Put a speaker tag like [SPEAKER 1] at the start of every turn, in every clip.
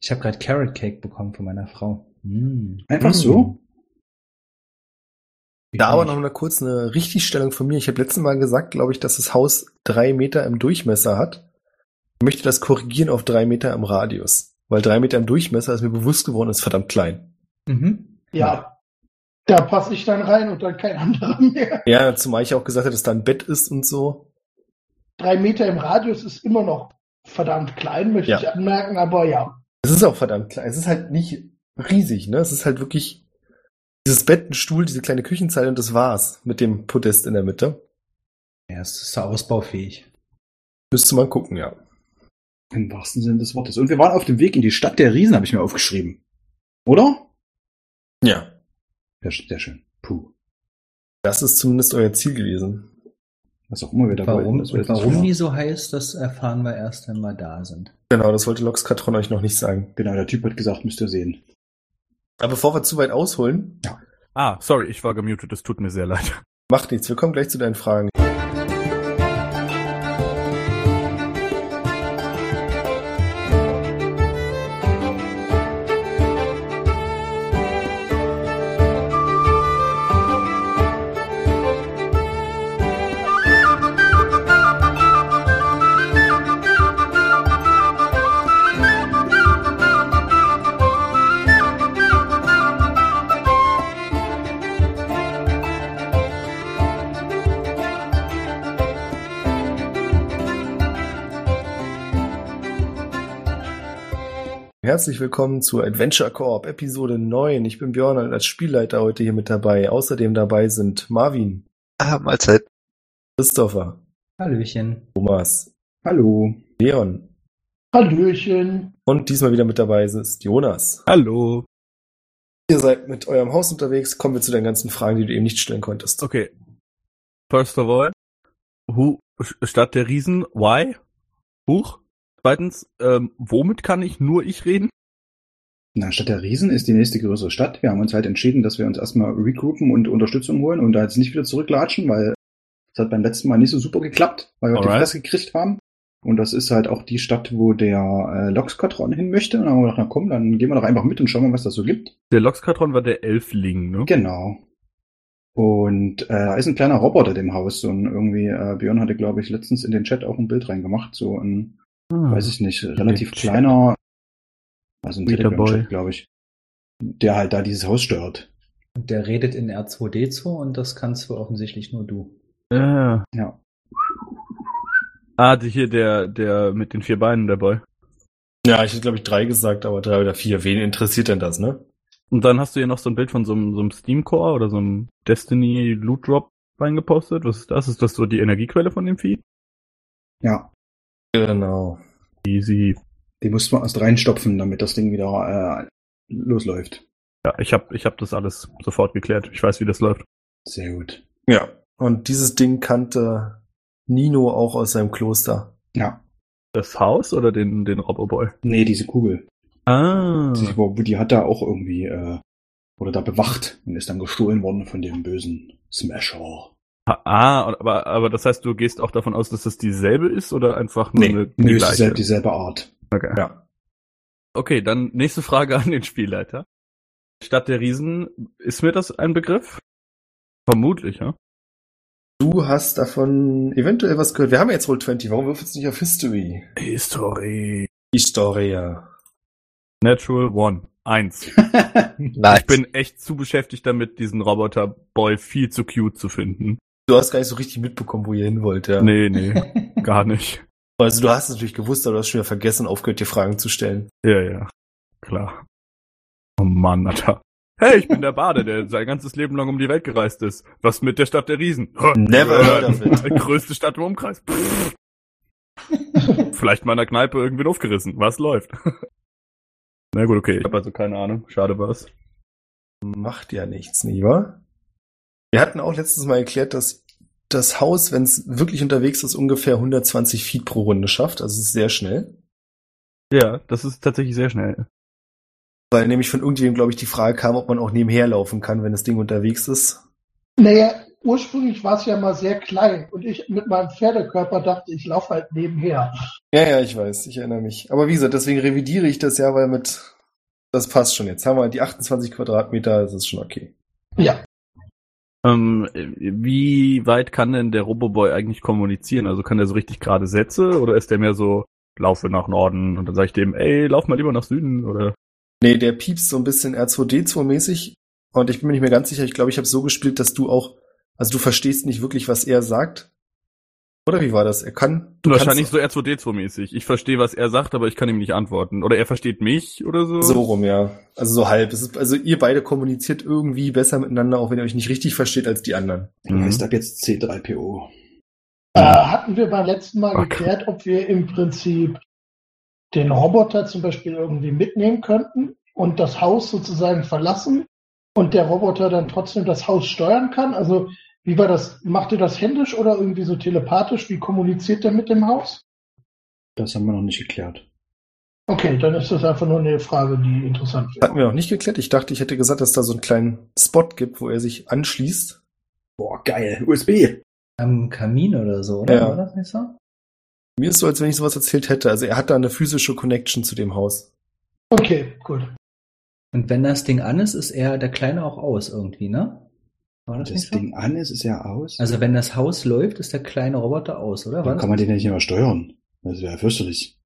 [SPEAKER 1] Ich habe gerade Carrot Cake bekommen von meiner Frau. Mm.
[SPEAKER 2] Einfach so?
[SPEAKER 3] Da
[SPEAKER 1] Genau.
[SPEAKER 3] aber noch mal kurz eine Richtigstellung von mir. Ich habe letztes Mal gesagt, glaube ich, dass das Haus drei Meter im Durchmesser hat. Ich möchte das korrigieren auf drei Meter im Radius. Weil drei Meter im Durchmesser ist mir bewusst geworden, ist verdammt klein.
[SPEAKER 1] Mhm.
[SPEAKER 2] Ja. Da passe ich dann rein und dann kein anderer mehr.
[SPEAKER 3] Ja, zumal ich auch gesagt habe, dass da ein Bett ist und so.
[SPEAKER 2] Drei Meter im Radius ist immer noch verdammt klein, möchte
[SPEAKER 3] Ja.
[SPEAKER 2] ich anmerken, aber ja.
[SPEAKER 3] Es ist auch verdammt klein. Es ist halt nicht riesig, ne? Es ist halt wirklich dieses Bett, ein Stuhl, diese kleine Küchenzeile und das war's mit dem Podest in der Mitte.
[SPEAKER 1] Ja, es ist so ausbaufähig.
[SPEAKER 3] Müsste man gucken, ja.
[SPEAKER 4] Im wahrsten Sinne des Wortes. Und wir waren auf dem Weg in die Stadt der Riesen, habe ich mir aufgeschrieben. Oder?
[SPEAKER 3] Ja.
[SPEAKER 4] Sehr, sch- sehr schön. Puh.
[SPEAKER 3] Das ist zumindest euer Ziel gewesen.
[SPEAKER 4] Was auch immer wir da
[SPEAKER 1] Warum,
[SPEAKER 4] wollten. das weiß ich
[SPEAKER 1] warum die
[SPEAKER 4] nicht.
[SPEAKER 1] so heißt, das erfahren wir erst, wenn wir da sind.
[SPEAKER 3] Genau, das wollte Loxkatron euch noch nicht sagen.
[SPEAKER 4] Genau, der Typ hat gesagt, müsst ihr sehen.
[SPEAKER 3] Aber bevor wir zu weit ausholen,
[SPEAKER 5] Ah, sorry, ich war gemutet, es tut mir sehr leid.
[SPEAKER 3] macht nichts. Wir kommen gleich zu deinen Fragen. Herzlich willkommen zu Adventure Corp Episode 9. Ich bin Björn und als Spielleiter heute hier mit dabei. Außerdem dabei sind Marvin,
[SPEAKER 6] Ah, Mahlzeit.
[SPEAKER 3] Christopher,
[SPEAKER 1] Hallöchen.
[SPEAKER 3] Thomas,
[SPEAKER 4] Hallo.
[SPEAKER 3] Leon
[SPEAKER 2] Hallöchen.
[SPEAKER 3] und diesmal wieder mit dabei ist Jonas.
[SPEAKER 5] Hallo.
[SPEAKER 3] Ihr seid mit eurem Haus unterwegs. Kommen wir zu den ganzen Fragen, die du eben nicht stellen konntest.
[SPEAKER 5] Okay. First of all, who, Stadt der Riesen, why? Huch. Zweitens, ähm, womit kann ich nur ich reden?
[SPEAKER 4] Na, Stadt der Riesen ist die nächste größere Stadt. Wir haben uns halt entschieden, dass wir uns erstmal regroupen und Unterstützung holen und da jetzt nicht wieder zurücklatschen, weil es hat beim letzten Mal nicht so super geklappt, weil wir auf die
[SPEAKER 5] Alright.
[SPEAKER 4] Fresse gekriegt haben. Und das ist halt auch die Stadt, wo der äh, Loxkatron hin möchte. Und dann haben wir gedacht, na komm, dann gehen wir doch einfach mit und schauen mal, was das so gibt.
[SPEAKER 5] Der Loxkatron war der Elfling, ne?
[SPEAKER 4] Genau. Und äh, da ist ein kleiner Roboter dem Haus. So ein irgendwie, äh, Björn hatte, glaube ich, letztens in den Chat auch ein Bild reingemacht. So ein weiß ich nicht,
[SPEAKER 5] Ah,
[SPEAKER 4] relativ
[SPEAKER 5] Chat.
[SPEAKER 4] kleiner, also ein
[SPEAKER 5] Meter Boy.
[SPEAKER 4] Telegram-Chat, glaube ich, der halt da dieses Haus steuert.
[SPEAKER 1] Und der redet in R2D2 und das kannst wohl offensichtlich nur du.
[SPEAKER 5] Ah,
[SPEAKER 4] Ja.
[SPEAKER 5] ah die hier der, der mit den vier Beinen, der Boy.
[SPEAKER 3] Ja, ich hätte glaube ich drei gesagt, aber drei oder vier. Wen interessiert denn das, ne?
[SPEAKER 5] Und dann hast du hier noch so ein Bild von so einem, so einem Steam Core oder so einem Destiny Loot Drop reingepostet. Was ist das? Ist das so die Energiequelle von dem Vieh?
[SPEAKER 4] Ja,
[SPEAKER 3] Genau.
[SPEAKER 5] Easy.
[SPEAKER 4] die mussten wir erst reinstopfen, damit das Ding wieder äh, losläuft.
[SPEAKER 5] Ja, ich hab, ich hab das alles sofort geklärt. Ich weiß, wie das läuft.
[SPEAKER 4] Sehr gut.
[SPEAKER 3] Ja. Und dieses Ding kannte Nino auch aus seinem Kloster.
[SPEAKER 4] Ja,
[SPEAKER 5] Das Haus oder den, den Roboboy?
[SPEAKER 4] nee, diese Kugel.
[SPEAKER 5] Ah.
[SPEAKER 4] Die, die hat da auch irgendwie, äh, oder da bewacht und ist dann gestohlen worden von dem bösen Smasher.
[SPEAKER 5] Ah, aber, aber das heißt, du gehst auch davon aus, dass das dieselbe ist oder einfach nur
[SPEAKER 3] Nee,
[SPEAKER 5] eine, die
[SPEAKER 4] Nö, ist
[SPEAKER 5] gleiche?
[SPEAKER 4] dieselbe, dieselbe Art.
[SPEAKER 5] Okay.
[SPEAKER 3] Ja.
[SPEAKER 5] okay, dann nächste Frage an den Spielleiter. Stadt der Riesen, ist mir das ein Begriff? Vermutlich, ja.
[SPEAKER 3] Du hast davon eventuell was gehört. Wir haben ja jetzt Roll20. Warum wirft es nicht auf History?
[SPEAKER 5] History.
[SPEAKER 3] Historia.
[SPEAKER 5] Natural One. Eins.
[SPEAKER 6] Nice.
[SPEAKER 5] Ich bin echt zu beschäftigt damit, diesen Roboter-Boy viel zu cute zu finden.
[SPEAKER 3] Du hast gar nicht so richtig mitbekommen, wo ihr hin wollt, ja.
[SPEAKER 5] Nee, nee, gar nicht.
[SPEAKER 3] Also du hast es natürlich gewusst, aber du hast schon wieder vergessen, aufgehört, dir Fragen zu stellen.
[SPEAKER 5] Ja, ja. Klar. Oh Mann, Alter. Hey, ich bin der Bade, der sein ganzes Leben lang um die Welt gereist ist. Was mit der Stadt der Riesen?
[SPEAKER 3] Never heard of it.
[SPEAKER 5] Die größte Stadt im Umkreis. Pff. Vielleicht meiner Kneipe irgendwie aufgerissen. Was läuft? Na gut, okay. Ich habe also keine Ahnung. Schade war's.
[SPEAKER 3] Macht ja nichts, nicht wahr? Wir hatten auch letztes Mal erklärt, dass das Haus, wenn es wirklich unterwegs ist, ungefähr 120 Feet pro Runde schafft. Also es ist sehr schnell.
[SPEAKER 5] Ja, das ist tatsächlich sehr schnell.
[SPEAKER 3] Weil nämlich von irgendjemandem, glaube ich, die Frage kam, ob man auch nebenher laufen kann, wenn das Ding unterwegs ist.
[SPEAKER 2] Naja, ursprünglich war es ja mal sehr klein und ich mit meinem Pferdekörper dachte, ich laufe halt nebenher.
[SPEAKER 3] Ja, ja, ich weiß, ich erinnere mich. Aber wie gesagt, deswegen revidiere ich das ja, weil mit, das passt schon jetzt. Haben wir die 28 Quadratmeter, das ist schon okay.
[SPEAKER 2] Ja,
[SPEAKER 5] Ähm, wie weit kann denn der Roboboy eigentlich kommunizieren? Also kann der so richtig gerade Sätze oder ist der mehr so, laufe nach Norden und dann sage ich dem, ey, lauf mal lieber nach Süden oder
[SPEAKER 3] Nee, der piepst so ein bisschen R2D2-mäßig. Und ich bin mir nicht mehr ganz sicher. Ich glaube, ich habe so gespielt, dass du auch, also du verstehst nicht wirklich, was er sagt. Oder wie war das? Er kann, du
[SPEAKER 5] wahrscheinlich
[SPEAKER 3] kannst,
[SPEAKER 5] so R2D2-mäßig. Ich verstehe, was er sagt, aber ich kann ihm nicht antworten. Oder er versteht mich oder so.
[SPEAKER 3] so rum, ja. Also so halb. Es ist, also ihr beide kommuniziert irgendwie besser miteinander, auch wenn ihr euch nicht richtig versteht als die anderen.
[SPEAKER 5] Mhm.
[SPEAKER 4] Du heißt ab jetzt C3PO.
[SPEAKER 2] Äh, hatten wir beim letzten Mal
[SPEAKER 5] Oh, Gott.
[SPEAKER 2] geklärt, ob wir im Prinzip den Roboter zum Beispiel irgendwie mitnehmen könnten und das Haus sozusagen verlassen und der Roboter dann trotzdem das Haus steuern kann? Also wie war das? Macht ihr das händisch oder irgendwie so telepathisch? Wie kommuniziert der mit dem Haus?
[SPEAKER 4] Das haben wir noch nicht geklärt.
[SPEAKER 2] Okay, dann ist das einfach nur eine Frage, die interessant
[SPEAKER 3] Hatten
[SPEAKER 2] wird.
[SPEAKER 3] wir noch nicht geklärt. Ich dachte, ich hätte gesagt, dass da so einen kleinen Spot gibt, wo er sich anschließt.
[SPEAKER 4] Boah, geil. USB.
[SPEAKER 1] Am Kamin oder so, oder?
[SPEAKER 3] Ja.
[SPEAKER 1] War das nicht so?
[SPEAKER 3] Mir ist so, als wenn ich sowas erzählt hätte. Also er hat da eine physische Connection zu dem Haus.
[SPEAKER 2] Okay, gut.
[SPEAKER 1] Und wenn das Ding an ist, ist er der Kleine auch aus irgendwie, ne? War das,
[SPEAKER 4] Das
[SPEAKER 1] nicht so?
[SPEAKER 4] Ding an ist, ist ja aus.
[SPEAKER 1] Also wenn das Haus läuft, ist der kleine Roboter aus, oder? War
[SPEAKER 4] Dann
[SPEAKER 1] das-
[SPEAKER 4] kann man den ja nicht immer steuern. Das wäre fürchterlich.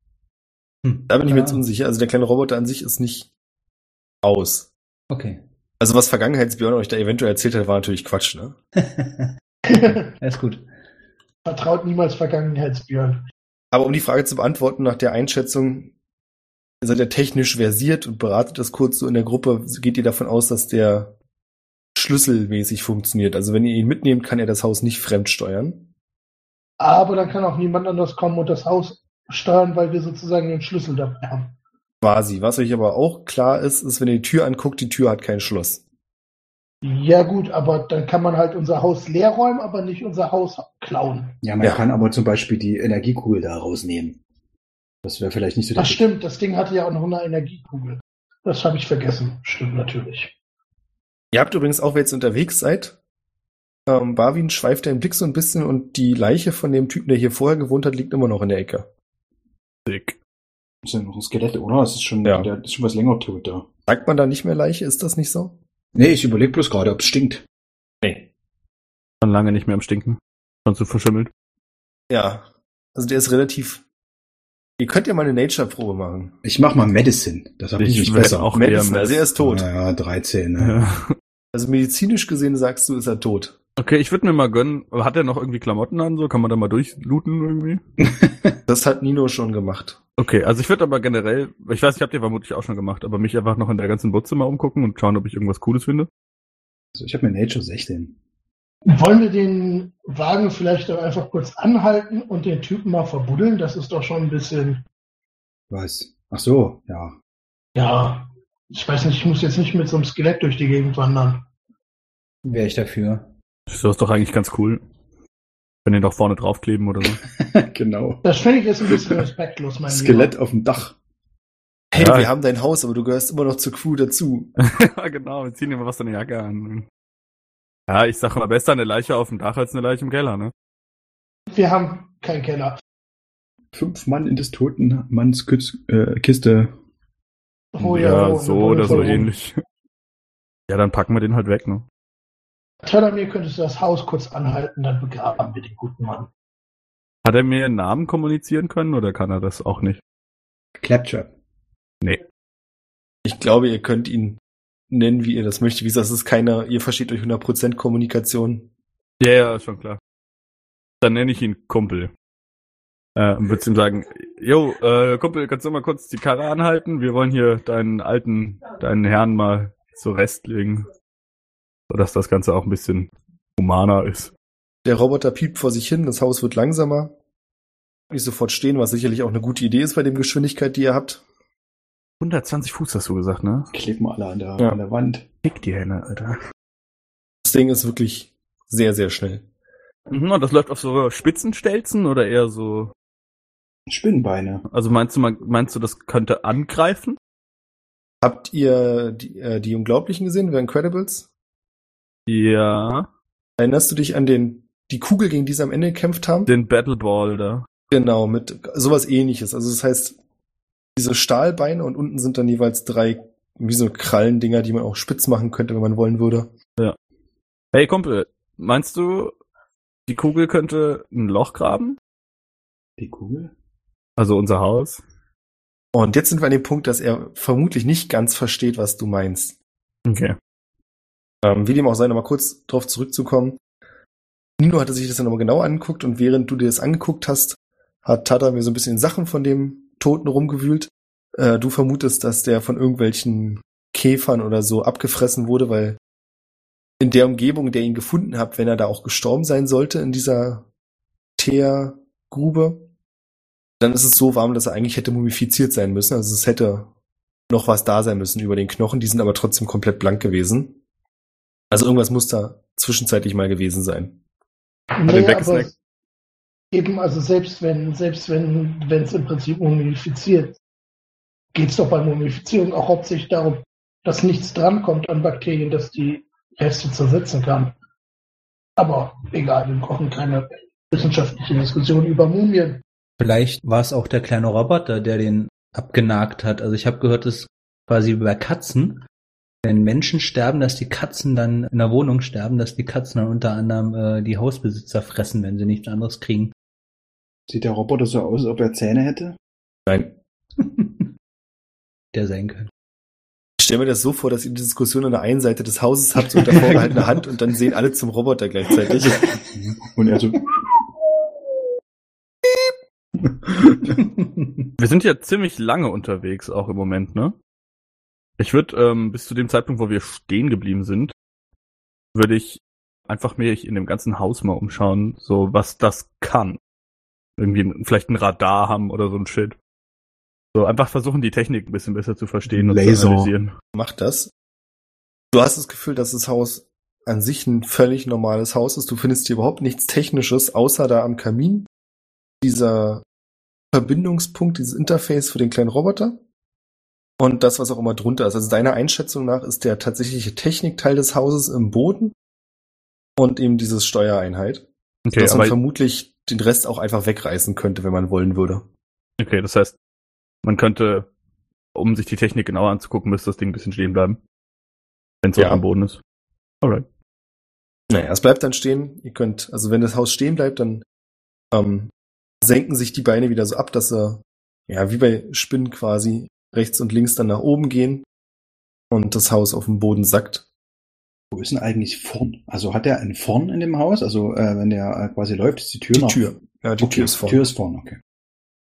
[SPEAKER 1] Hm.
[SPEAKER 3] Da bin ich mir jetzt
[SPEAKER 1] Ah,
[SPEAKER 3] unsicher. Also der kleine Roboter an sich ist nicht aus.
[SPEAKER 1] Okay.
[SPEAKER 3] Also was Vergangenheitsbjörn euch da eventuell erzählt hat, war natürlich Quatsch, ne?
[SPEAKER 1] Alles gut.
[SPEAKER 2] Vertraut niemals Vergangenheitsbjörn.
[SPEAKER 3] Aber um die Frage zu beantworten, nach der Einschätzung, ihr seid ja technisch versiert und beratet das kurz so in der Gruppe, geht ihr davon aus, dass der schlüsselmäßig funktioniert. Also wenn ihr ihn mitnehmt, kann er das Haus nicht fremdsteuern.
[SPEAKER 2] Aber dann kann auch niemand anders kommen und das Haus steuern, weil wir sozusagen den Schlüssel dabei haben.
[SPEAKER 3] Quasi. Was euch aber auch klar ist, ist, wenn ihr die Tür anguckt, die Tür hat kein Schloss.
[SPEAKER 2] Ja gut, aber dann kann man halt unser Haus leer räumen, aber nicht unser Haus klauen.
[SPEAKER 4] Ja, man
[SPEAKER 3] Ja.
[SPEAKER 4] kann aber zum Beispiel die Energiekugel da rausnehmen. Das wäre vielleicht nicht so der
[SPEAKER 2] Das stimmt, das Ding hatte ja auch noch eine Energiekugel. Das habe ich vergessen. Stimmt natürlich.
[SPEAKER 3] Ihr habt übrigens auch, wenn ihr jetzt unterwegs seid, ähm, Barwin schweift deinen Blick so ein bisschen und die Leiche von dem Typen, der hier vorher gewohnt hat, liegt immer noch in der Ecke.
[SPEAKER 5] Dick.
[SPEAKER 4] Das ist ja noch ein Skelett, oder? Das ist schon,
[SPEAKER 3] Ja.
[SPEAKER 4] der ist schon was länger tot da.
[SPEAKER 3] Sagt man da nicht mehr Leiche? Ist das nicht so?
[SPEAKER 4] Nee, ich überlege bloß gerade, ob es stinkt.
[SPEAKER 3] Nee.
[SPEAKER 5] Schon lange nicht mehr am Stinken. Schon zu verschimmelt.
[SPEAKER 3] Ja, also der ist relativ. Ihr könnt ja mal eine Nature-Probe machen.
[SPEAKER 4] Ich mach mal Medicine. Das habe ich nicht
[SPEAKER 5] werd
[SPEAKER 4] besser.
[SPEAKER 5] auch
[SPEAKER 3] Madison,
[SPEAKER 5] eher
[SPEAKER 3] also er ist tot.
[SPEAKER 4] Naja, 13. Ne?
[SPEAKER 5] Ja.
[SPEAKER 3] Also medizinisch gesehen sagst du, ist er tot.
[SPEAKER 5] Okay, ich würde mir mal gönnen. Hat er noch irgendwie Klamotten an? So kann man da mal durchlooten irgendwie?
[SPEAKER 3] Das hat Nino schon gemacht.
[SPEAKER 5] Okay, also ich würde aber generell, ich weiß, ich habt ihr vermutlich auch schon gemacht, aber mich einfach noch in der ganzen Butze mal umgucken und schauen, ob ich irgendwas Cooles finde.
[SPEAKER 4] Also ich habe mir Nature 16.
[SPEAKER 2] Wollen wir den Wagen vielleicht doch einfach kurz anhalten und den Typen mal verbuddeln? Das ist doch schon ein bisschen,
[SPEAKER 4] Was? Ach so, ja.
[SPEAKER 2] ja, ich weiß nicht, ich muss jetzt nicht mit so einem Skelett durch die Gegend wandern.
[SPEAKER 1] Wäre ich dafür.
[SPEAKER 5] Das ist doch eigentlich ganz cool. Wenn den doch vorne draufkleben oder so.
[SPEAKER 4] genau.
[SPEAKER 2] Das finde ich ist ein bisschen respektlos, mein
[SPEAKER 4] Skelett auf dem Dach.
[SPEAKER 3] Hey,
[SPEAKER 5] Ja.
[SPEAKER 3] wir haben dein Haus, aber du gehörst immer noch zur Crew dazu.
[SPEAKER 5] ja, genau, wir ziehen immer was an der Jacke an. Ja, ich sag mal, besser eine Leiche auf dem Dach als eine Leiche im Keller, ne?
[SPEAKER 2] Lieber. Wir haben keinen Keller.
[SPEAKER 4] Fünf Mann in des toten Manns Küz äh, Kiste.
[SPEAKER 2] Oh
[SPEAKER 5] ja,
[SPEAKER 2] wir
[SPEAKER 5] so
[SPEAKER 2] wollen
[SPEAKER 5] oder so
[SPEAKER 2] voll rum.
[SPEAKER 5] ähnlich. Ja, dann packen wir den halt weg, ne?
[SPEAKER 2] Tadamir, könntest du das Haus kurz anhalten, dann begraben wir den guten Mann.
[SPEAKER 5] Hat er mir einen Namen kommunizieren können oder kann er das auch nicht?
[SPEAKER 4] Claptrap.
[SPEAKER 3] Ich glaube, ihr könnt ihn nennen, wie ihr das möchtet. Wie gesagt, es ist keiner, ihr versteht euch 100% Kommunikation.
[SPEAKER 5] Ja, ja, ist schon klar. Dann nenne ich ihn Kumpel. Äh, und würde ihm sagen, yo, äh, Kumpel, kannst du mal kurz die Karre anhalten? Wir wollen hier deinen alten, deinen Herrn mal zur Rest legen. Sodass das Ganze auch ein bisschen humaner ist.
[SPEAKER 3] Der Roboter piept vor sich hin, das Haus wird langsamer. Nicht sofort stehen, was sicherlich auch eine gute Idee ist bei dem Geschwindigkeit, die ihr habt.
[SPEAKER 5] 120 Fuß hast du gesagt, ne?
[SPEAKER 4] Kleben alle an der,
[SPEAKER 3] Ja.
[SPEAKER 4] an der Wand.
[SPEAKER 5] Kick die Hände, Alter.
[SPEAKER 3] Das Ding ist wirklich sehr, sehr schnell.
[SPEAKER 5] Mhm, und das läuft auf so Spitzenstelzen oder eher so.
[SPEAKER 4] Spinnenbeine.
[SPEAKER 5] Also meinst du, man, meinst du, das könnte angreifen?
[SPEAKER 3] Habt ihr die, äh, die Unglaublichen gesehen, The Incredibles?
[SPEAKER 5] Ja.
[SPEAKER 3] Erinnerst du dich an den, die Kugel, gegen die sie am Ende gekämpft haben?
[SPEAKER 5] Den Battle Ball da.
[SPEAKER 3] Genau, mit sowas ähnliches. Also das heißt, diese Stahlbeine und unten sind dann jeweils drei, wie so Krallendinger, die man auch spitz machen könnte, wenn man wollen würde.
[SPEAKER 5] Hey Kumpel, meinst du, die Kugel könnte ein Loch graben?
[SPEAKER 4] Die Kugel?
[SPEAKER 5] Also unser Haus?
[SPEAKER 3] Und jetzt sind wir an dem Punkt, dass er vermutlich nicht ganz versteht, was du meinst.
[SPEAKER 5] Okay.
[SPEAKER 3] Ähm, wie dem auch sei, nochmal kurz drauf zurückzukommen. Nino hatte sich das dann nochmal genau angeguckt und während du dir das angeguckt hast, hat Tata mir so ein bisschen Sachen von dem Toten rumgewühlt. Äh, du vermutest, dass der von irgendwelchen Käfern oder so abgefressen wurde, weil in der Umgebung, in der ihr ihn gefunden habt, wenn er da auch gestorben sein sollte, in dieser Teergrube, dann ist es so warm, dass er eigentlich hätte mumifiziert sein müssen. Also es hätte noch was da sein müssen über den Knochen, die sind aber trotzdem komplett blank gewesen. Also irgendwas muss da zwischenzeitlich mal gewesen sein.
[SPEAKER 2] Nee, aber
[SPEAKER 5] weggesnackt?
[SPEAKER 2] eben, also selbst wenn, selbst wenn, wenn es im Prinzip mumifiziert, geht es doch bei Mumifizierung auch hauptsächlich darum, dass nichts drankommt an Bakterien, dass die Reste zersetzen kann. Aber egal, wir brauchen keine wissenschaftliche Diskussion über Mumien.
[SPEAKER 1] Vielleicht war es auch der kleine Roboter, der den abgenagt hat. Also ich habe gehört, dass quasi bei Katzen, wenn Menschen sterben, dass die Katzen dann in der Wohnung sterben, dass die Katzen dann unter anderem äh, die Hausbesitzer fressen, wenn sie nichts anderes kriegen.
[SPEAKER 4] Sieht der Roboter so aus, als ob er Zähne hätte?
[SPEAKER 3] Nein.
[SPEAKER 1] der sein können.
[SPEAKER 3] Ich stell mir das so vor, dass ihr die Diskussion an der einen Seite des Hauses habt und davor gehaltene Hand und dann sehen alle zum Roboter gleichzeitig.
[SPEAKER 4] Und er so,
[SPEAKER 5] Wir sind ja ziemlich lange unterwegs, auch im Moment, ne? Ich würde ähm, bis zu dem Zeitpunkt, wo wir stehen geblieben sind, würde ich einfach mich in dem ganzen Haus mal umschauen, so was das kann. Irgendwie ein- vielleicht ein Radar haben oder so ein Shit. So einfach versuchen, die Technik ein bisschen besser zu verstehen und zu
[SPEAKER 4] Laser.
[SPEAKER 5] analysieren.
[SPEAKER 3] macht das. Du hast das Gefühl, dass das Haus an sich ein völlig normales Haus ist. Du findest hier überhaupt nichts Technisches, außer da am Kamin dieser Verbindungspunkt, dieses Interface für den kleinen Roboter und das, was auch immer drunter ist. Also deiner Einschätzung nach ist der tatsächliche Technikteil des Hauses im Boden und eben dieses Steuereinheit,
[SPEAKER 5] Okay,
[SPEAKER 3] dass man
[SPEAKER 5] aber,
[SPEAKER 3] vermutlich den Rest auch einfach wegreißen könnte, wenn man wollen würde.
[SPEAKER 5] okay, das heißt, man könnte, um sich die Technik genauer anzugucken, müsste das Ding ein bisschen stehen bleiben. Wenn es
[SPEAKER 3] Ja.
[SPEAKER 5] am Boden ist. Alright.
[SPEAKER 3] Naja, es bleibt dann stehen. Ihr könnt, also wenn das Haus stehen bleibt, dann ähm, senken sich die Beine wieder so ab, dass sie, ja, wie bei Spinnen quasi, rechts und links dann nach oben gehen und das Haus auf den Boden sackt.
[SPEAKER 4] wo ist denn eigentlich vorn? Also hat er einen vorn in dem Haus? Also äh, wenn der äh, quasi läuft, ist die Tür
[SPEAKER 3] Die
[SPEAKER 4] noch.
[SPEAKER 3] Tür. Ja, die
[SPEAKER 4] Okay,
[SPEAKER 3] Tür ist vorne.
[SPEAKER 4] Tür ist vorn, okay.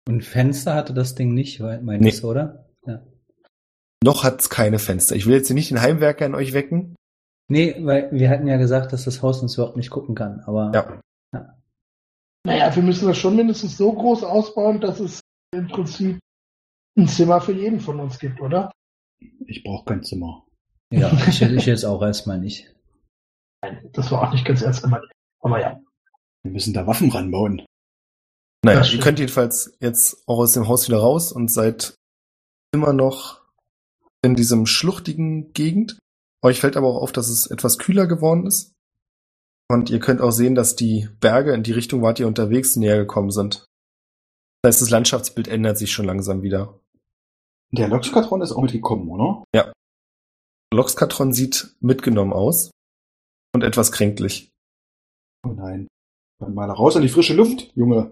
[SPEAKER 1] Und Fenster hatte das Ding nicht, weil- meinst du, oder? Ja.
[SPEAKER 3] Noch hat's keine Fenster. Ich will jetzt hier nicht den Heimwerker in euch wecken.
[SPEAKER 1] Nee, weil wir hatten ja gesagt, dass das Haus uns überhaupt nicht gucken kann, aber
[SPEAKER 3] Ja.
[SPEAKER 2] Naja, wir müssen das schon mindestens so groß ausbauen, dass es im Prinzip ein Zimmer für jeden von uns gibt, oder?
[SPEAKER 4] Ich brauche kein Zimmer.
[SPEAKER 1] ja ich, ich jetzt auch erstmal nicht.
[SPEAKER 2] Das war auch nicht ganz ernst gemeint. Aber ja.
[SPEAKER 4] Wir müssen da Waffen ranbauen.
[SPEAKER 3] Naja,
[SPEAKER 2] Das
[SPEAKER 3] ihr
[SPEAKER 2] stimmt.
[SPEAKER 3] könnt jedenfalls jetzt auch aus dem Haus wieder raus und seid immer noch in diesem schluchtigen Gegend. Euch fällt aber auch auf, dass es etwas kühler geworden ist. Und ihr könnt auch sehen, dass die Berge, in die Richtung wart ihr unterwegs, näher gekommen sind. Das heißt, das Landschaftsbild ändert sich schon langsam wieder.
[SPEAKER 4] Der Loxikatron ist auch mitgekommen, oder?
[SPEAKER 3] Loxkatron sieht mitgenommen aus und etwas kränklich.
[SPEAKER 4] Oh nein. Dann mal raus an die frische Luft, Junge.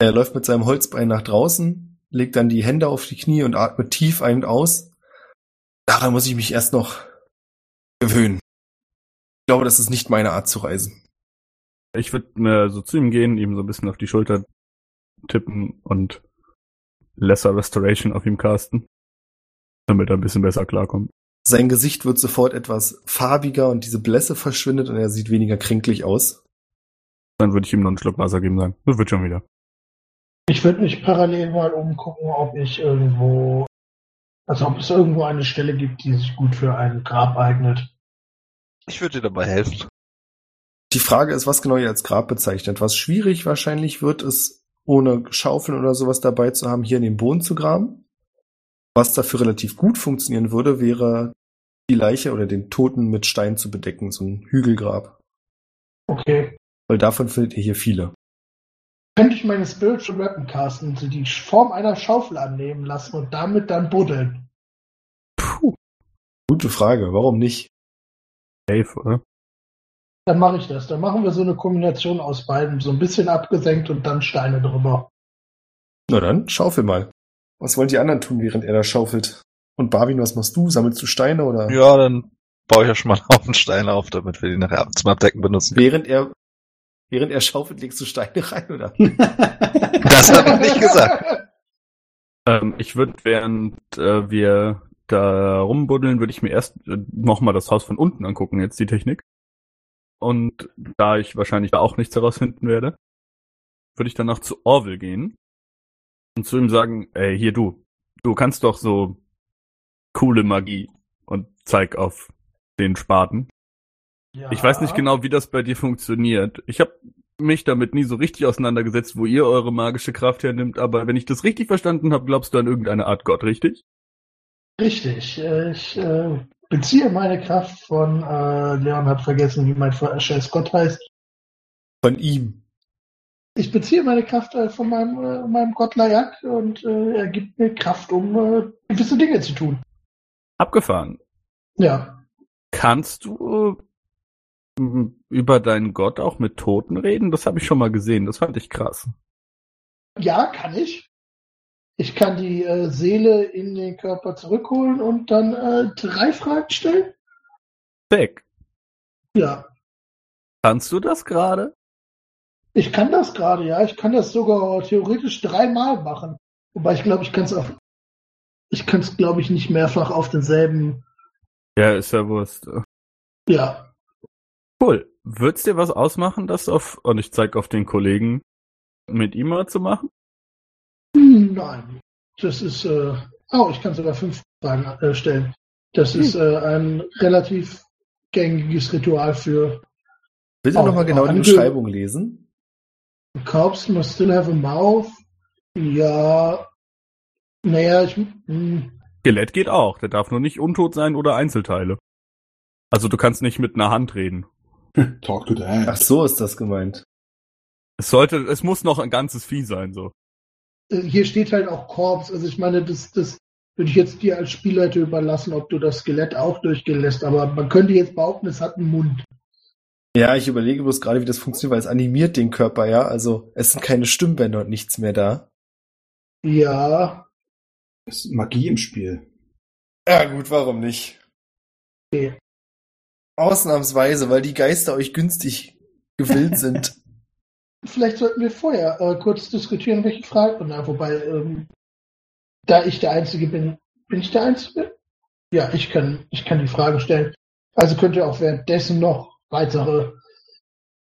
[SPEAKER 3] Er läuft mit seinem Holzbein nach draußen, legt dann die Hände auf die Knie und atmet tief ein und aus. Daran muss ich mich erst noch gewöhnen. Ich glaube, das ist nicht meine Art zu reisen.
[SPEAKER 5] Ich würde mir so zu ihm gehen, ihm so ein bisschen auf die Schulter tippen und Lesser Restoration auf ihm casten, damit er ein bisschen besser klarkommt.
[SPEAKER 3] Sein Gesicht wird sofort etwas farbiger und diese Blässe verschwindet und er sieht weniger kränklich aus.
[SPEAKER 5] Dann würde ich ihm noch einen Schluck Wasser geben sagen. Das wird schon wieder.
[SPEAKER 2] Ich würde mich parallel mal umgucken, ob ich irgendwo, also ob es irgendwo eine Stelle gibt, die sich gut für ein Grab eignet.
[SPEAKER 6] Ich würde dir dabei helfen.
[SPEAKER 3] Die Frage ist, was genau ihr als Grab bezeichnet. Was schwierig wahrscheinlich wird, ist, ohne Schaufeln oder sowas dabei zu haben, hier in den Boden zu graben. Was dafür relativ gut funktionieren würde, wäre, die Leiche oder den Toten mit Stein zu bedecken, so ein Hügelgrab.
[SPEAKER 2] Okay.
[SPEAKER 3] Weil davon findet ihr hier viele.
[SPEAKER 2] Könnte ich meine Spiritual Weapon casten, so die Form einer Schaufel annehmen lassen und damit dann buddeln?
[SPEAKER 3] Gute Frage, warum nicht?
[SPEAKER 5] Safe, oder?
[SPEAKER 2] Dann mache ich das. Dann machen wir so eine Kombination aus beiden. So ein bisschen abgesenkt und dann Steine drüber.
[SPEAKER 3] Na dann, schaufel mal. Was wollen die anderen tun, während er da schaufelt? Und Barwin, was machst du? Sammelst du Steine oder?
[SPEAKER 6] Ja, dann baue ich ja schon mal einen Haufen Steine auf, damit wir die nachher ab- zum Abdecken benutzen können.
[SPEAKER 3] Während er, während er schaufelt, legst du Steine rein oder?
[SPEAKER 6] Das habe ich nicht gesagt.
[SPEAKER 5] Ähm, ich würde, während äh, wir da rumbuddeln, würde ich mir erst äh, nochmal das Haus von unten angucken, jetzt die Technik. Und da ich wahrscheinlich da auch nichts herausfinden werde, würde ich danach zu Orville gehen und zu ihm sagen, ey, hier du, du kannst doch so coole Magie und zeig auf den Spaten.
[SPEAKER 2] Ja.
[SPEAKER 5] Ich weiß nicht genau, wie das bei dir funktioniert. Ich habe mich damit nie so richtig auseinandergesetzt, wo ihr eure magische Kraft hernimmt, aber wenn ich das richtig verstanden habe, glaubst du an irgendeine Art Gott, richtig?
[SPEAKER 2] Richtig. äh, Ich äh, beziehe meine Kraft von, äh, Leon hat vergessen, wie mein Ver- scheiß Gott heißt.
[SPEAKER 3] Von ihm.
[SPEAKER 2] Ich beziehe meine Kraft äh, von meinem, äh, meinem Gott Layak und äh, er gibt mir Kraft, um äh, gewisse Dinge zu tun.
[SPEAKER 5] Abgefahren.
[SPEAKER 2] Ja.
[SPEAKER 5] Kannst du äh, über deinen Gott auch mit Toten reden? Das habe ich schon mal gesehen, das fand ich krass.
[SPEAKER 2] Ja, kann ich. Ich kann die äh, Seele in den Körper zurückholen und dann äh, drei Fragen stellen.
[SPEAKER 5] Zack,
[SPEAKER 2] Ja.
[SPEAKER 5] kannst du das gerade?
[SPEAKER 2] Ich kann das gerade, ja. Ich kann das sogar theoretisch dreimal machen. Wobei ich glaube, ich kann es auf. Ich kann es, glaube ich, nicht mehrfach auf denselben.
[SPEAKER 5] Ja, ist ja Wurst.
[SPEAKER 2] Ja,
[SPEAKER 5] Cool. Würd's dir was ausmachen, das auf, und ich zeig auf den Kollegen, mit ihm mal zu machen?
[SPEAKER 2] Nein, das ist, äh, oh, ich kann sogar fünf Fragen äh, stellen. Das ist äh, ein relativ gängiges Ritual für
[SPEAKER 3] Willst du
[SPEAKER 2] Oh,
[SPEAKER 3] nochmal genau die
[SPEAKER 2] ange-
[SPEAKER 3] Beschreibung lesen?
[SPEAKER 2] Corpse must still have a mouth. Ja, naja, ich, hm,
[SPEAKER 5] Skelett geht auch, der darf nur nicht untot sein oder Einzelteile. Also du kannst nicht mit einer Hand reden.
[SPEAKER 4] Talk to that.
[SPEAKER 3] Ach so ist das gemeint.
[SPEAKER 5] Es sollte, es muss noch ein ganzes Vieh sein, so.
[SPEAKER 2] äh, hier steht halt auch Corpse. Also ich meine, das, das würde ich jetzt dir als Spielleiter überlassen, ob du das Skelett auch durchgehen lässt. Aber man könnte jetzt behaupten, es hat einen Mund.
[SPEAKER 3] Ja, ich überlege bloß gerade, wie das funktioniert, weil es animiert den Körper, ja. Also es sind keine Stimmbänder und nichts mehr da.
[SPEAKER 2] Ja,
[SPEAKER 4] Das ist Magie im Spiel.
[SPEAKER 3] Ja gut, warum nicht?
[SPEAKER 2] okay.
[SPEAKER 3] Ausnahmsweise, weil die Geister euch günstig gewillt sind.
[SPEAKER 2] Vielleicht sollten wir vorher äh, kurz diskutieren, welche Fragen. Na, wobei, ähm, da ich der Einzige bin, bin ich der Einzige? Ja, ich kann, ich kann die Fragen stellen. Also könnt ihr auch währenddessen noch weitere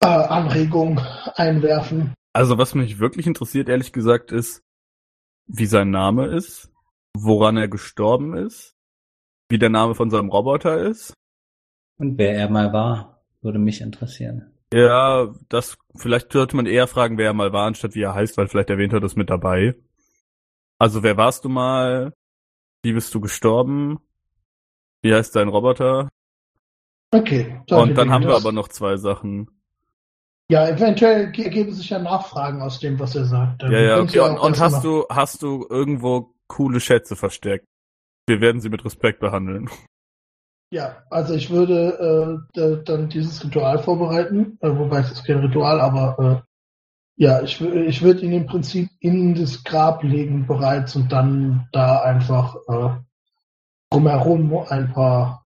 [SPEAKER 2] äh, Anregungen einwerfen.
[SPEAKER 5] Also was mich wirklich interessiert, ehrlich gesagt, ist, wie sein Name ist, woran er gestorben ist, wie der Name von seinem Roboter ist.
[SPEAKER 1] Und wer er mal war, würde mich interessieren.
[SPEAKER 5] Ja, das, vielleicht sollte man eher fragen, wer er mal war, anstatt wie er heißt, weil vielleicht erwähnt er das mit dabei. Also wer warst du mal? Wie bist du gestorben? Wie heißt dein Roboter?
[SPEAKER 2] Okay. solche
[SPEAKER 5] Und dann
[SPEAKER 2] Dinge.
[SPEAKER 5] haben wir
[SPEAKER 2] Das-
[SPEAKER 5] aber noch zwei Sachen.
[SPEAKER 2] Ja, eventuell ge- ergeben sich ja Nachfragen aus dem, was er sagt.
[SPEAKER 5] Ja, ja, okay. Und, und hast du, hast du irgendwo coole Schätze versteckt? Wir werden sie mit Respekt behandeln.
[SPEAKER 2] Ja, also ich würde äh, da- dann dieses Ritual vorbereiten, äh, wobei es ist kein Ritual, aber äh, ja, ich, wü- ich würde ihn im Prinzip in das Grab legen bereits und dann da einfach äh, drumherum ein paar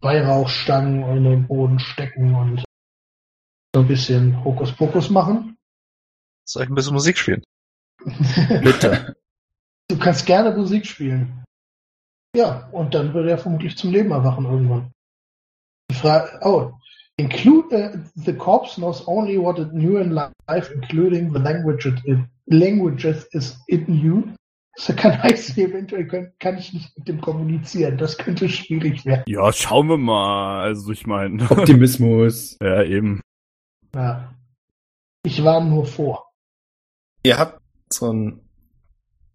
[SPEAKER 2] Weihrauchstangen in den Boden stecken und so ein bisschen Hokuspokus machen.
[SPEAKER 6] Soll ich ein bisschen Musik spielen?
[SPEAKER 3] Bitte.
[SPEAKER 2] Du kannst gerne Musik spielen. Ja, und dann würde er vermutlich zum Leben erwachen irgendwann. Die Frage, oh, include äh, the corpse knows only what it knew in life, including the language it, it, languages is it knew. So kann heißen, eventuell kann, kann ich nicht mit dem kommunizieren. Das könnte schwierig werden.
[SPEAKER 5] Ja, schauen wir mal. Also ich meine,
[SPEAKER 4] Optimismus.
[SPEAKER 5] ja eben.
[SPEAKER 2] Ja. Ich war nur vor.
[SPEAKER 3] Ihr habt so ein,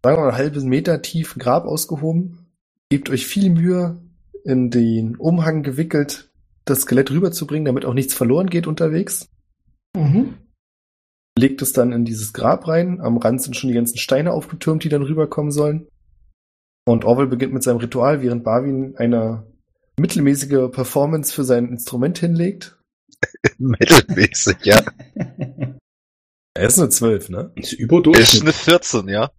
[SPEAKER 3] sagen wir mal, halben Meter tiefen Grab ausgehoben, gebt euch viel Mühe, in den Umhang gewickelt, das Skelett rüberzubringen, damit auch nichts verloren geht unterwegs.
[SPEAKER 2] Mhm.
[SPEAKER 3] Legt es dann in dieses Grab rein. Am Rand sind schon die ganzen Steine aufgetürmt, die dann rüberkommen sollen. Und Orwell beginnt mit seinem Ritual, während Barwin eine mittelmäßige Performance für sein Instrument hinlegt.
[SPEAKER 6] Mittelmäßig, ja.
[SPEAKER 3] Er ist eine 12, ne?
[SPEAKER 6] Ist
[SPEAKER 4] Ist
[SPEAKER 6] eine
[SPEAKER 4] überdurchschnittlich.
[SPEAKER 6] 14, ja.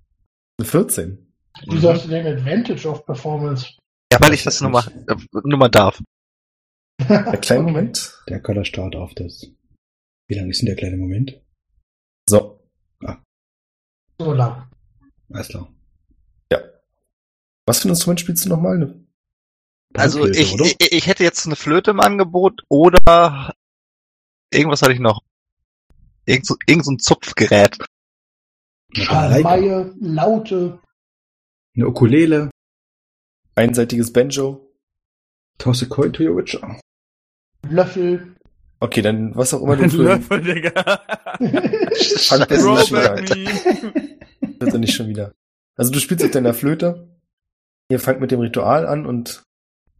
[SPEAKER 3] Eine 14.
[SPEAKER 2] Wie sagst du denn Advantage of Performance?
[SPEAKER 6] Ja, weil ich das nur mal, äh, nur mal darf.
[SPEAKER 3] Ein kleiner Moment.
[SPEAKER 4] Der Color starrt auf das. Wie lang ist denn der kleine Moment?
[SPEAKER 3] So.
[SPEAKER 2] So lang.
[SPEAKER 4] Alles klar.
[SPEAKER 3] Was für ein Instrument spielst du nochmal?
[SPEAKER 6] Also
[SPEAKER 4] Blöte,
[SPEAKER 6] ich,
[SPEAKER 4] oder?
[SPEAKER 6] ich, ich hätte jetzt eine Flöte im Angebot oder irgendwas hatte ich noch. Irgend so, irgend so ein Zupfgerät.
[SPEAKER 4] Eine,
[SPEAKER 2] Schalmeier, Laute,
[SPEAKER 4] eine Ukulele.
[SPEAKER 3] Einseitiges Banjo.
[SPEAKER 4] Toss a coin to your witcher.
[SPEAKER 2] Löffel.
[SPEAKER 3] Okay, dann was auch immer du
[SPEAKER 5] Ein
[SPEAKER 3] für
[SPEAKER 5] Löffel, Digga.
[SPEAKER 3] Handbässe
[SPEAKER 5] Throwback
[SPEAKER 3] hast.
[SPEAKER 5] me.
[SPEAKER 3] Bitte nicht schon wieder. Also du spielst auf deiner Flöte. Ihr fangt mit dem Ritual an und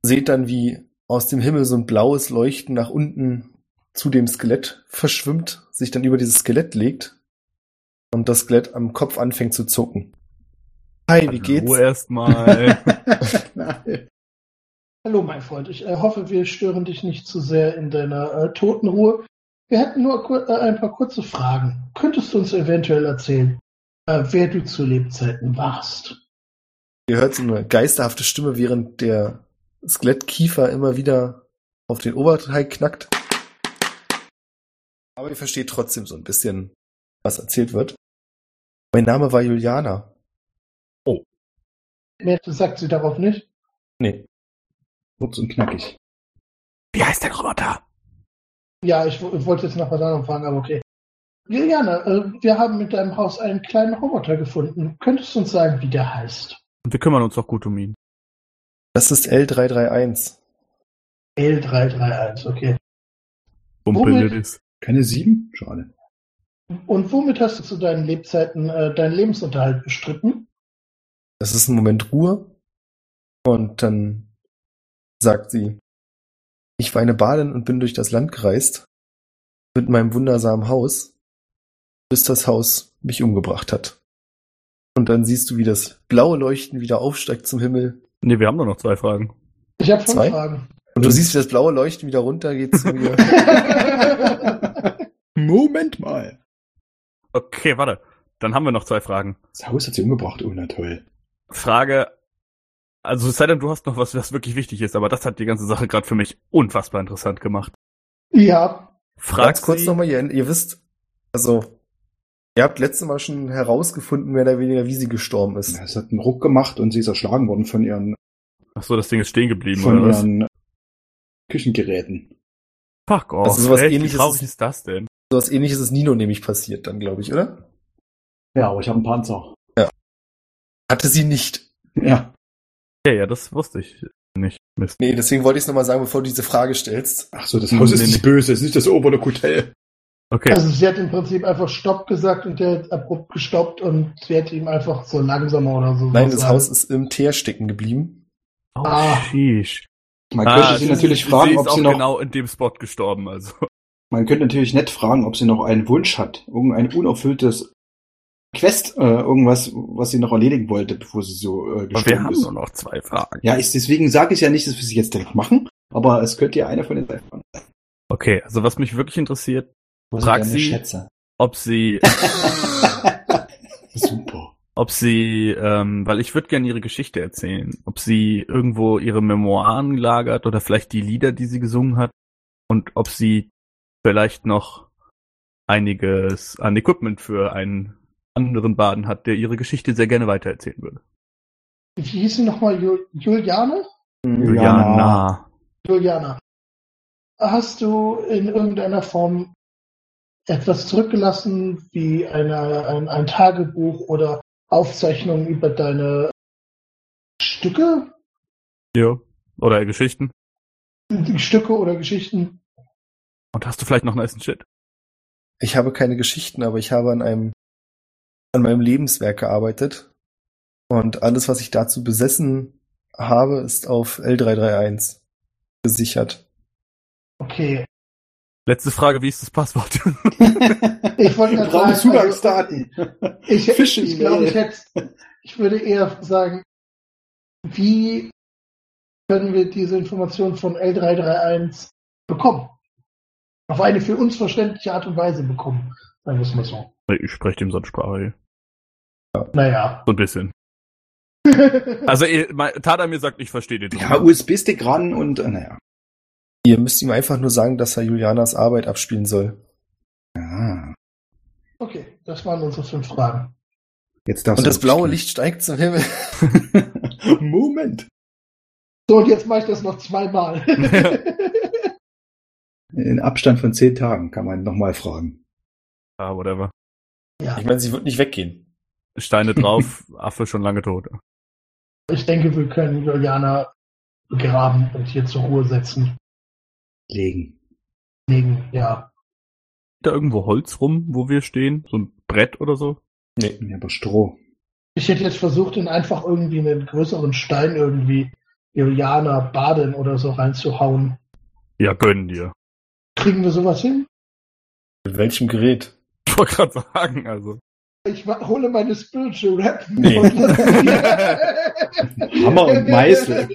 [SPEAKER 3] seht dann, wie aus dem Himmel so ein blaues Leuchten nach unten zu dem Skelett verschwimmt, sich dann über dieses Skelett legt und das Skelett am Kopf anfängt zu zucken. Hi, wie geht's?
[SPEAKER 5] Ruhe erstmal.
[SPEAKER 4] Nein.
[SPEAKER 2] Hallo, mein Freund. Ich äh, hoffe, wir stören dich nicht zu sehr in deiner äh, Totenruhe. Wir hätten nur kur- äh, ein paar kurze Fragen. Könntest du uns eventuell erzählen, äh, wer du zu Lebzeiten warst?
[SPEAKER 3] Ihr hört so eine geisterhafte Stimme, während der Skelettkiefer immer wieder auf den Oberteil knackt. Aber ihr versteht trotzdem so ein bisschen, was erzählt wird. Mein Name war Juliana.
[SPEAKER 2] Mehr sagt sie darauf nicht.
[SPEAKER 3] Nee.
[SPEAKER 4] Kurz und knackig.
[SPEAKER 5] Wie heißt der Roboter?
[SPEAKER 2] Ja, ich, wo- ich wollte jetzt nach was anderem fragen, aber okay. Juliana, äh, wir haben mit deinem Haus einen kleinen Roboter gefunden. Könntest du uns sagen, wie der heißt?
[SPEAKER 5] Und wir kümmern uns auch gut um ihn.
[SPEAKER 3] Das ist L331.
[SPEAKER 2] L331, okay.
[SPEAKER 5] Bumpel ist.
[SPEAKER 4] Keine sieben? Schade.
[SPEAKER 2] Und womit hast du zu deinen Lebzeiten äh, deinen Lebensunterhalt bestritten?
[SPEAKER 3] Das ist ein Moment Ruhe. Und dann sagt sie, ich war eine Badin und bin durch das Land gereist mit meinem wundersamen Haus, bis das Haus mich umgebracht hat. Und dann siehst du, wie das blaue Leuchten wieder aufsteigt zum Himmel.
[SPEAKER 5] Nee, wir haben doch noch zwei Fragen.
[SPEAKER 2] Ich habe fünf
[SPEAKER 3] Zwei?
[SPEAKER 2] Fragen.
[SPEAKER 3] Und du siehst, wie das blaue Leuchten wieder runtergeht zu mir.
[SPEAKER 4] Moment mal.
[SPEAKER 5] Okay, warte. Dann haben wir noch zwei Fragen.
[SPEAKER 4] Das Haus hat sie umgebracht. Oh, na toll.
[SPEAKER 5] Frage. Also es sei denn, du hast noch was, was wirklich wichtig ist, aber das hat die ganze Sache gerade für mich unfassbar interessant gemacht.
[SPEAKER 2] ja,
[SPEAKER 5] Frag
[SPEAKER 3] Ganz kurz
[SPEAKER 5] sie-
[SPEAKER 3] nochmal, ihr, ihr wisst, also, ihr habt letztes Mal schon herausgefunden, mehr oder weniger, wie sie gestorben ist.
[SPEAKER 4] Es hat einen Ruck gemacht und sie ist erschlagen worden von ihren,
[SPEAKER 5] Ach so, das Ding ist stehen geblieben,
[SPEAKER 4] von
[SPEAKER 5] oder was?
[SPEAKER 4] ihren Küchengeräten.
[SPEAKER 5] Fuck off.
[SPEAKER 3] Das ist sowas
[SPEAKER 5] echt,
[SPEAKER 3] ähnliches.
[SPEAKER 5] Wie traurig ist das denn?
[SPEAKER 3] So was ähnliches ist Nino nämlich passiert dann, glaube ich, oder?
[SPEAKER 4] Ja, aber ich habe einen Panzer.
[SPEAKER 3] Hatte sie nicht.
[SPEAKER 4] Ja.
[SPEAKER 5] Ja, ja, das wusste ich nicht. Mist.
[SPEAKER 3] Nee, deswegen wollte ich es nochmal sagen, bevor du diese Frage stellst.
[SPEAKER 4] Ach so, das
[SPEAKER 5] Nee,
[SPEAKER 4] Haus ist
[SPEAKER 5] nee,
[SPEAKER 4] nicht
[SPEAKER 5] nee.
[SPEAKER 4] böse. Es ist nicht das obere Hotel.
[SPEAKER 5] Okay.
[SPEAKER 2] also sie hat im Prinzip einfach Stopp gesagt und der hat abrupt gestoppt und sie hätte ihm einfach so langsamer oder so.
[SPEAKER 3] Nein, das
[SPEAKER 2] sagen.
[SPEAKER 3] Haus ist im Teer stecken geblieben.
[SPEAKER 5] oh,
[SPEAKER 2] Ah.
[SPEAKER 5] sheesh.
[SPEAKER 4] Man
[SPEAKER 5] Ah,
[SPEAKER 4] könnte sie natürlich
[SPEAKER 5] sie-
[SPEAKER 4] fragen,
[SPEAKER 5] sie
[SPEAKER 4] ob
[SPEAKER 5] ist
[SPEAKER 4] sie
[SPEAKER 5] auch
[SPEAKER 4] noch,
[SPEAKER 5] genau in dem Spot gestorben, also.
[SPEAKER 4] man könnte natürlich nett fragen, ob sie noch einen Wunsch hat. Irgendein unerfülltes Quest, äh, irgendwas, was sie noch erledigen wollte, bevor sie so äh,
[SPEAKER 5] Aber wir
[SPEAKER 4] gestorben
[SPEAKER 5] haben
[SPEAKER 4] ist.
[SPEAKER 5] nur noch zwei Fragen.
[SPEAKER 4] Ja, ist, deswegen sage ich ja nicht, dass wir sie jetzt direkt machen, aber es könnte ja eine von den sein.
[SPEAKER 5] Okay, also was mich wirklich interessiert,
[SPEAKER 7] Wo
[SPEAKER 5] Frag
[SPEAKER 7] deine
[SPEAKER 5] sie.
[SPEAKER 7] Schätze?
[SPEAKER 5] ob sie,
[SPEAKER 4] Super.
[SPEAKER 5] ob sie, ähm, weil ich würde gerne ihre Geschichte erzählen, ob sie irgendwo ihre Memoiren lagert oder vielleicht die Lieder, die sie gesungen hat und ob sie vielleicht noch einiges an Equipment für einen anderen Baden hat, der ihre Geschichte sehr gerne weitererzählen würde.
[SPEAKER 2] Wie hieß sie nochmal? Ju- Juliane?
[SPEAKER 5] Juliana.
[SPEAKER 2] Juliana. Hast du in irgendeiner Form etwas zurückgelassen, wie eine, ein, ein Tagebuch oder Aufzeichnungen über deine Stücke?
[SPEAKER 5] Ja. Oder Geschichten.
[SPEAKER 2] Stücke oder Geschichten?
[SPEAKER 5] Und hast du vielleicht noch einen nice Shit?
[SPEAKER 3] Ich habe keine Geschichten, aber ich habe an einem, an meinem Lebenswerk gearbeitet. Und alles, was ich dazu besessen habe, ist auf L331 gesichert.
[SPEAKER 2] Okay.
[SPEAKER 5] Letzte Frage, wie ist das Passwort?
[SPEAKER 2] Ich wollte
[SPEAKER 4] Wir
[SPEAKER 2] gerade
[SPEAKER 4] brauchen
[SPEAKER 2] sagen,
[SPEAKER 4] Zugangsdaten.
[SPEAKER 2] also, ich, ich,
[SPEAKER 4] Phishing,
[SPEAKER 2] ich glaube,
[SPEAKER 4] ey.
[SPEAKER 2] ich hätte, ich würde eher sagen, wie können wir diese Information von L331 bekommen? Auf eine für uns verständliche Art und Weise bekommen, sagen wir es mal so.
[SPEAKER 5] ich spreche dem sonst Sprache.
[SPEAKER 2] Naja.
[SPEAKER 5] So ein bisschen. Also eh, mein- Tada mir sagt, ich verstehe den.
[SPEAKER 4] Ja, USB-Stick ran und äh, naja.
[SPEAKER 3] Ihr müsst ihm einfach nur sagen, dass er Julianas Arbeit abspielen soll.
[SPEAKER 4] Ja,
[SPEAKER 2] Okay, das waren unsere fünf Fragen.
[SPEAKER 4] jetzt darfst
[SPEAKER 3] Und
[SPEAKER 4] du
[SPEAKER 3] das blaue Licht steigt zum Himmel.
[SPEAKER 4] Moment.
[SPEAKER 2] So, und jetzt mache ich das noch zweimal.
[SPEAKER 4] In Abstand von zehn Tagen kann man nochmal fragen.
[SPEAKER 5] Ah, whatever.
[SPEAKER 2] ja,
[SPEAKER 3] Ich meine, sie wird nicht weggehen.
[SPEAKER 5] Steine drauf, Affe schon lange tot.
[SPEAKER 2] ich denke, wir können Juliana begraben und hier zur Ruhe setzen.
[SPEAKER 4] Legen.
[SPEAKER 2] Wegen, ja.
[SPEAKER 5] Da irgendwo Holz rum, wo wir stehen? So ein Brett oder so?
[SPEAKER 4] Ja, aber Stroh.
[SPEAKER 2] Ich hätte jetzt versucht, ihn einfach irgendwie einen größeren Stein irgendwie Juliana Baden oder so reinzuhauen.
[SPEAKER 5] Ja, gönn dir.
[SPEAKER 2] Kriegen wir sowas hin?
[SPEAKER 3] Mit welchem Gerät?
[SPEAKER 5] Ich wollte gerade sagen, also.
[SPEAKER 2] Ich ma- hole meine Spiritual Rap.
[SPEAKER 3] Nee.
[SPEAKER 2] Und lass-
[SPEAKER 4] Hammer und Oh, Meißel.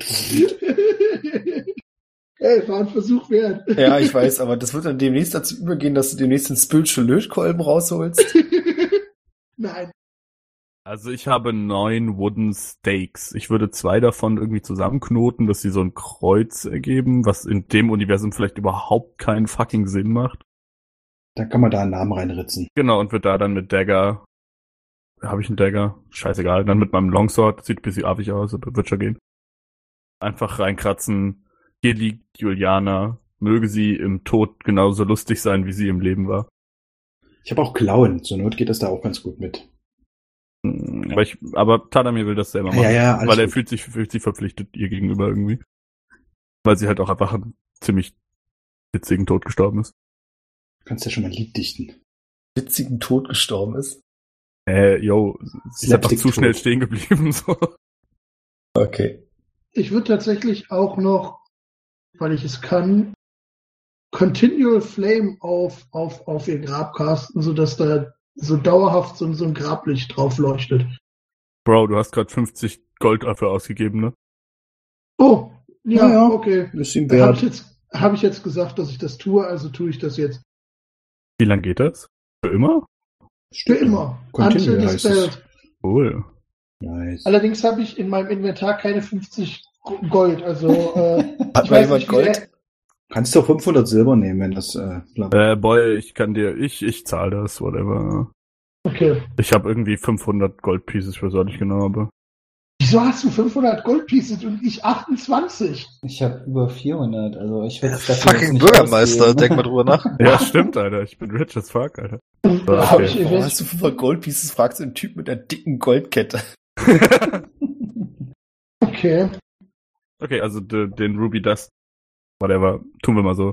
[SPEAKER 2] Ey, war ein Versuch wert.
[SPEAKER 3] Ja, ich weiß, aber das wird dann demnächst dazu übergehen, dass du demnächst den Spiritual Lötkolben rausholst.
[SPEAKER 2] Nein.
[SPEAKER 5] Also ich habe neun Wooden Stakes. Ich würde zwei davon irgendwie zusammenknoten, dass sie so ein Kreuz ergeben, was in dem Universum vielleicht überhaupt keinen fucking Sinn macht.
[SPEAKER 4] Da kann man da einen Namen reinritzen.
[SPEAKER 5] Genau, und wird da dann mit Dagger. Habe ich einen Dagger? Scheißegal. Dann mit meinem Longsword. Sieht ein bisschen affig aus, aber wird schon gehen. Einfach reinkratzen. Hier liegt Juliana. Möge sie im Tod genauso lustig sein, wie sie im Leben war.
[SPEAKER 4] Ich habe auch Klauen. Zur Not geht das da auch ganz gut mit.
[SPEAKER 5] Hm, Aber, ich, aber Tadamir will das selber machen.
[SPEAKER 4] Ja, ja, alles
[SPEAKER 5] weil er
[SPEAKER 4] gut.
[SPEAKER 5] fühlt sich, fühlt sich verpflichtet ihr gegenüber irgendwie. Weil sie halt auch einfach einen ziemlich witzigen Tod gestorben ist.
[SPEAKER 4] Du kannst ja schon mal ein Lied dichten.
[SPEAKER 3] Witzigen Tod gestorben ist.
[SPEAKER 5] Äh, yo, sie ist einfach zu
[SPEAKER 4] Slapstick-Tod.
[SPEAKER 5] schnell stehen geblieben. So.
[SPEAKER 3] Okay.
[SPEAKER 2] Ich würde tatsächlich auch noch, weil ich es kann, Continual Flame auf, auf, auf ihr Grab casten, sodass da so dauerhaft so, so ein Grablicht drauf leuchtet.
[SPEAKER 5] Bro, du hast gerade 50 Gold dafür ausgegeben, ne?
[SPEAKER 2] Oh, ja,
[SPEAKER 4] Ja, ja.
[SPEAKER 2] okay.
[SPEAKER 4] Ist ihm
[SPEAKER 2] Habe ich,
[SPEAKER 4] wert.
[SPEAKER 2] jetzt, hab ich jetzt gesagt, dass ich das tue, also tue ich das jetzt
[SPEAKER 5] Wie lange geht das? Für immer?
[SPEAKER 2] für immer.
[SPEAKER 4] Continue
[SPEAKER 2] Until
[SPEAKER 4] heißt es.
[SPEAKER 2] dispelled.
[SPEAKER 5] Cool.
[SPEAKER 4] Nice.
[SPEAKER 2] Allerdings habe ich in meinem Inventar keine 50 Gold, also äh,
[SPEAKER 3] Hat
[SPEAKER 2] Ich
[SPEAKER 3] mal
[SPEAKER 2] weiß
[SPEAKER 3] jemand
[SPEAKER 2] nicht, wie
[SPEAKER 3] Gold?
[SPEAKER 4] Kannst doch 500 Silber nehmen, wenn das äh, klappt.
[SPEAKER 5] Äh, boy, ich kann dir, ich, ich zahle das, whatever.
[SPEAKER 2] okay.
[SPEAKER 5] Ich habe irgendwie 500 Goldpieces, für was ich genau habe.
[SPEAKER 2] Wieso hast du 500 Goldpieces und ich 28?
[SPEAKER 7] Ich habe über 400, also ich würde es dafür jetzt
[SPEAKER 6] Fucking
[SPEAKER 7] nicht
[SPEAKER 6] Bürgermeister,
[SPEAKER 7] ausgeben.
[SPEAKER 6] denk mal drüber nach.
[SPEAKER 5] Ja, stimmt, Alter. Ich bin rich as fuck, Alter.
[SPEAKER 2] Da hab ich
[SPEAKER 3] Warum
[SPEAKER 2] eventuell-
[SPEAKER 3] hast du 500 Goldpieces? Fragst du einen Typ mit einer dicken Goldkette.
[SPEAKER 2] Okay.
[SPEAKER 5] Okay, also de, den Ruby Dust, whatever, tun wir mal so.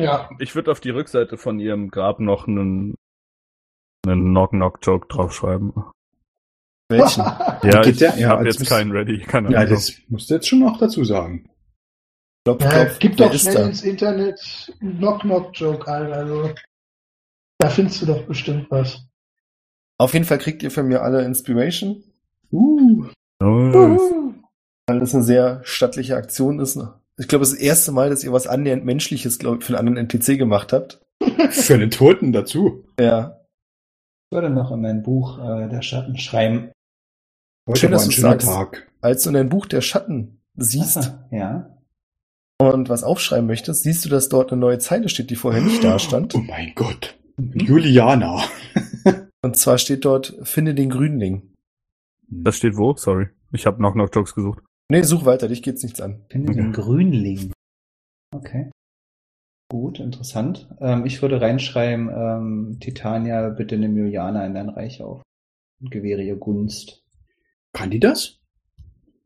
[SPEAKER 2] Ja,
[SPEAKER 5] Ich würde auf die Rückseite von ihrem Grab noch einen, einen Knock-Knock-Joke draufschreiben.
[SPEAKER 3] Welchen?
[SPEAKER 5] Ja,
[SPEAKER 4] Geht
[SPEAKER 5] ich
[SPEAKER 4] der? Ja,
[SPEAKER 5] habe
[SPEAKER 4] als
[SPEAKER 5] jetzt
[SPEAKER 4] müsst-
[SPEAKER 5] keinen Also- ready. Keine
[SPEAKER 4] Ja,
[SPEAKER 5] Ahnung.
[SPEAKER 4] das musst du jetzt schon noch dazu sagen.
[SPEAKER 3] Klopf,
[SPEAKER 2] ja
[SPEAKER 3] klopf,
[SPEAKER 2] gib
[SPEAKER 3] wer
[SPEAKER 2] doch
[SPEAKER 3] ist
[SPEAKER 2] schnell
[SPEAKER 3] da?
[SPEAKER 2] ins Internet einen Knock-Knock-Joke ein, also da findest du doch bestimmt was.
[SPEAKER 3] Auf jeden Fall kriegt ihr von mir alle Inspiration,
[SPEAKER 4] Uh,
[SPEAKER 5] Nice.
[SPEAKER 3] weil das eine sehr stattliche Aktion ist. Ich glaube, es ist das erste Mal, dass ihr was annähernd Menschliches glaub, ich, für einen anderen NPC gemacht habt.
[SPEAKER 4] für einen Toten dazu.
[SPEAKER 3] Ja.
[SPEAKER 7] Ich würde noch in mein Buch äh, Der Schatten schreiben.
[SPEAKER 4] Heute
[SPEAKER 3] Schön,
[SPEAKER 4] war
[SPEAKER 3] dass
[SPEAKER 4] ein
[SPEAKER 3] du
[SPEAKER 4] schöner
[SPEAKER 3] sagst.
[SPEAKER 4] Tag.
[SPEAKER 3] Als du in dein Buch der Schatten siehst
[SPEAKER 7] Ah, ja.
[SPEAKER 3] und was aufschreiben möchtest, siehst du, dass dort eine neue Zeile steht, die vorher nicht da stand.
[SPEAKER 4] Oh mein Gott. Juliana.
[SPEAKER 3] Und zwar steht dort, finde den Grünling.
[SPEAKER 5] Das steht wo? Sorry. Ich habe Knock-Knock-Jokes gesucht.
[SPEAKER 3] Nee, such weiter, dich geht's nichts an.
[SPEAKER 7] Finde den Grünling. Okay. Gut, interessant. Ähm, ich würde reinschreiben, ähm, Titania, bitte nimm Juliana in dein Reich auf und gewähre ihr Gunst.
[SPEAKER 4] Kann die das?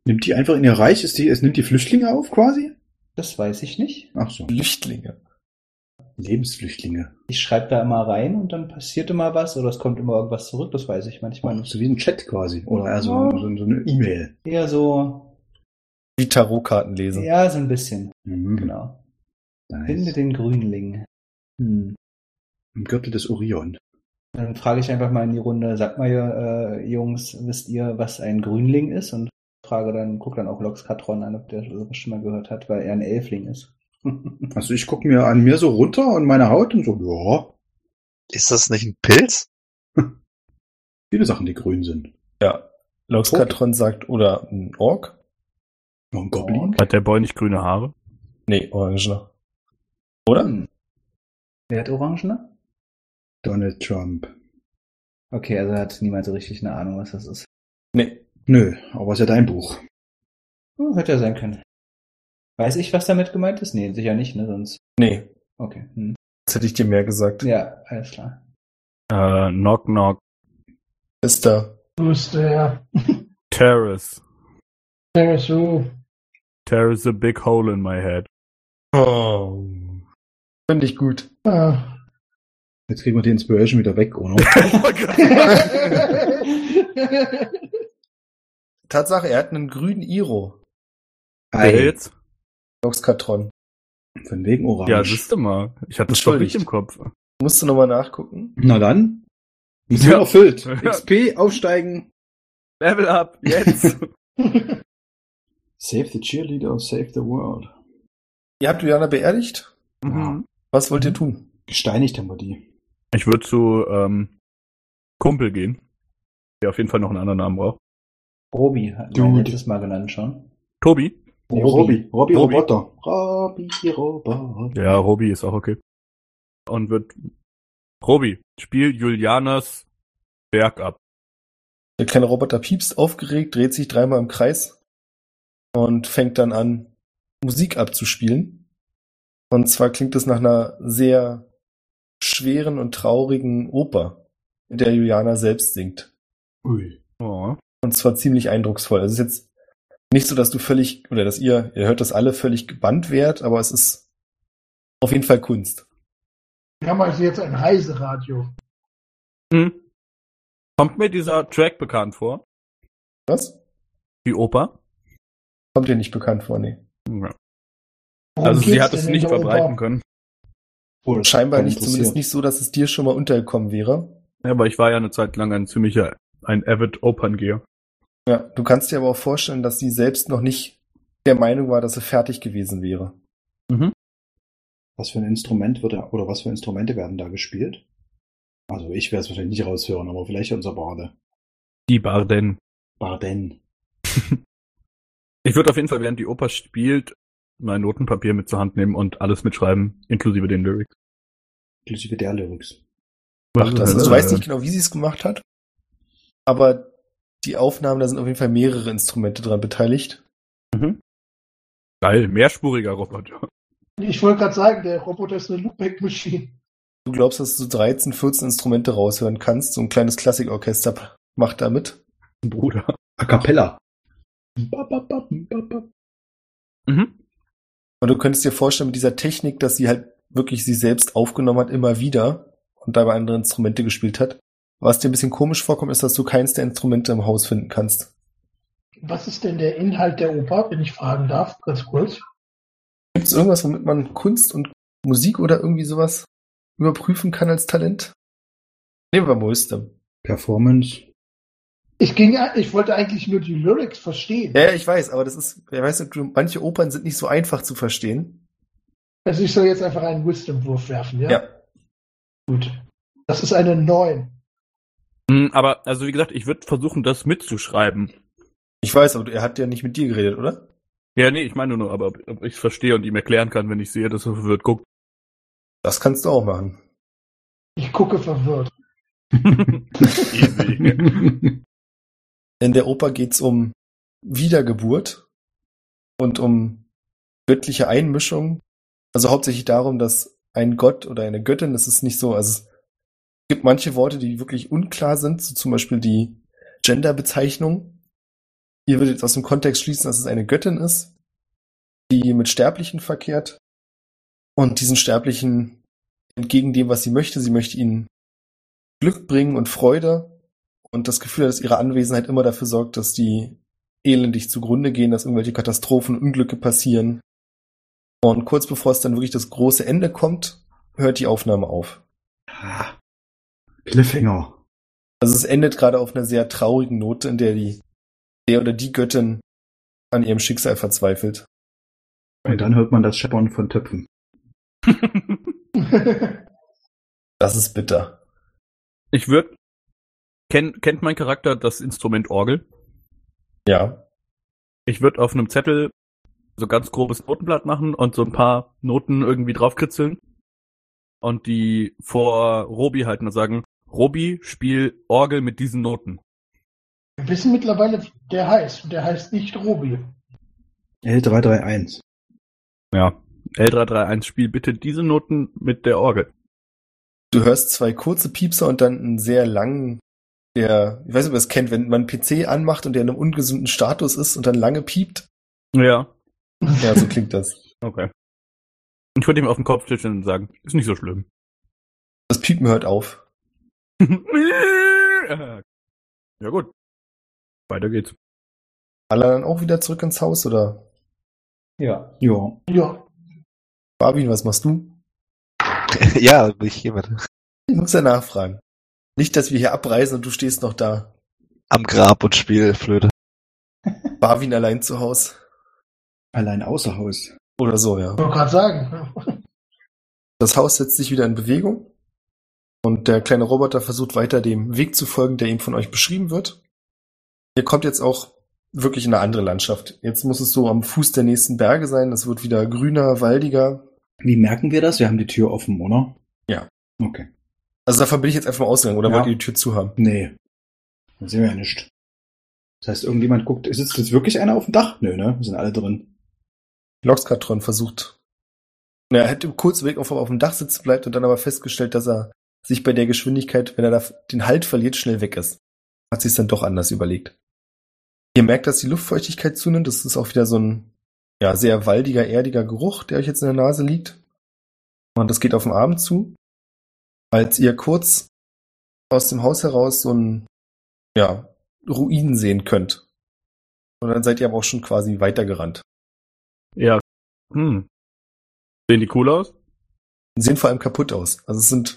[SPEAKER 4] Nimmt die einfach in ihr Reich? Ist die, es nimmt die Flüchtlinge auf quasi?
[SPEAKER 7] Das weiß ich nicht.
[SPEAKER 4] Ach so.
[SPEAKER 3] Flüchtlinge.
[SPEAKER 4] Lebensflüchtlinge.
[SPEAKER 7] Ich schreibe da immer rein und dann passiert immer was oder es kommt immer irgendwas zurück, Oh, das weiß ich manchmal nicht.
[SPEAKER 4] So wie ein Chat quasi. Oder eher so, so, so eine E-Mail.
[SPEAKER 7] Eher so,
[SPEAKER 3] Wie Tarotkarten lesen.
[SPEAKER 7] Hm. ja, so ein bisschen,
[SPEAKER 4] Mhm.
[SPEAKER 7] genau. Finde
[SPEAKER 4] Nice.
[SPEAKER 7] den Grünling. Hm.
[SPEAKER 4] Im Gürtel des Orion.
[SPEAKER 7] Dann frage ich einfach mal in die Runde, sagt mal, ihr, äh, Jungs, wisst ihr, was ein Grünling ist? Und frage dann, guck dann auch Lox Katron an, ob der sowas schon mal gehört hat, weil er ein Elfling ist.
[SPEAKER 4] Also ich gucke mir an mir so runter und meine Haut und so, ja,
[SPEAKER 6] Ist das nicht ein Pilz?
[SPEAKER 4] viele Sachen, die grün sind.
[SPEAKER 3] Ja. Loxkatron sagt, oder ein Ork?
[SPEAKER 4] Noch ein Goblin?
[SPEAKER 5] Hat der Boy nicht grüne Haare?
[SPEAKER 3] Nee, Orangener. Oder?
[SPEAKER 7] Hm. Wer hat ne? Orangene?
[SPEAKER 4] Donald Trump.
[SPEAKER 7] Okay, also hat niemand so richtig eine Ahnung, was das ist.
[SPEAKER 3] Nee.
[SPEAKER 4] Nö, aber ist ja dein Buch.
[SPEAKER 7] Hm, hätte ja sein können. Weiß ich, was damit gemeint ist? Nee, sicher nicht, ne? Sonst.
[SPEAKER 3] Nee.
[SPEAKER 7] Okay. Hm.
[SPEAKER 3] Jetzt hätte ich dir mehr gesagt.
[SPEAKER 7] Ja, alles klar.
[SPEAKER 5] Äh, knock knock.
[SPEAKER 3] Ist da.
[SPEAKER 2] Wüsste er.
[SPEAKER 5] Terrace.
[SPEAKER 2] There is who.
[SPEAKER 5] Terrace a big hole in my head.
[SPEAKER 3] Oh. Finde ich gut.
[SPEAKER 2] Äh,
[SPEAKER 4] Jetzt kriegen wir die Inspiration wieder weg, oder?
[SPEAKER 5] Oh
[SPEAKER 3] Tatsache, er hat einen grünen Iro.
[SPEAKER 5] Wer
[SPEAKER 4] Ei,
[SPEAKER 5] jetzt?
[SPEAKER 3] Loxkatron.
[SPEAKER 4] von wegen Orange.
[SPEAKER 5] Ja, siehste mal. Ich hatte es doch nicht
[SPEAKER 3] Entschuldigt.
[SPEAKER 5] im Kopf.
[SPEAKER 3] Musst du nochmal nachgucken?
[SPEAKER 4] Na dann. Mission
[SPEAKER 5] Ja.
[SPEAKER 4] erfüllt.
[SPEAKER 5] Ja.
[SPEAKER 4] XP aufsteigen.
[SPEAKER 5] Level up, jetzt!
[SPEAKER 4] Save the cheerleader und save the world.
[SPEAKER 3] Ihr habt Juliana beerdigt?
[SPEAKER 5] Mhm.
[SPEAKER 3] Was wollt ihr tun?
[SPEAKER 4] Gesteinigt haben wir die.
[SPEAKER 5] Ich würde zu ähm, Kumpel gehen, der auf jeden Fall noch einen anderen Namen braucht.
[SPEAKER 7] Robi hat man
[SPEAKER 4] Dude.
[SPEAKER 7] letztes Mal genannt schon.
[SPEAKER 5] Tobi?
[SPEAKER 4] Nee, Robby. Robby,
[SPEAKER 5] Robby.
[SPEAKER 4] Roboter. Robby Roboter.
[SPEAKER 5] Ja, Robi ist auch okay. Und wird Robi, spiel Julianas Berg ab.
[SPEAKER 3] Der kleine Roboter piepst aufgeregt, dreht sich dreimal im Kreis und fängt dann an, Musik abzuspielen. Und zwar klingt es nach einer sehr schweren und traurigen Oper, in der Juliana selbst singt.
[SPEAKER 4] Ui.
[SPEAKER 5] Oh.
[SPEAKER 3] Und zwar ziemlich eindrucksvoll. Es ist jetzt nicht so, dass du völlig, oder dass ihr, ihr hört das alle völlig gebannt wärt, aber es ist auf jeden Fall Kunst.
[SPEAKER 2] Wir haben also jetzt ein Reiseradio.
[SPEAKER 5] Hm. Kommt mir dieser Track bekannt vor?
[SPEAKER 3] Was?
[SPEAKER 5] Die Oper?
[SPEAKER 3] Kommt dir nicht bekannt vor, nee.
[SPEAKER 5] Ja.
[SPEAKER 2] Worum
[SPEAKER 5] Also sie
[SPEAKER 2] geht's
[SPEAKER 5] hat es
[SPEAKER 2] denn in
[SPEAKER 5] nicht
[SPEAKER 2] der
[SPEAKER 5] verbreiten
[SPEAKER 2] Oper?
[SPEAKER 5] können.
[SPEAKER 4] Oder
[SPEAKER 3] Scheinbar nicht,
[SPEAKER 4] interessiert.
[SPEAKER 3] zumindest nicht so, dass es dir schon mal untergekommen wäre.
[SPEAKER 5] Ja, aber ich war ja eine Zeit lang ein ziemlicher, ein avid Operngeher.
[SPEAKER 3] Ja, du kannst dir aber auch vorstellen, dass sie selbst noch nicht der Meinung war, dass sie fertig gewesen wäre.
[SPEAKER 4] Was für ein Instrument wird da, oder was für Instrumente werden da gespielt? Also ich werde es wahrscheinlich nicht raushören, aber vielleicht unser Barde.
[SPEAKER 5] Die Barden.
[SPEAKER 4] Barden.
[SPEAKER 5] Ich würde auf jeden Fall, während die Oper spielt, mein Notenpapier mit zur Hand nehmen und alles mitschreiben, inklusive den Lyrics.
[SPEAKER 4] Inklusive der Lyrics.
[SPEAKER 3] Ach, das ist, du weißt nicht genau, wie sie es gemacht hat, aber die Aufnahmen, da sind auf jeden Fall mehrere Instrumente dran beteiligt. Mhm.
[SPEAKER 5] Geil, mehrspuriger Roboter.
[SPEAKER 2] Ich wollte gerade sagen, der Roboter ist eine Loopback Machine.
[SPEAKER 3] Du glaubst, dass du 13, 14 Instrumente raushören kannst. So ein kleines Klassikorchester macht da mit.
[SPEAKER 5] Bruder.
[SPEAKER 4] A cappella.
[SPEAKER 5] Mhm.
[SPEAKER 3] Und du könntest dir vorstellen, mit dieser Technik, dass sie halt wirklich sie selbst aufgenommen hat, immer wieder und dabei andere Instrumente gespielt hat. Was dir ein bisschen komisch vorkommt, ist, dass du keins der Instrumente im Haus finden kannst.
[SPEAKER 2] Was ist denn der Inhalt der Oper, wenn ich fragen darf, ganz kurz?
[SPEAKER 3] Gibt es irgendwas, womit man Kunst und Musik oder irgendwie sowas überprüfen kann als Talent? Nehmen wir Moiste.
[SPEAKER 4] Performance.
[SPEAKER 2] Ich ging, ich wollte eigentlich nur die Lyrics verstehen.
[SPEAKER 3] Ja, ja, ich weiß, aber das ist, ja, weißt du, du, manche Opern sind nicht so einfach zu verstehen.
[SPEAKER 2] Also ich soll jetzt einfach einen Wisdom-Wurf werfen, ja? Gut. Das ist eine 9.
[SPEAKER 5] Mhm, Aber, also wie gesagt, ich würde versuchen, das mitzuschreiben.
[SPEAKER 3] Ich weiß, aber er hat ja nicht mit dir geredet, oder?
[SPEAKER 5] Ja, nee, ich meine nur, aber ob, ob ich es verstehe und ihm erklären kann, wenn ich sehe, dass er verwirrt guckt.
[SPEAKER 3] Das kannst du auch machen.
[SPEAKER 2] Ich gucke verwirrt.
[SPEAKER 5] Easy.
[SPEAKER 3] In der Oper geht's um Wiedergeburt und um göttliche Einmischung. Also hauptsächlich darum, dass ein Gott oder eine Göttin, das ist nicht so, also es gibt manche Worte, die wirklich unklar sind, so zum Beispiel die Genderbezeichnung. Ihr würdet jetzt aus dem Kontext schließen, dass es eine Göttin ist, die mit Sterblichen verkehrt und diesen Sterblichen entgegen dem, was sie möchte, sie möchte ihnen Glück bringen und Freude und das Gefühl, dass ihre Anwesenheit immer dafür sorgt, dass die elendig zugrunde gehen, dass irgendwelche Katastrophen, Unglücke passieren. Und kurz bevor es dann wirklich das große Ende kommt, hört die Aufnahme auf.
[SPEAKER 4] Ah, Cliffhanger.
[SPEAKER 3] Also es endet gerade auf einer sehr traurigen Note, in der die, der oder die Göttin an ihrem Schicksal verzweifelt.
[SPEAKER 4] Und dann hört man das Scheppern von Töpfen.
[SPEAKER 3] Das ist bitter.
[SPEAKER 5] Ich würde. Kennt, kennt mein Charakter das Instrument Orgel?
[SPEAKER 3] Ja.
[SPEAKER 5] Ich würde auf einem Zettel so ganz grobes Notenblatt machen und so ein paar Noten irgendwie draufkritzeln und die vor Robi halten und sagen, Robi, spiel Orgel mit diesen Noten.
[SPEAKER 2] Wir wissen mittlerweile, wie der heißt. Und der heißt nicht Robi.
[SPEAKER 4] L331.
[SPEAKER 5] Ja. L331, spiel bitte diese Noten mit der Orgel.
[SPEAKER 3] Du hörst zwei kurze Piepser und dann einen sehr langen, der, ich weiß nicht, ob ihr es kennt, wenn man einen PC anmacht und der in einem ungesunden Status ist und dann lange piept.
[SPEAKER 5] Ja.
[SPEAKER 3] Ja, so klingt das.
[SPEAKER 5] Okay. Ich würde ihm auf den Kopf tischeln und sagen, ist nicht so schlimm.
[SPEAKER 3] Das Piepen hört auf.
[SPEAKER 5] ja gut. Weiter geht's.
[SPEAKER 3] Alle dann auch wieder zurück ins Haus oder?
[SPEAKER 7] Ja.
[SPEAKER 4] Ja.
[SPEAKER 2] Ja,
[SPEAKER 3] Barwin, was machst du?
[SPEAKER 6] ja, bin ich jemand.
[SPEAKER 3] Ich muss ja nachfragen. Nicht, dass wir hier abreisen und du stehst noch da.
[SPEAKER 6] Am Grab und spiel Flöte.
[SPEAKER 3] Barwin allein zu Haus.
[SPEAKER 4] Allein außer Haus.
[SPEAKER 3] Oder so, ja.
[SPEAKER 2] wollte gerade sagen. ne?
[SPEAKER 3] Das Haus setzt sich wieder in Bewegung und der kleine Roboter versucht weiter dem Weg zu folgen, der ihm von euch beschrieben wird. Ihr kommt jetzt auch wirklich in eine andere Landschaft. Jetzt muss es so am Fuß der nächsten Berge sein. Es wird wieder grüner, waldiger.
[SPEAKER 4] Wie merken wir das? Wir haben die Tür offen, oder?
[SPEAKER 3] Ja.
[SPEAKER 4] Okay.
[SPEAKER 3] Also davon bin ich jetzt einfach mal ausgegangen, oder
[SPEAKER 4] Ja.
[SPEAKER 3] wollt ihr die Tür zu haben?
[SPEAKER 4] Nee. Dann sehen wir ja nicht. Das heißt, irgendjemand guckt, sitzt jetzt wirklich einer auf dem Dach? Nö, ne? Wir sind alle drin.
[SPEAKER 3] Loxkatron versucht. Na, Er hätte im kurzen Weg auf, auf dem Dach sitzen bleibt und dann aber festgestellt, dass er sich bei der Geschwindigkeit, wenn er da den Halt verliert, schnell weg ist. Hat sich dann doch anders überlegt. Ihr merkt, dass die Luftfeuchtigkeit zunimmt. Das ist auch wieder so ein ja, sehr waldiger, erdiger Geruch, der euch jetzt in der Nase liegt. Und das geht auf den Abend zu. Als ihr kurz aus dem Haus heraus so ein ja, Ruin sehen könnt. Und dann seid ihr aber auch schon quasi weitergerannt.
[SPEAKER 5] Ja. Hm. Sehen die cool aus?
[SPEAKER 3] Die sehen vor allem kaputt aus. Also es sind,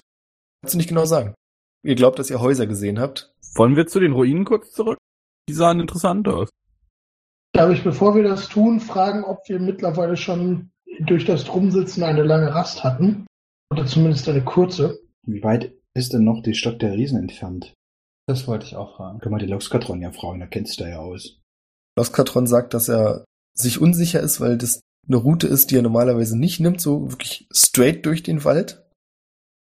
[SPEAKER 3] kannst du nicht genau sagen. Ihr glaubt, dass ihr Häuser gesehen habt.
[SPEAKER 5] Wollen wir zu den Ruinen kurz zurück? Die sahen interessant aus.
[SPEAKER 2] Darf ich, bevor wir das tun, fragen, ob wir mittlerweile schon durch das Drumsitzen eine lange Rast hatten? Oder zumindest eine kurze.
[SPEAKER 4] Wie weit ist denn noch die Stadt der Riesen entfernt?
[SPEAKER 7] Das wollte ich auch fragen.
[SPEAKER 4] Können wir die Loxkatron ja fragen, da kennst du ja aus.
[SPEAKER 3] Loskatron sagt, dass er sich unsicher ist, weil das eine Route ist, die er normalerweise nicht nimmt, so wirklich straight durch den Wald.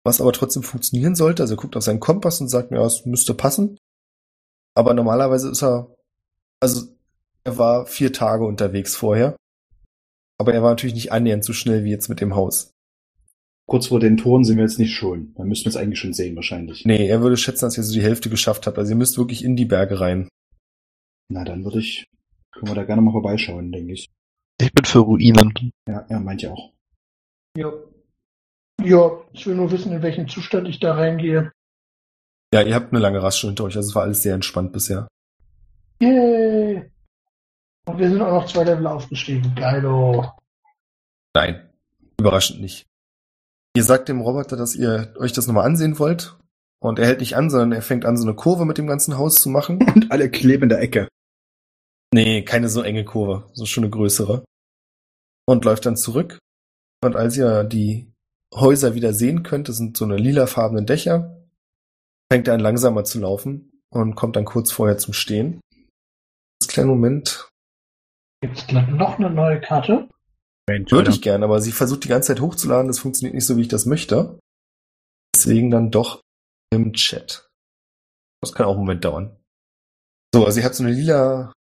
[SPEAKER 3] Was aber trotzdem funktionieren sollte. Also er guckt auf seinen Kompass und sagt, ja, es müsste passen. Aber normalerweise ist er, also er war vier Tage unterwegs vorher. Aber er war natürlich nicht annähernd so schnell wie jetzt mit dem Haus.
[SPEAKER 4] Kurz vor den Toren sind wir jetzt nicht schon. Da müssten wir es eigentlich schon sehen, wahrscheinlich.
[SPEAKER 3] Nee, er würde schätzen, dass ihr so die Hälfte geschafft habt. Also ihr müsst wirklich in die Berge rein.
[SPEAKER 4] Na, dann würde ich, können wir da gerne mal vorbeischauen, denke ich.
[SPEAKER 6] Ich bin für Ruinen.
[SPEAKER 4] Ja, er meint ja auch.
[SPEAKER 7] Jo.
[SPEAKER 2] Ja, ich will nur wissen, in welchem Zustand ich da reingehe.
[SPEAKER 3] Ja, ihr habt eine lange Rast schon hinter euch, also es war alles sehr entspannt bisher.
[SPEAKER 2] Yay! Und wir sind auch noch zwei Level aufgestiegen. oh. Geilo.
[SPEAKER 3] Nein. Überraschend nicht. Ihr sagt dem Roboter, dass ihr euch das nochmal ansehen wollt. Und er hält nicht an, sondern er fängt an, so eine Kurve mit dem ganzen Haus zu machen.
[SPEAKER 4] Und alle kleben in der Ecke.
[SPEAKER 3] Nee, keine so enge Kurve, so schon eine größere. Und läuft dann zurück. Und als ihr die Häuser wieder sehen könnt, das sind so eine lilafarbenen Dächer, fängt er an langsamer zu laufen und kommt dann kurz vorher zum Stehen. Das kleine Moment,
[SPEAKER 2] Gibt's glatt noch eine neue Karte?
[SPEAKER 5] Mensch,
[SPEAKER 3] Würde ich gern, aber sie versucht die ganze Zeit hochzuladen, das funktioniert nicht so, wie ich das möchte. Deswegen dann doch im Chat. Das kann auch einen Moment dauern. So, also sie hat so eine lila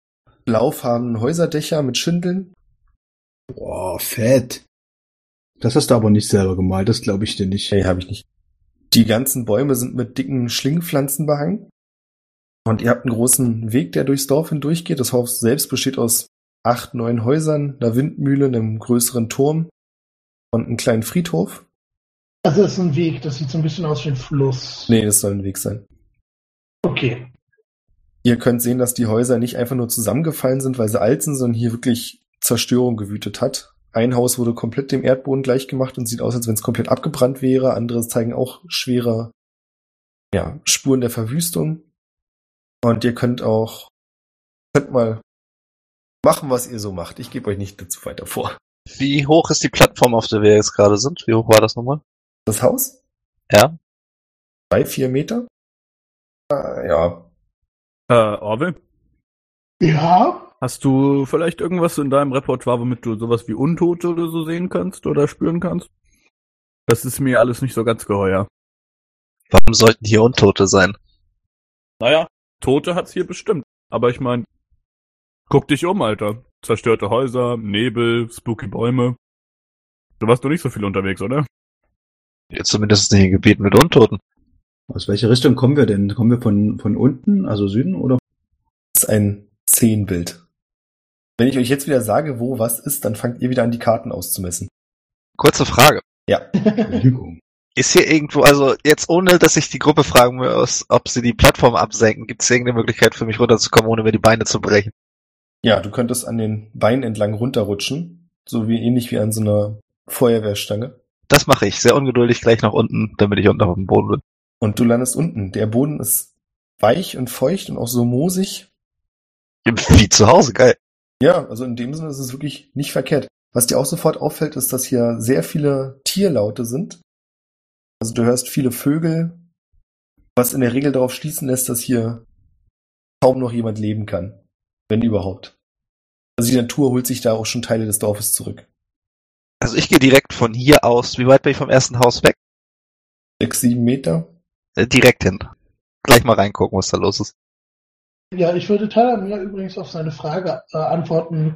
[SPEAKER 3] blaufarbenen Häuserdächer mit Schindeln.
[SPEAKER 4] Boah, fett. Das hast du aber nicht selber gemalt, das glaube ich dir nicht.
[SPEAKER 3] Nee, habe ich nicht. Die ganzen Bäume sind mit dicken Schlingpflanzen behangen. Und ihr habt einen großen Weg, der durchs Dorf hindurch geht. Das Haus selbst besteht aus acht, neun Häusern, einer Windmühle, einem größeren Turm und einem kleinen Friedhof.
[SPEAKER 2] Also das ist ein Weg, das sieht so ein bisschen aus wie ein Fluss.
[SPEAKER 3] Nee, das soll ein Weg sein.
[SPEAKER 2] Okay.
[SPEAKER 3] Ihr könnt sehen, dass die Häuser nicht einfach nur zusammengefallen sind, weil sie alt sind, sondern hier wirklich Zerstörung gewütet hat. Ein Haus wurde komplett dem Erdboden gleichgemacht und sieht aus, als wenn es komplett abgebrannt wäre. Andere zeigen auch schwere ja, Spuren der Verwüstung. Und ihr könnt auch könnt mal machen, was ihr so macht. Ich gebe euch nicht dazu weiter vor.
[SPEAKER 6] Wie hoch ist die Plattform, auf der wir jetzt gerade sind? Wie hoch war das nochmal?
[SPEAKER 3] Das Haus?
[SPEAKER 6] Ja.
[SPEAKER 3] Drei, vier Meter? Äh, ja.
[SPEAKER 5] Äh, Orwell,
[SPEAKER 2] Ja,
[SPEAKER 5] hast du vielleicht irgendwas in deinem Repertoire, womit du sowas wie Untote oder so sehen kannst oder spüren kannst? Das ist mir alles nicht so ganz geheuer.
[SPEAKER 6] Warum sollten hier Untote sein?
[SPEAKER 5] Naja, Tote hat's hier bestimmt. Aber ich meine, guck dich um, Alter. Zerstörte Häuser, Nebel, spooky Bäume. Du warst doch nicht so viel unterwegs, oder?
[SPEAKER 6] Jetzt zumindest nicht in Gebieten mit Untoten.
[SPEAKER 4] Aus welcher Richtung kommen wir denn? Kommen wir von, von unten, also Süden oder?
[SPEAKER 3] Das ist ein Zehnbild. Wenn ich euch jetzt wieder sage, wo was ist, dann fangt ihr wieder an, die Karten auszumessen.
[SPEAKER 6] Kurze Frage.
[SPEAKER 4] Entschuldigung.
[SPEAKER 6] Ist hier irgendwo, also jetzt ohne, dass ich die Gruppe fragen muss, ob sie die Plattform absenken, gibt es irgendeine Möglichkeit für mich runterzukommen, ohne mir die Beine zu brechen?
[SPEAKER 3] Ja, du könntest an den Beinen entlang runterrutschen, so wie ähnlich wie an so einer Feuerwehrstange.
[SPEAKER 6] Das mache ich, sehr ungeduldig gleich nach unten, damit ich unten auf dem Boden bin.
[SPEAKER 3] Und du landest unten. Der Boden ist weich und feucht und auch so moosig.
[SPEAKER 6] Wie zu Hause, geil.
[SPEAKER 3] Ja, also in dem Sinne ist es wirklich nicht verkehrt. Was dir auch sofort auffällt, ist, dass hier sehr viele Tierlaute sind. Also du hörst viele Vögel, was in der Regel darauf schließen lässt, dass hier kaum noch jemand leben kann, wenn überhaupt. Also die Natur holt sich da auch schon Teile des Dorfes zurück.
[SPEAKER 6] Also ich gehe direkt von hier aus. Wie weit bin ich vom ersten Haus weg?
[SPEAKER 3] Sechs, sieben Meter.
[SPEAKER 6] Äh, direkt hin. Gleich mal reingucken, was da los ist.
[SPEAKER 2] ja, ich würde Tyler mir übrigens auf seine Frage äh, antworten.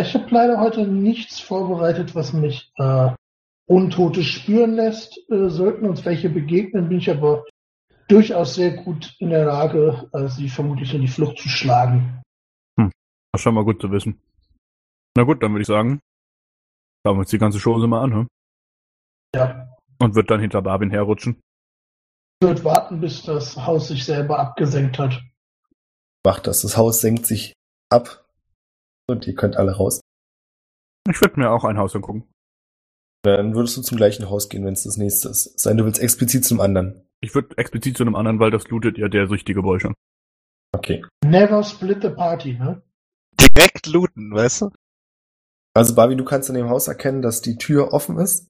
[SPEAKER 2] Ich habe leider heute nichts vorbereitet, was mich äh, Untote spüren lässt. Äh, sollten uns welche begegnen, bin ich aber durchaus sehr gut in der Lage, äh, sie vermutlich in die Flucht zu schlagen.
[SPEAKER 5] Das ist schon mal gut zu wissen. Na gut, dann würde ich sagen, schauen wir uns die ganze Chose mal an, hm?
[SPEAKER 2] Ja,
[SPEAKER 5] Und wird dann hinter Barbin herrutschen.
[SPEAKER 2] wird warten, bis das Haus sich selber abgesenkt hat.
[SPEAKER 3] Macht das. Das Haus senkt sich ab. Und ihr könnt alle raus.
[SPEAKER 5] Ich würde mir auch ein Haus angucken.
[SPEAKER 3] Dann würdest du zum gleichen Haus gehen, wenn es das nächste ist. Es sei denn, du willst explizit zum anderen.
[SPEAKER 5] Ich würde explizit zu einem anderen, weil das lootet ja der richtige Bursche.
[SPEAKER 3] Okay.
[SPEAKER 2] Never split the party, ne?
[SPEAKER 6] Direkt looten, weißt du?
[SPEAKER 3] Also Barbie, du kannst in dem Haus erkennen, dass die Tür offen ist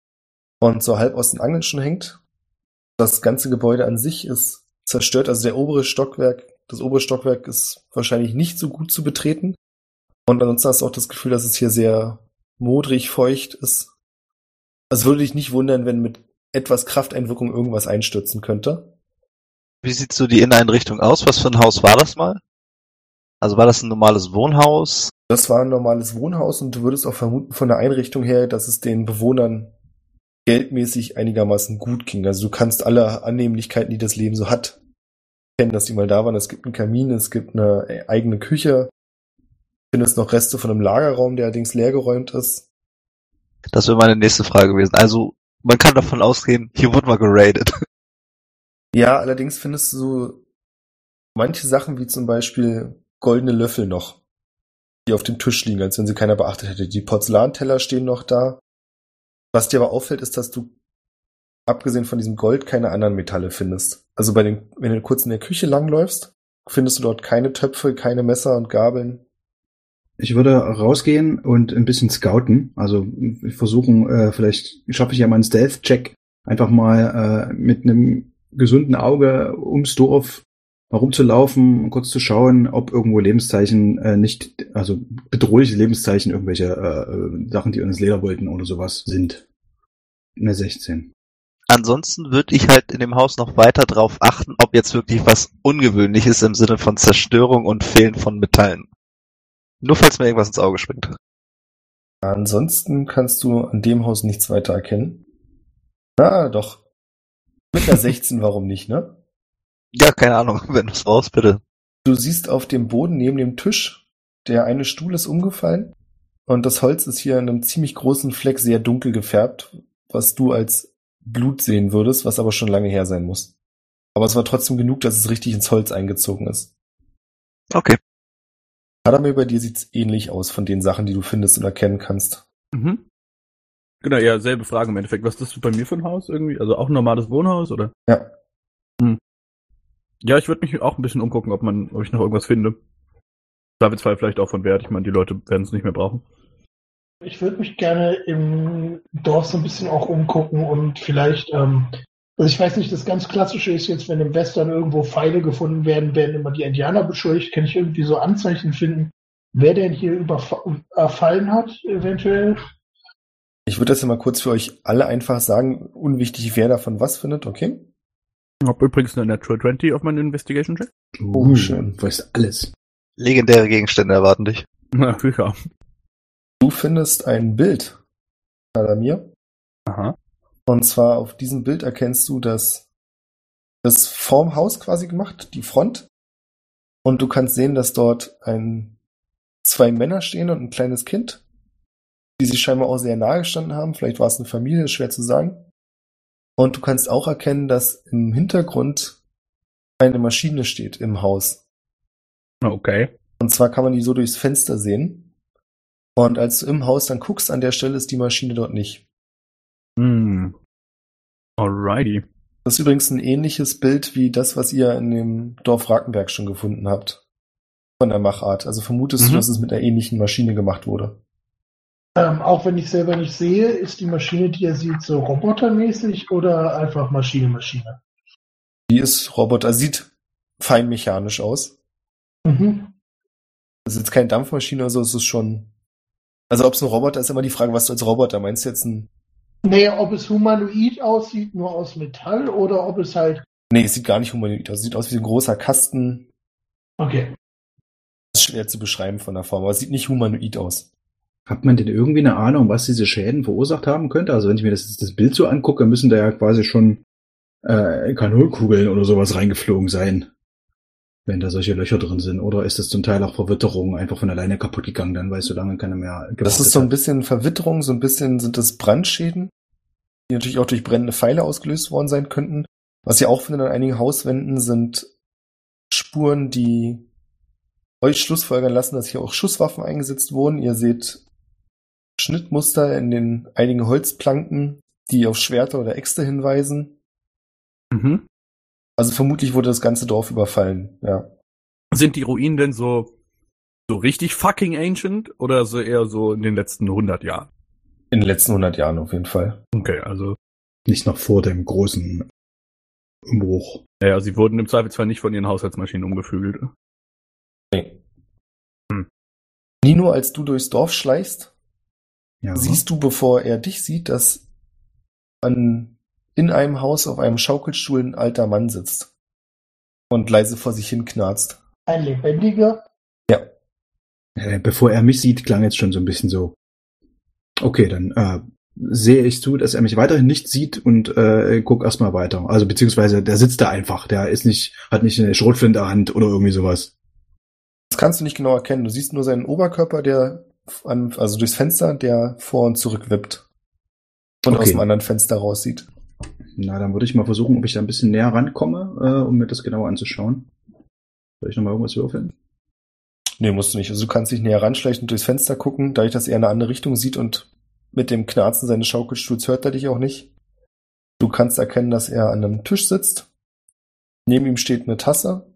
[SPEAKER 3] und so halb aus den Angeln schon hängt. Das ganze Gebäude an sich ist zerstört, also der obere Stockwerk, das obere Stockwerk ist wahrscheinlich nicht so gut zu betreten. Und ansonsten hast du auch das Gefühl, dass es hier sehr modrig, feucht ist. Es würde dich nicht wundern, wenn mit etwas Krafteinwirkung irgendwas einstürzen könnte.
[SPEAKER 6] Wie sieht so die Inneneinrichtung aus? Was für ein Haus war das mal? Also war das ein normales Wohnhaus?
[SPEAKER 3] Das war ein normales Wohnhaus und du würdest auch vermuten von der Einrichtung her, dass es den Bewohnern geldmäßig einigermaßen gut ging. Also du kannst alle Annehmlichkeiten, die das Leben so hat, kennen, dass die mal da waren. Es gibt einen Kamin, es gibt eine eigene Küche. Du findest noch Reste von einem Lagerraum, der allerdings leergeräumt ist.
[SPEAKER 6] Das wäre meine nächste Frage gewesen. Also man kann davon ausgehen, hier wurde mal geradet.
[SPEAKER 3] Ja, allerdings findest du so manche Sachen wie zum Beispiel goldene Löffel noch, die auf dem Tisch liegen, als wenn sie keiner beachtet hätte. Die Porzellanteller stehen noch da. Was dir aber auffällt, ist, dass du abgesehen von diesem Gold keine anderen Metalle findest. Also bei den, wenn du kurz in der Küche langläufst, findest du dort keine Töpfe, keine Messer und Gabeln.
[SPEAKER 4] Ich würde rausgehen und ein bisschen scouten. Also versuchen, äh, vielleicht schaffe ich ja meinen Stealth-Check einfach mal äh, mit einem gesunden Auge ums Dorf herumzulaufen, kurz zu schauen, ob irgendwo Lebenszeichen äh, nicht, also bedrohliche Lebenszeichen, irgendwelche äh, äh, Sachen, die uns Leder wollten oder sowas sind. Eine 16.
[SPEAKER 6] Ansonsten würde ich halt in dem Haus noch weiter drauf achten, ob jetzt wirklich was Ungewöhnliches im Sinne von Zerstörung und Fehlen von Metallen. Nur falls mir irgendwas ins Auge springt.
[SPEAKER 3] Ansonsten kannst du an dem Haus nichts weiter erkennen. Ah, doch. Mit einer 16, warum nicht, ne?
[SPEAKER 6] Ja, keine Ahnung, wenn du es raus, bitte.
[SPEAKER 3] Du siehst auf dem Boden neben dem Tisch, der eine Stuhl ist umgefallen und das Holz ist hier in einem ziemlich großen Fleck sehr dunkel gefärbt, was du als Blut sehen würdest, was aber schon lange her sein muss. Aber es war trotzdem genug, dass es richtig ins Holz eingezogen ist.
[SPEAKER 6] Okay.
[SPEAKER 3] Adam, bei dir sieht's ähnlich aus von den Sachen, die du findest und erkennen kannst.
[SPEAKER 5] Mhm. Genau, ja, selbe Frage im Endeffekt. Was ist das bei mir für ein Haus irgendwie? Also auch ein normales Wohnhaus, oder?
[SPEAKER 3] Ja.
[SPEAKER 5] Hm. Ja, ich würde mich auch ein bisschen umgucken, ob man, ob ich noch irgendwas finde. Zweifelsfall vielleicht auch von Wert. Ich meine, die Leute werden es nicht mehr brauchen.
[SPEAKER 2] Ich würde mich gerne im Dorf so ein bisschen auch umgucken und vielleicht, ähm, also ich weiß nicht, das ganz Klassische ist jetzt, wenn im Western irgendwo Pfeile gefunden werden, werden immer die Indianer beschuldigt, kann ich irgendwie so Anzeichen finden, wer denn hier überfa- überfallen hat, eventuell.
[SPEAKER 3] Ich würde das ja mal kurz für euch alle einfach sagen, unwichtig, wer davon was findet, okay?
[SPEAKER 5] Ich habe übrigens eine Natural 20 auf meinen Investigation Check.
[SPEAKER 3] Oh,
[SPEAKER 4] Hm.
[SPEAKER 3] schön.
[SPEAKER 4] Du weißt alles.
[SPEAKER 6] Legendäre Gegenstände erwarten dich.
[SPEAKER 5] Na, sicher.
[SPEAKER 3] Du findest ein Bild, Adamir.
[SPEAKER 5] Aha.
[SPEAKER 3] Und zwar auf diesem Bild erkennst du das, das vorm Haus quasi gemacht, die Front. Und du kannst sehen, dass dort ein, zwei Männer stehen und ein kleines Kind, die sich scheinbar auch sehr nahe gestanden haben. Vielleicht war es eine Familie, ist schwer zu sagen. Und du kannst auch erkennen, dass im Hintergrund eine Maschine steht im Haus.
[SPEAKER 5] Na, Okay.
[SPEAKER 3] Und zwar kann man die so durchs Fenster sehen. Und als du im Haus dann guckst, an der Stelle ist die Maschine dort nicht.
[SPEAKER 5] Hm. Alrighty.
[SPEAKER 3] Das ist übrigens ein ähnliches Bild wie das, was ihr in dem Dorf Rakenberg schon gefunden habt. Von der Machart. Also vermutest
[SPEAKER 5] Mhm.
[SPEAKER 3] du, dass es mit einer ähnlichen Maschine gemacht wurde.
[SPEAKER 2] Ähm, auch wenn ich selber nicht sehe, ist die Maschine, die er sieht, so robotermäßig oder einfach Maschine, Maschine.
[SPEAKER 3] Die ist Roboter, sieht fein mechanisch aus.
[SPEAKER 2] Mhm.
[SPEAKER 3] Das ist jetzt keine Dampfmaschine oder so, es ist schon. Also ob es ein Roboter ist, immer die Frage, was du als Roboter meinst. Jetzt ein.
[SPEAKER 2] Naja, ob es humanoid aussieht, nur aus Metall oder ob es halt.
[SPEAKER 3] Nee, es sieht gar nicht humanoid aus. Es sieht aus wie so ein großer Kasten.
[SPEAKER 2] Okay.
[SPEAKER 3] Das ist schwer zu beschreiben von der Form, aber es sieht nicht humanoid aus.
[SPEAKER 4] Hat man denn irgendwie eine Ahnung, was diese Schäden verursacht haben könnte? Also wenn ich mir das, das Bild so angucke, müssen da ja quasi schon äh, Kanonkugeln oder sowas reingeflogen sein. Wenn da solche Löcher drin sind. Oder ist das zum Teil auch Verwitterung einfach von alleine kaputt gegangen, dann weißt du lange keiner mehr
[SPEAKER 3] Das
[SPEAKER 4] gewartet
[SPEAKER 3] ist so ein
[SPEAKER 4] hat.
[SPEAKER 3] bisschen Verwitterung, so ein bisschen sind das Brandschäden, die natürlich auch durch brennende Pfeile ausgelöst worden sein könnten. Was ihr auch findet an einigen Hauswänden sind Spuren, die euch schlussfolgern lassen, dass hier auch Schusswaffen eingesetzt wurden. Ihr seht Schnittmuster in den einigen Holzplanken, die auf Schwerter oder Äxte hinweisen.
[SPEAKER 5] Mhm.
[SPEAKER 3] Also vermutlich wurde das ganze Dorf überfallen, ja.
[SPEAKER 5] Sind die Ruinen denn so, so richtig fucking ancient oder so eher so in den letzten 100 Jahren?
[SPEAKER 3] In den letzten 100 Jahren auf jeden Fall.
[SPEAKER 5] Okay, also,
[SPEAKER 4] Nicht noch vor dem großen Umbruch.
[SPEAKER 5] naja, sie wurden im Zweifelsfall nicht von ihren Haushaltsmaschinen umgefügelt.
[SPEAKER 3] Nino, als du durchs Dorf schleichst,
[SPEAKER 4] Ja.
[SPEAKER 3] siehst du, bevor er dich sieht, dass an, in einem Haus auf einem Schaukelstuhl ein alter Mann sitzt und leise vor sich hin knarzt.
[SPEAKER 2] Ein lebendiger.
[SPEAKER 4] Äh, bevor er mich sieht, klang jetzt schon so ein bisschen so. Okay, dann äh, sehe ich zu, dass er mich weiterhin nicht sieht und äh, guck erstmal weiter. Also beziehungsweise der sitzt da einfach, der ist nicht, hat nicht eine Schrotflinte in der Hand oder irgendwie sowas.
[SPEAKER 3] Das kannst du nicht genau erkennen. Du siehst nur seinen Oberkörper, der an, also durchs Fenster, der vor und zurück wippt und
[SPEAKER 4] Okay.
[SPEAKER 3] aus dem anderen Fenster raussieht.
[SPEAKER 4] Na, dann würde ich mal versuchen, ob ich da ein bisschen näher rankomme, äh, um mir das genauer anzuschauen. Soll ich nochmal irgendwas würfeln?
[SPEAKER 3] Nee, musst du nicht. Also du kannst dich näher ranschleichen und durchs Fenster gucken, dadurch, dass er eine andere Richtung sieht und mit dem Knarzen seines Schaukelstuhls hört er dich auch nicht. Du kannst erkennen, dass er an einem Tisch sitzt. Neben ihm steht eine Tasse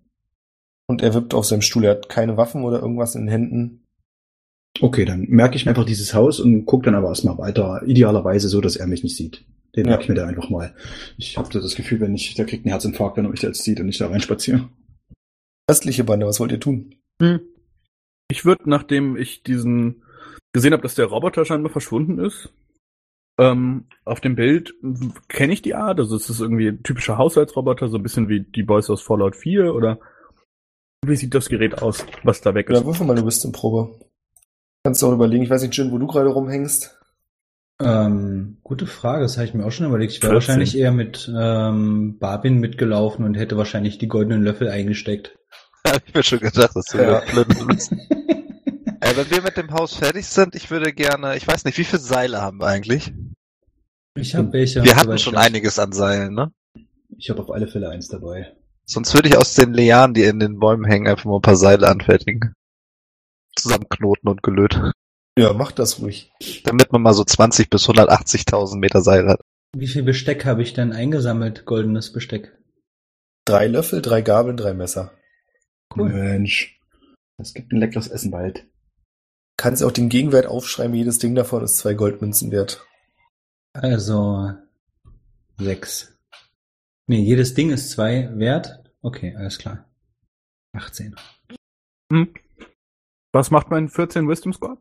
[SPEAKER 3] und er wippt auf seinem Stuhl. Er hat keine Waffen oder irgendwas in den Händen.
[SPEAKER 4] Okay, dann merke ich mir einfach dieses Haus und guck dann aber erstmal weiter. Idealerweise so, dass er mich nicht sieht. Den
[SPEAKER 3] Ja.
[SPEAKER 4] merke ich mir da einfach mal. Ich habe das Gefühl, wenn ich, der kriegt einen Herzinfarkt, wenn er mich da jetzt sieht und ich da reinspaziere.
[SPEAKER 3] Restliche Bande, was wollt ihr tun?
[SPEAKER 5] Ich würde, nachdem ich diesen gesehen habe, dass der Roboter scheinbar verschwunden ist, ähm, auf dem Bild w- kenne ich die Art. Also es ist irgendwie ein typischer Haushaltsroboter, so ein bisschen wie die Boys aus Fallout 4 oder wie sieht das Gerät aus, was da weg ist?
[SPEAKER 3] Oder würfel mal eine Wisdom-Probe. Kannst du auch überlegen. Ich weiß nicht, Jin, wo du gerade rumhängst.
[SPEAKER 1] Ähm, gute Frage, das habe ich mir auch schon überlegt. Ich wäre
[SPEAKER 5] 14.
[SPEAKER 1] wahrscheinlich eher mit ähm, Barbin mitgelaufen und hätte wahrscheinlich die goldenen Löffel eingesteckt.
[SPEAKER 6] Hab ich mir schon gedacht, dass du
[SPEAKER 3] Ja.
[SPEAKER 6] wieder blöd bist. Äh, wenn wir mit dem Haus fertig sind, ich würde gerne, ich weiß nicht, wie viele Seile haben wir eigentlich?
[SPEAKER 1] Ich habe welche.
[SPEAKER 6] wir
[SPEAKER 1] soweit
[SPEAKER 6] hatten schon
[SPEAKER 1] ich weiß.
[SPEAKER 6] einiges an Seilen, ne?
[SPEAKER 4] Ich habe auf alle Fälle eins dabei.
[SPEAKER 6] Sonst würde ich aus den Lianen, die in den Bäumen hängen, einfach mal ein paar Seile anfertigen. Zusammenknoten und gelöt.
[SPEAKER 3] Ja, mach das ruhig.
[SPEAKER 6] damit man mal so 20 bis 180.000 Meter Seil hat.
[SPEAKER 1] Wie viel Besteck habe ich denn eingesammelt? Goldenes Besteck.
[SPEAKER 3] Drei Löffel, drei Gabeln, drei Messer.
[SPEAKER 1] Cool.
[SPEAKER 4] Mensch. Es gibt ein leckeres Essen bald.
[SPEAKER 3] Kannst auch den Gegenwert aufschreiben, jedes Ding davon ist zwei Goldmünzen wert.
[SPEAKER 1] Also sechs. Nee, jedes Ding ist zwei wert. Okay, alles klar. 18.
[SPEAKER 5] Hm. Was macht mein 14 Wisdom Score?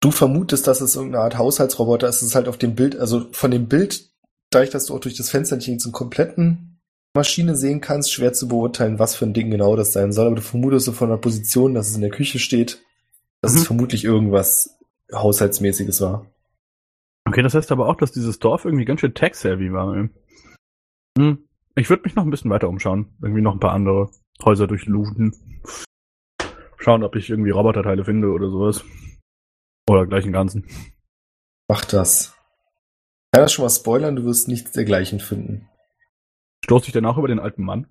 [SPEAKER 3] Du vermutest, dass es irgendeine Art Haushaltsroboter ist. Es ist halt auf dem Bild, also von dem Bild, dadurch, dass du auch durch das Fenster nicht zum kompletten Maschine sehen kannst, schwer zu beurteilen, was für ein Ding genau das sein soll. Aber du vermutest so von der Position, dass es in der Küche steht, dass es
[SPEAKER 5] Mhm.
[SPEAKER 3] vermutlich irgendwas Haushaltsmäßiges war.
[SPEAKER 5] Okay, das heißt aber auch, dass dieses Dorf irgendwie ganz schön tech-savvy war. ey. Hm. Ich würde mich noch ein bisschen weiter umschauen. Irgendwie noch ein paar andere Häuser durchlooten. Schauen, ob ich irgendwie Roboterteile finde oder sowas. Oder gleich im Ganzen.
[SPEAKER 3] Mach das. Ich kann das schon mal spoilern, du wirst nichts dergleichen finden.
[SPEAKER 5] Stoß ich danach über den alten Mann?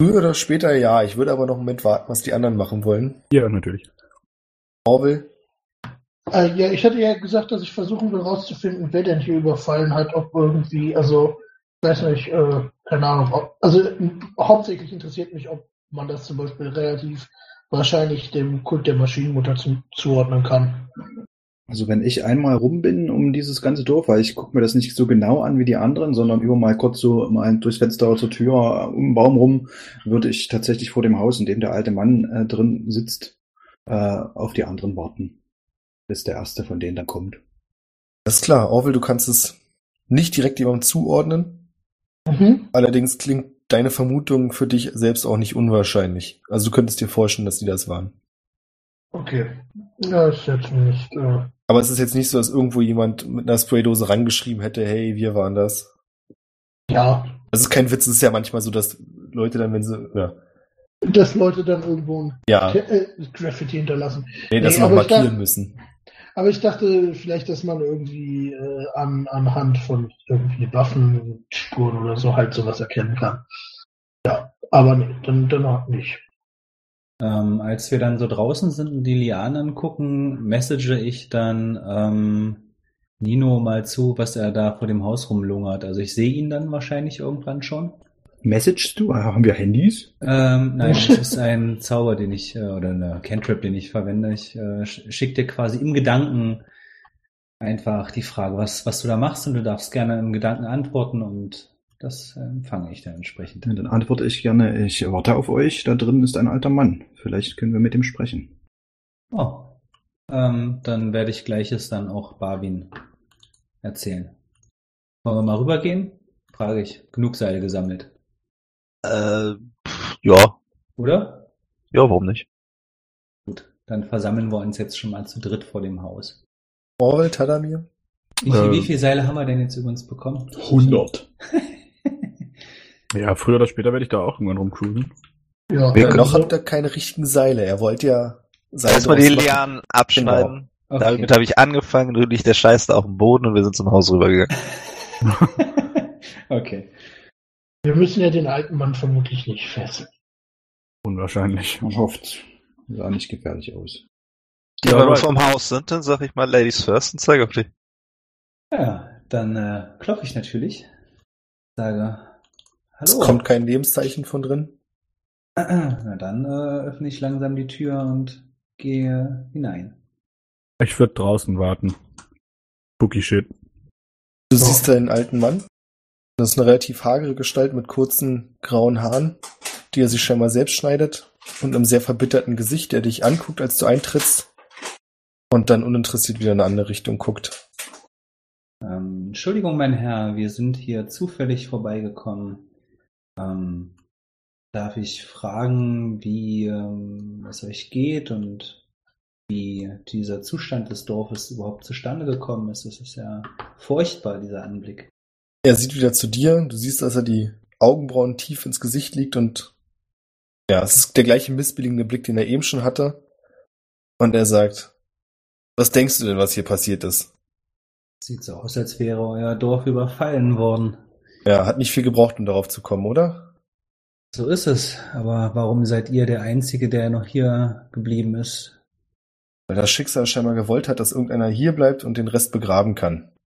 [SPEAKER 3] Früher oder später ja, ich würde aber noch einen Moment warten, was die anderen machen wollen.
[SPEAKER 5] Ja, natürlich.
[SPEAKER 3] Orwell,
[SPEAKER 2] Äh, ja, ich hatte ja gesagt, dass ich versuchen will rauszufinden, wer denn hier überfallen hat, ob irgendwie, also, weiß nicht, äh, keine Ahnung, ob, also m- hauptsächlich interessiert mich, ob man das zum Beispiel relativ wahrscheinlich dem Kult der Maschinenmutter zu, zuordnen kann.
[SPEAKER 4] Also wenn ich einmal rum bin um dieses ganze Dorf, weil ich gucke mir das nicht so genau an wie die anderen, sondern über mal kurz so mal durchs Fenster oder zur Tür äh, um den Baum rum, würde ich tatsächlich vor dem Haus, in dem der alte Mann äh, drin sitzt, äh, auf die anderen warten, bis der erste von denen dann kommt.
[SPEAKER 3] Das ist klar, Orwell, du kannst es nicht direkt jemandem zuordnen.
[SPEAKER 2] Mhm.
[SPEAKER 3] Allerdings klingt deine Vermutung für dich selbst auch nicht unwahrscheinlich. Also du könntest dir vorstellen, dass die das waren.
[SPEAKER 2] Okay. Ja, ist jetzt nicht, äh,
[SPEAKER 3] Aber es ist jetzt nicht so, dass irgendwo jemand mit einer Spraydose rangeschrieben hätte, hey, wir waren das.
[SPEAKER 2] ja,
[SPEAKER 3] Das ist kein Witz, es ist ja manchmal so, dass Leute dann, wenn sie. Ja.
[SPEAKER 2] dass Leute dann irgendwo ein
[SPEAKER 3] Ja,
[SPEAKER 2] äh, Graffiti hinterlassen.
[SPEAKER 3] nee, das
[SPEAKER 2] Nee,
[SPEAKER 3] noch
[SPEAKER 2] aber ich
[SPEAKER 3] markieren
[SPEAKER 2] dachte-
[SPEAKER 3] müssen.
[SPEAKER 2] Aber ich dachte vielleicht, dass man irgendwie äh, an, anhand von irgendwie Waffenspuren oder so halt sowas erkennen kann. Ja, aber nee, dann, dann auch nicht.
[SPEAKER 1] Ähm, als wir dann so draußen sind und die Lianen angucken, message ich dann ähm, Nino mal zu, was er da vor dem Haus rumlungert. Also ich sehe ihn dann wahrscheinlich irgendwann schon.
[SPEAKER 4] Messagest du? Ah, Haben wir Handys?
[SPEAKER 1] Ähm, nein, das ist ein Zauber, den ich, äh, oder eine Cantrip, den ich verwende. Ich äh, sch- schick dir quasi im Gedanken einfach die Frage, was, was du da machst und du darfst gerne im Gedanken antworten und das äh, empfange ich dann entsprechend.
[SPEAKER 4] Dann antworte ich gerne, ich warte auf euch, da drin ist ein alter Mann. Vielleicht können wir mit ihm sprechen.
[SPEAKER 1] Oh, ähm, dann werde ich gleiches dann auch Barwin erzählen. Wollen wir mal rübergehen? Frage ich. Genug Seile gesammelt,
[SPEAKER 6] Äh, pff, ja,
[SPEAKER 1] oder?
[SPEAKER 6] ja, warum nicht?
[SPEAKER 1] Gut, dann versammeln wir uns jetzt schon mal zu dritt vor dem Haus.
[SPEAKER 3] Orwell, Tadamir?
[SPEAKER 1] Wie,
[SPEAKER 5] Ähm.
[SPEAKER 1] wie viele Seile haben wir denn jetzt übrigens bekommen?
[SPEAKER 4] 100.
[SPEAKER 5] Ja, früher oder später werde ich da auch irgendwann rumcruisen.
[SPEAKER 2] Ja, also
[SPEAKER 6] Wir
[SPEAKER 3] Ja,
[SPEAKER 6] können-
[SPEAKER 3] Äh, noch habt ihr keine richtigen Seile. Er wollte ja Seile.
[SPEAKER 6] Erstmal die
[SPEAKER 3] draus machen.
[SPEAKER 6] Lianen abschneiden.
[SPEAKER 1] genau. Okay.
[SPEAKER 6] Damit habe ich angefangen, dann liegt der Scheiß da auf dem Boden und wir sind zum Haus rübergegangen.
[SPEAKER 1] okay.
[SPEAKER 2] wir müssen ja den alten Mann vermutlich nicht fesseln.
[SPEAKER 5] Unwahrscheinlich.
[SPEAKER 4] Man hofft. Sah nicht gefährlich aus.
[SPEAKER 5] Ja,
[SPEAKER 6] Ja, Wenn wir
[SPEAKER 5] right.
[SPEAKER 6] vom Haus sind, dann sag ich mal Ladies first und zeig auf dich.
[SPEAKER 1] Ja, dann äh, klopfe ich natürlich. Sage,
[SPEAKER 3] Es
[SPEAKER 1] hallo.
[SPEAKER 3] kommt kein Lebenszeichen von drin.
[SPEAKER 1] Na dann äh, öffne ich langsam die Tür und gehe hinein.
[SPEAKER 5] Ich würde draußen warten. Spooky shit.
[SPEAKER 3] Du siehst da den alten Mann. Das ist eine relativ hagere Gestalt mit kurzen grauen Haaren, die er sich scheinbar selbst schneidet und einem sehr verbitterten Gesicht, der dich anguckt, als du eintrittst und dann uninteressiert wieder in eine andere Richtung guckt.
[SPEAKER 1] Ähm, Entschuldigung, mein Herr, wir sind hier zufällig vorbeigekommen. Ähm, darf ich fragen, wie ähm, es euch geht und wie dieser Zustand des Dorfes überhaupt zustande gekommen ist? Das ist ja furchtbar, dieser Anblick.
[SPEAKER 3] Er sieht wieder zu dir. Du siehst, dass er die Augenbrauen tief ins Gesicht liegt und ja, es ist der gleiche missbilligende Blick, den er eben schon hatte. Und er sagt, was denkst du denn, was hier passiert ist?
[SPEAKER 1] Sieht so aus, als wäre euer Dorf überfallen worden.
[SPEAKER 3] Ja, hat nicht viel gebraucht, um darauf zu kommen, oder?
[SPEAKER 1] So ist es. Aber warum seid ihr der Einzige, der noch hier geblieben ist?
[SPEAKER 3] Weil das Schicksal scheinbar gewollt hat, dass irgendeiner hier bleibt und den Rest begraben kann.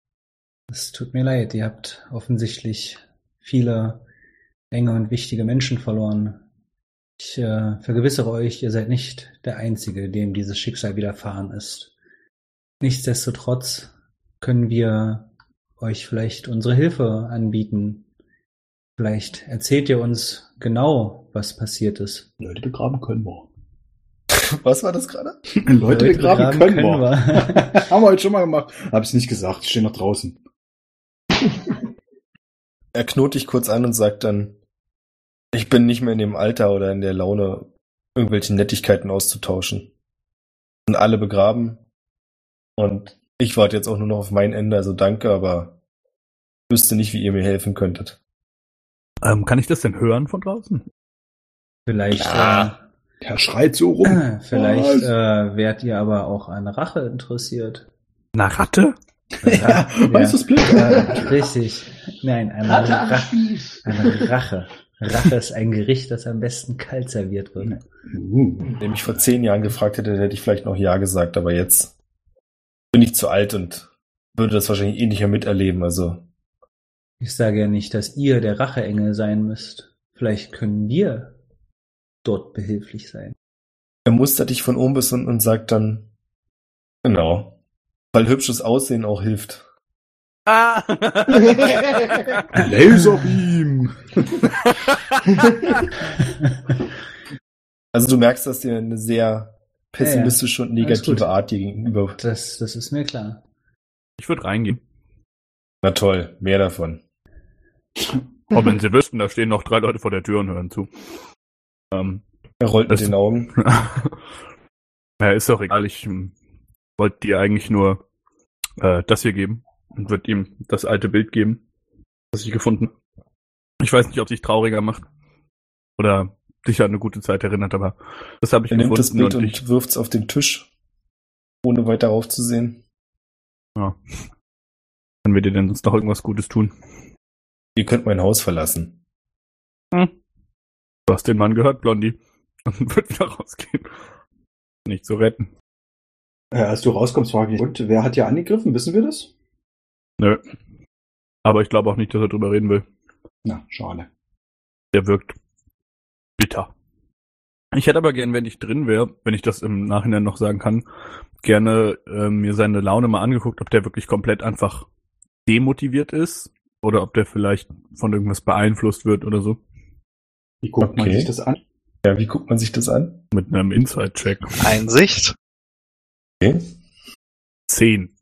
[SPEAKER 1] Es tut mir leid, ihr habt offensichtlich viele enge und wichtige Menschen verloren. Ich äh, vergewissere euch, ihr seid nicht der Einzige, dem dieses Schicksal widerfahren ist. Nichtsdestotrotz können wir euch vielleicht unsere Hilfe anbieten. Vielleicht erzählt ihr uns genau, was passiert ist.
[SPEAKER 4] Leute begraben können wir.
[SPEAKER 3] Was war das gerade?
[SPEAKER 4] Leute begraben können wir.
[SPEAKER 1] wir.
[SPEAKER 4] Haben wir heute schon mal gemacht. Hab's nicht gesagt, stehen noch draußen.
[SPEAKER 3] Er knurrt dich kurz an und sagt dann, ich bin nicht mehr in dem Alter oder in der Laune, irgendwelche Nettigkeiten auszutauschen. Und alle begraben. Und ich warte jetzt auch nur noch auf mein Ende, also danke, aber wüsste nicht, wie ihr mir helfen könntet.
[SPEAKER 5] Ähm, kann ich das denn hören von draußen?
[SPEAKER 1] Vielleicht,
[SPEAKER 3] Klar.
[SPEAKER 4] Der schreit so rum.
[SPEAKER 1] äh, vielleicht
[SPEAKER 4] Oh, Was?
[SPEAKER 1] äh, wärt ihr aber auch an Rache interessiert.
[SPEAKER 5] Na Ratte?
[SPEAKER 1] Ja,
[SPEAKER 4] Weißt du, Split?
[SPEAKER 1] Äh, richtig. Nein, an
[SPEAKER 2] Ratte am
[SPEAKER 1] Rache.
[SPEAKER 2] Spieß.
[SPEAKER 1] Eine Rache. Rache ist ein Gericht, das am besten kalt serviert wird.
[SPEAKER 4] Uh,
[SPEAKER 3] Wenn ihr mich vor zehn Jahren gefragt hätte, hätte ich vielleicht noch Ja gesagt, aber jetzt bin ich zu alt und würde das wahrscheinlich eh nicht mehr miterleben, also
[SPEAKER 1] Ich sage ja nicht, dass ihr der Racheengel sein müsst. Vielleicht können wir dort behilflich sein.
[SPEAKER 3] Er mustert dich von oben bis unten und sagt dann, genau, weil hübsches Aussehen auch hilft.
[SPEAKER 5] Ah!
[SPEAKER 4] Laserbeam.
[SPEAKER 3] Also du merkst, dass dir eine sehr pessimistische und
[SPEAKER 1] Alles gut.
[SPEAKER 3] negative Art dir gegenüber.
[SPEAKER 1] Das, das ist mir klar.
[SPEAKER 5] Ich würde reingehen.
[SPEAKER 3] Na toll, mehr davon.
[SPEAKER 5] Aber wenn sie wüssten, da stehen noch drei Leute vor der Tür und hören zu. Ähm,
[SPEAKER 3] Er rollt mit
[SPEAKER 5] Das-
[SPEAKER 3] den Augen.
[SPEAKER 5] ja, ist doch egal. Ich ähm, wollte dir eigentlich nur äh, das hier geben und würde ihm das alte Bild geben, das ich gefunden. Ich weiß nicht, ob dich trauriger macht oder dich an eine gute Zeit erinnert, aber das habe ich
[SPEAKER 3] Er nimmt das
[SPEAKER 5] gefunden
[SPEAKER 3] Bild
[SPEAKER 5] und
[SPEAKER 3] und
[SPEAKER 5] ich,
[SPEAKER 3] wirft's auf den Tisch, ohne weiter raufzusehen.
[SPEAKER 5] können wir dir denn sonst noch irgendwas Gutes tun?
[SPEAKER 3] Ihr könnt mein Haus verlassen.
[SPEAKER 5] Du hast den Mann gehört, Blondie. Und wird wieder rausgehen. Nicht zu retten.
[SPEAKER 4] Äh, als du rauskommst, frage ich, und wer hat hier angegriffen? Wissen wir das?
[SPEAKER 5] Nö. Aber ich glaube auch nicht, dass er drüber reden will.
[SPEAKER 4] Na, schade.
[SPEAKER 5] der wirkt bitter. Ich hätte aber gern, wenn ich drin wäre, wenn ich das im Nachhinein noch sagen kann, gerne äh, mir seine Laune mal angeguckt, ob der wirklich komplett einfach demotiviert ist oder ob der vielleicht von irgendwas beeinflusst wird oder so.
[SPEAKER 4] Wie guckt man
[SPEAKER 3] Okay.
[SPEAKER 4] sich das an?
[SPEAKER 3] Ja, wie guckt man sich das an?
[SPEAKER 5] Mit einem Inside-Check.
[SPEAKER 6] Einsicht?
[SPEAKER 3] Okay.
[SPEAKER 5] Zehn.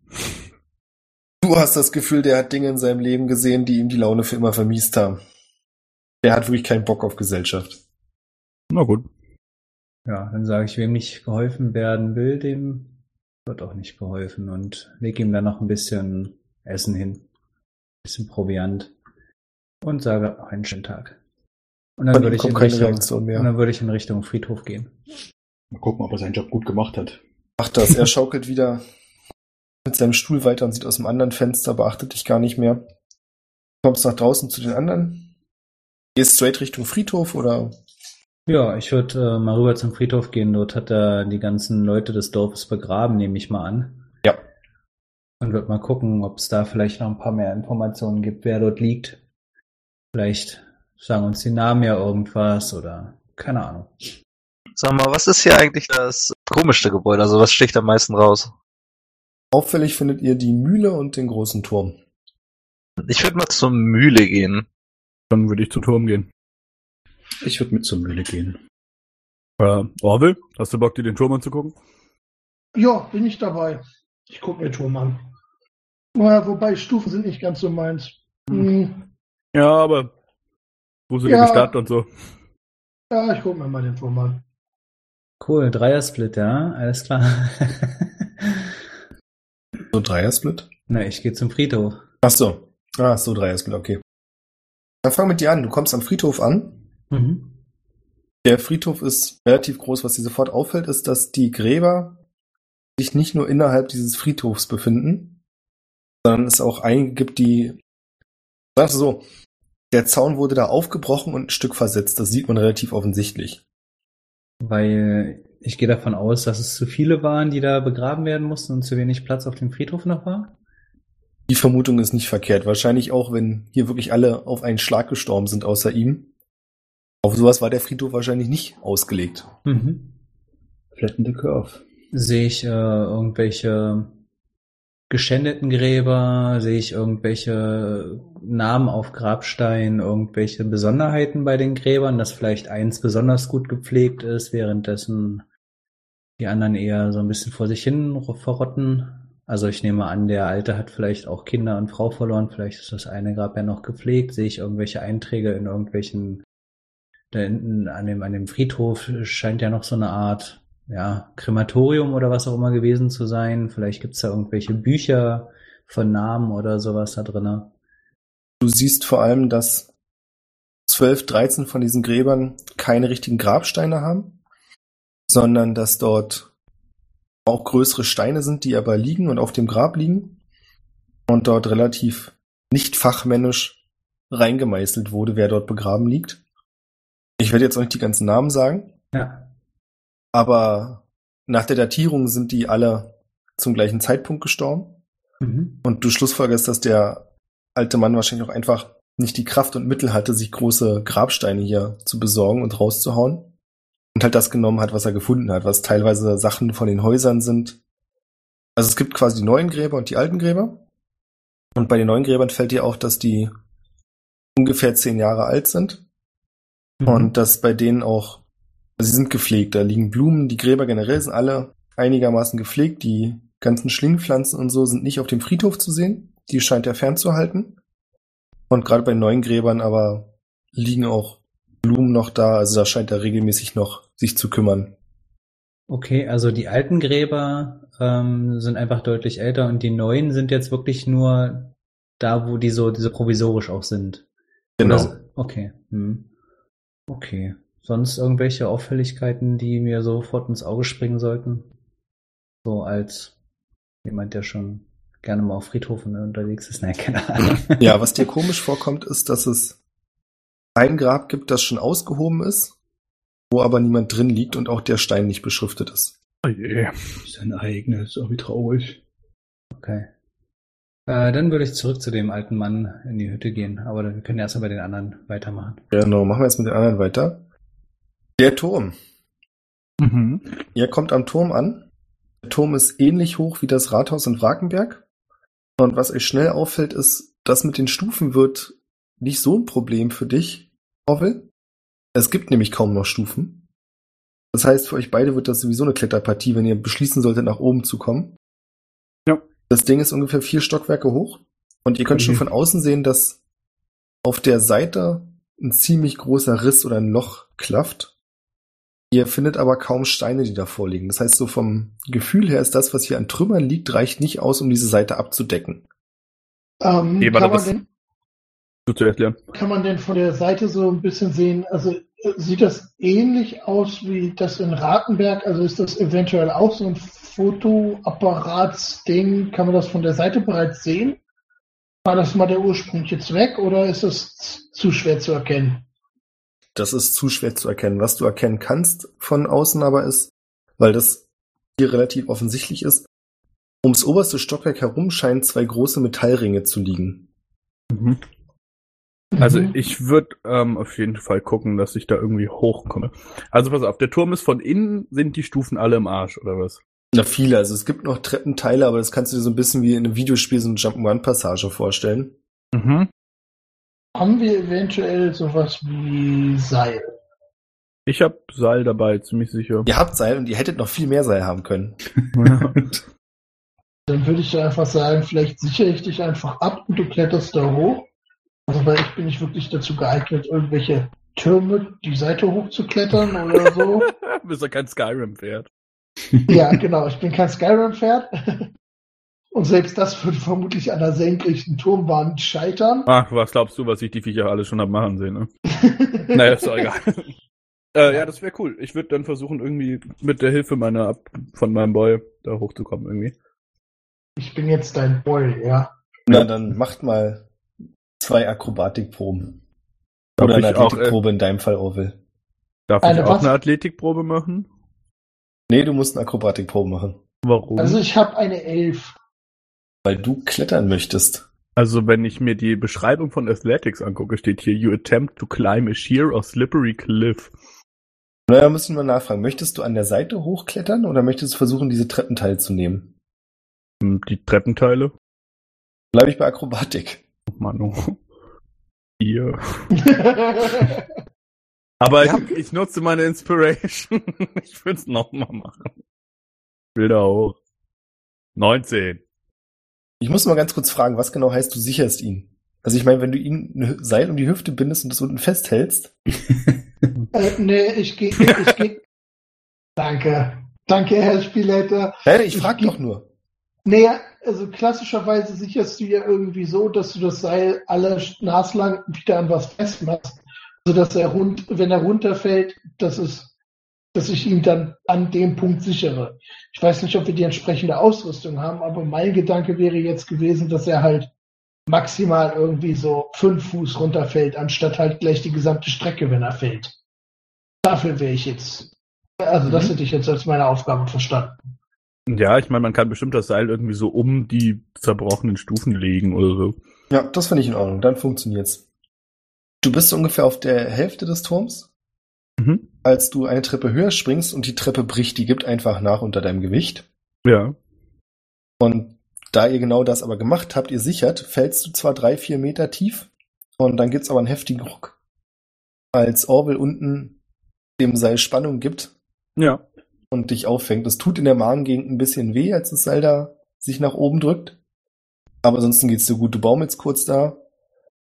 [SPEAKER 3] Du hast das Gefühl, der hat Dinge in seinem Leben gesehen, die ihm die Laune für immer vermiest haben. Der hat wirklich keinen Bock auf Gesellschaft.
[SPEAKER 5] Na gut.
[SPEAKER 1] Ja, dann sage ich, wem nicht geholfen werden will, dem wird auch nicht geholfen und leg ihm dann noch ein bisschen Essen hin, ein bisschen Proviant und sage auch einen schönen Tag. Und dann
[SPEAKER 3] Von
[SPEAKER 1] würde
[SPEAKER 3] ihm
[SPEAKER 1] ich in
[SPEAKER 3] kommt keine
[SPEAKER 1] Richtung,
[SPEAKER 3] Reaktion
[SPEAKER 1] und
[SPEAKER 3] mehr.
[SPEAKER 1] dann würde ich in Richtung Friedhof gehen.
[SPEAKER 4] Mal gucken, ob er seinen Job gut gemacht hat.
[SPEAKER 3] Macht das. Er schaukelt wieder mit seinem Stuhl weiter und sieht aus dem anderen Fenster, beachtet dich gar nicht mehr. Kommst nach draußen zu den anderen? Gehst straight Richtung Friedhof oder?
[SPEAKER 1] Ja, ich würde äh, mal rüber zum Friedhof gehen. Dort hat er die ganzen Leute des Dorfes begraben, nehme ich mal an.
[SPEAKER 3] Ja.
[SPEAKER 1] Und würde mal gucken, ob es da vielleicht noch ein paar mehr Informationen gibt, wer dort liegt. Vielleicht sagen uns die Namen ja irgendwas oder keine Ahnung.
[SPEAKER 6] Sag mal, was ist hier eigentlich das komischste Gebäude? Also was sticht am meisten raus?
[SPEAKER 3] Auffällig findet ihr die Mühle und den großen Turm.
[SPEAKER 6] Ich würde mal zur Mühle gehen.
[SPEAKER 5] Dann würde ich zum Turm gehen.
[SPEAKER 4] Ich würde mit zur Mühle gehen.
[SPEAKER 5] Äh, Orwell, hast du Bock, dir den Turm anzugucken?
[SPEAKER 2] Ja, bin ich dabei. Ich gucke mir Turm an. Naja, wobei Stufen sind nicht ganz so meins. Hm.
[SPEAKER 5] Ja, aber gruselige
[SPEAKER 2] Ja.
[SPEAKER 5] Stadt und so.
[SPEAKER 2] Ja, ich gucke mir mal den Turm an.
[SPEAKER 1] Cool, Dreiersplit, ja, alles klar.
[SPEAKER 3] So Dreiersplit?
[SPEAKER 1] Na, ich gehe zum Friedhof.
[SPEAKER 3] Ach so. Ah, so Dreiersplit, okay. Dann fang mit dir an. Du kommst am Friedhof an.
[SPEAKER 1] Mhm.
[SPEAKER 3] Der Friedhof ist relativ groß. Was dir sofort auffällt, ist, dass die Gräber sich nicht nur innerhalb dieses Friedhofs befinden, sondern es auch einige gibt, die. Sagst du so, der Zaun wurde da aufgebrochen und ein Stück versetzt. Das sieht man relativ offensichtlich.
[SPEAKER 1] Weil Ich gehe davon aus, dass es zu viele waren, die da begraben werden mussten und zu wenig Platz auf dem Friedhof noch war.
[SPEAKER 3] Die Vermutung ist nicht verkehrt. Wahrscheinlich auch, wenn hier wirklich alle auf einen Schlag gestorben sind, außer ihm. Auf sowas war der Friedhof wahrscheinlich nicht ausgelegt.
[SPEAKER 1] Mhm.
[SPEAKER 4] Flatten the curve.
[SPEAKER 1] Sehe ich äh, irgendwelche geschändeten Gräber, sehe ich irgendwelche Namen auf Grabsteinen, irgendwelche Besonderheiten bei den Gräbern, dass vielleicht eins besonders gut gepflegt ist, währenddessen die anderen eher so ein bisschen vor sich hin verrotten. Also ich nehme an, der Alte hat vielleicht auch Kinder und Frau verloren, vielleicht ist das eine Grab ja noch gepflegt, sehe ich irgendwelche Einträge in irgendwelchen, da hinten an dem, an dem Friedhof scheint ja noch so eine Art ja, Krematorium oder was auch immer gewesen zu sein. Vielleicht gibt's da irgendwelche Bücher von Namen oder sowas da drin.
[SPEAKER 3] Du siehst vor allem, dass 12, 13 von diesen Gräbern keine richtigen Grabsteine haben, sondern dass dort auch größere Steine sind, die aber liegen und auf dem Grab liegen und dort relativ nicht fachmännisch reingemeißelt wurde, wer dort begraben liegt. Ich werde jetzt auch nicht die ganzen Namen sagen,
[SPEAKER 1] Ja.
[SPEAKER 3] aber nach der Datierung sind die alle zum gleichen Zeitpunkt gestorben.
[SPEAKER 1] Mhm.
[SPEAKER 3] Und du schlussfolgerst, dass der alte Mann wahrscheinlich auch einfach nicht die Kraft und Mittel hatte, sich große Grabsteine hier zu besorgen und rauszuhauen. Und halt das genommen hat, was er gefunden hat, was teilweise Sachen von den Häusern sind. Also es gibt quasi die neuen Gräber und die alten Gräber. Und bei den neuen Gräbern fällt dir auch, dass die ungefähr zehn Jahre alt sind.
[SPEAKER 1] Mhm.
[SPEAKER 3] Und dass bei denen auch, also sie sind gepflegt, da liegen Blumen, die Gräber generell sind alle einigermaßen gepflegt, die ganzen Schlingpflanzen und so sind nicht auf dem Friedhof zu sehen, die scheint er fernzuhalten. Und gerade bei neuen Gräbern aber liegen auch Blumen noch da, also da scheint er regelmäßig noch sich zu kümmern.
[SPEAKER 1] Okay, also die alten Gräber ähm, sind einfach deutlich älter und die neuen sind jetzt wirklich nur da, wo die so, diese provisorisch auch sind.
[SPEAKER 3] Genau.
[SPEAKER 1] Oder, s- okay. Hm. Okay. Sonst irgendwelche Auffälligkeiten, die mir sofort ins Auge springen sollten? So als jemand, der schon gerne mal auf Friedhofen unterwegs ist. Nein, keine Ahnung.
[SPEAKER 3] Ja, was dir komisch vorkommt, ist, dass es ein Grab gibt, das schon ausgehoben ist, wo aber niemand drin liegt und auch der Stein nicht beschriftet ist.
[SPEAKER 5] Oh je.
[SPEAKER 4] Sein eigenes, oh wie traurig.
[SPEAKER 1] Okay. Äh, dann würde ich zurück zu dem alten Mann in die Hütte gehen. Aber wir können erstmal bei den anderen weitermachen.
[SPEAKER 3] Genau, machen wir jetzt mit den anderen weiter. Der Turm.
[SPEAKER 5] Mhm.
[SPEAKER 3] Ihr kommt am Turm an. Der Turm ist ähnlich hoch wie das Rathaus in Wrakenberg. Und was euch schnell auffällt, ist, das mit den Stufen wird nicht so ein Problem für dich, Orwell. Es gibt nämlich kaum noch Stufen. Das heißt, für euch beide wird das sowieso eine Kletterpartie, wenn ihr beschließen solltet, nach oben zu kommen.
[SPEAKER 5] Ja.
[SPEAKER 3] Das Ding ist ungefähr vier Stockwerke hoch. Und ihr könnt schon
[SPEAKER 5] Mhm.
[SPEAKER 3] von außen sehen, dass auf der Seite ein ziemlich großer Riss oder ein Loch klafft. Ihr findet aber kaum Steine, die davor liegen. Das heißt, so vom Gefühl her ist das, was hier an Trümmern liegt, reicht nicht aus, um diese Seite abzudecken.
[SPEAKER 2] Ähm,
[SPEAKER 5] Hey, warte,
[SPEAKER 2] kann, man
[SPEAKER 5] was-
[SPEAKER 2] den,
[SPEAKER 5] Du zuerst lernen.
[SPEAKER 2] kann man den von der Seite so ein bisschen sehen? Also äh, sieht das ähnlich aus wie das in Ratenberg? Also ist das eventuell auch so ein Fotoapparatsding? Kann man das von der Seite bereits sehen? War das mal der ursprüngliche Zweck oder ist es z- zu schwer zu erkennen?
[SPEAKER 3] Das ist zu schwer zu erkennen. Was du erkennen kannst von außen aber ist, weil das hier relativ offensichtlich ist, ums oberste Stockwerk herum scheinen zwei große Metallringe zu liegen.
[SPEAKER 5] Mhm. Also
[SPEAKER 2] Mhm.
[SPEAKER 5] ich würde ähm, auf jeden Fall gucken, dass ich da irgendwie hochkomme. Also pass auf, der Turm ist von innen, sind die Stufen alle im Arsch, oder was?
[SPEAKER 3] Na viele, also es gibt noch Treppenteile, aber das kannst du dir so ein bisschen wie in einem Videospiel so eine Jump'n'Run-Passage vorstellen.
[SPEAKER 5] Mhm.
[SPEAKER 2] Haben wir eventuell sowas wie Seil?
[SPEAKER 5] Ich habe Seil dabei, ziemlich sicher.
[SPEAKER 3] Ihr habt Seil und ihr hättet noch viel mehr Seil haben können.
[SPEAKER 2] Dann würde ich dir einfach sagen, vielleicht sichere ich dich einfach ab und du kletterst da hoch. Also weil ich bin nicht wirklich dazu geeignet, irgendwelche Türme die Seite hochzuklettern oder so.
[SPEAKER 5] Bis er kein Skyrim-Pferd.
[SPEAKER 2] ja, genau, ich bin kein Skyrim-Pferd. Und selbst das würde vermutlich an der senkrechten Turmwand scheitern.
[SPEAKER 5] Ach, was glaubst du, was ich die Viecher alle schon hab machen sehen, ne? Naja, ist doch egal. äh, ja, das wäre cool. Ich würde dann versuchen, irgendwie mit der Hilfe meiner Ab von meinem Boy da hochzukommen irgendwie.
[SPEAKER 2] Ich bin jetzt dein Boy, ja.
[SPEAKER 3] Na, dann macht mal zwei Akrobatikproben.
[SPEAKER 5] Hab
[SPEAKER 3] Oder eine
[SPEAKER 5] ich auch, äh,
[SPEAKER 3] Athletikprobe in deinem Fall, Orwell.
[SPEAKER 5] Darf
[SPEAKER 2] Eine
[SPEAKER 5] ich auch
[SPEAKER 2] was?
[SPEAKER 5] eine Athletikprobe machen?
[SPEAKER 3] Nee, du musst eine Akrobatikprobe machen.
[SPEAKER 5] Warum?
[SPEAKER 2] Also
[SPEAKER 5] Also,
[SPEAKER 2] ich habe eine Elf.
[SPEAKER 3] Weil du klettern möchtest.
[SPEAKER 5] Also wenn ich mir die Beschreibung von Athletics angucke, steht hier, you attempt to climb a sheer or slippery cliff.
[SPEAKER 3] Naja, müssen wir nachfragen. Möchtest du an der Seite hochklettern oder möchtest du versuchen, diese Treppen teilzunehmen?
[SPEAKER 5] Hm, Die Treppenteile?
[SPEAKER 3] Bleibe ich bei Akrobatik.
[SPEAKER 5] Oh Mann, oh. Hier.
[SPEAKER 2] Dann
[SPEAKER 5] Aber ich, ich nutze meine Inspiration. ich würde es nochmal machen. Will da hoch. 19.
[SPEAKER 3] Ich muss mal ganz kurz fragen, was genau heißt, du sicherst ihn? Also ich meine, wenn du ihm ein Hü- Seil um die Hüfte bindest und das unten festhältst,
[SPEAKER 2] äh, nee, ich gehe. Ich geh. Danke. Danke, Herr Spielleiter.
[SPEAKER 3] Hä, ich frage doch nur.
[SPEAKER 2] Naja, also klassischerweise sicherst du ja irgendwie so, dass du das Seil alle naslang wieder an was festmachst, sodass er rund, wenn er runterfällt, dass es, dass ich ihn dann an dem Punkt sichere. Ich weiß nicht, ob wir die entsprechende Ausrüstung haben, aber mein Gedanke wäre jetzt gewesen, dass er halt maximal irgendwie so fünf Fuß runterfällt, anstatt halt gleich die gesamte Strecke, wenn er fällt. Dafür wäre ich jetzt. Also das hätte ich jetzt als meine Aufgabe verstanden.
[SPEAKER 5] Ja, ich meine, man kann bestimmt das Seil irgendwie so um die zerbrochenen Stufen legen oder so.
[SPEAKER 3] Ja, das finde ich in Ordnung. Dann funktioniert's. Du bist so ungefähr auf der Hälfte des Turms,
[SPEAKER 5] Mhm.
[SPEAKER 3] als du eine Treppe höher springst und die Treppe bricht. Die gibt einfach nach unter deinem Gewicht.
[SPEAKER 5] Ja.
[SPEAKER 3] Und da ihr genau das aber gemacht habt, ihr sichert, fällst du zwar drei, vier Meter tief und dann gibt's aber einen heftigen Ruck. Als Orwell unten dem Seil Spannung gibt
[SPEAKER 5] Ja.
[SPEAKER 3] und dich auffängt. Das tut in der Magengegend ein bisschen weh, als das Seil da sich nach oben drückt. Aber ansonsten geht's dir gut. Du baumelst kurz da,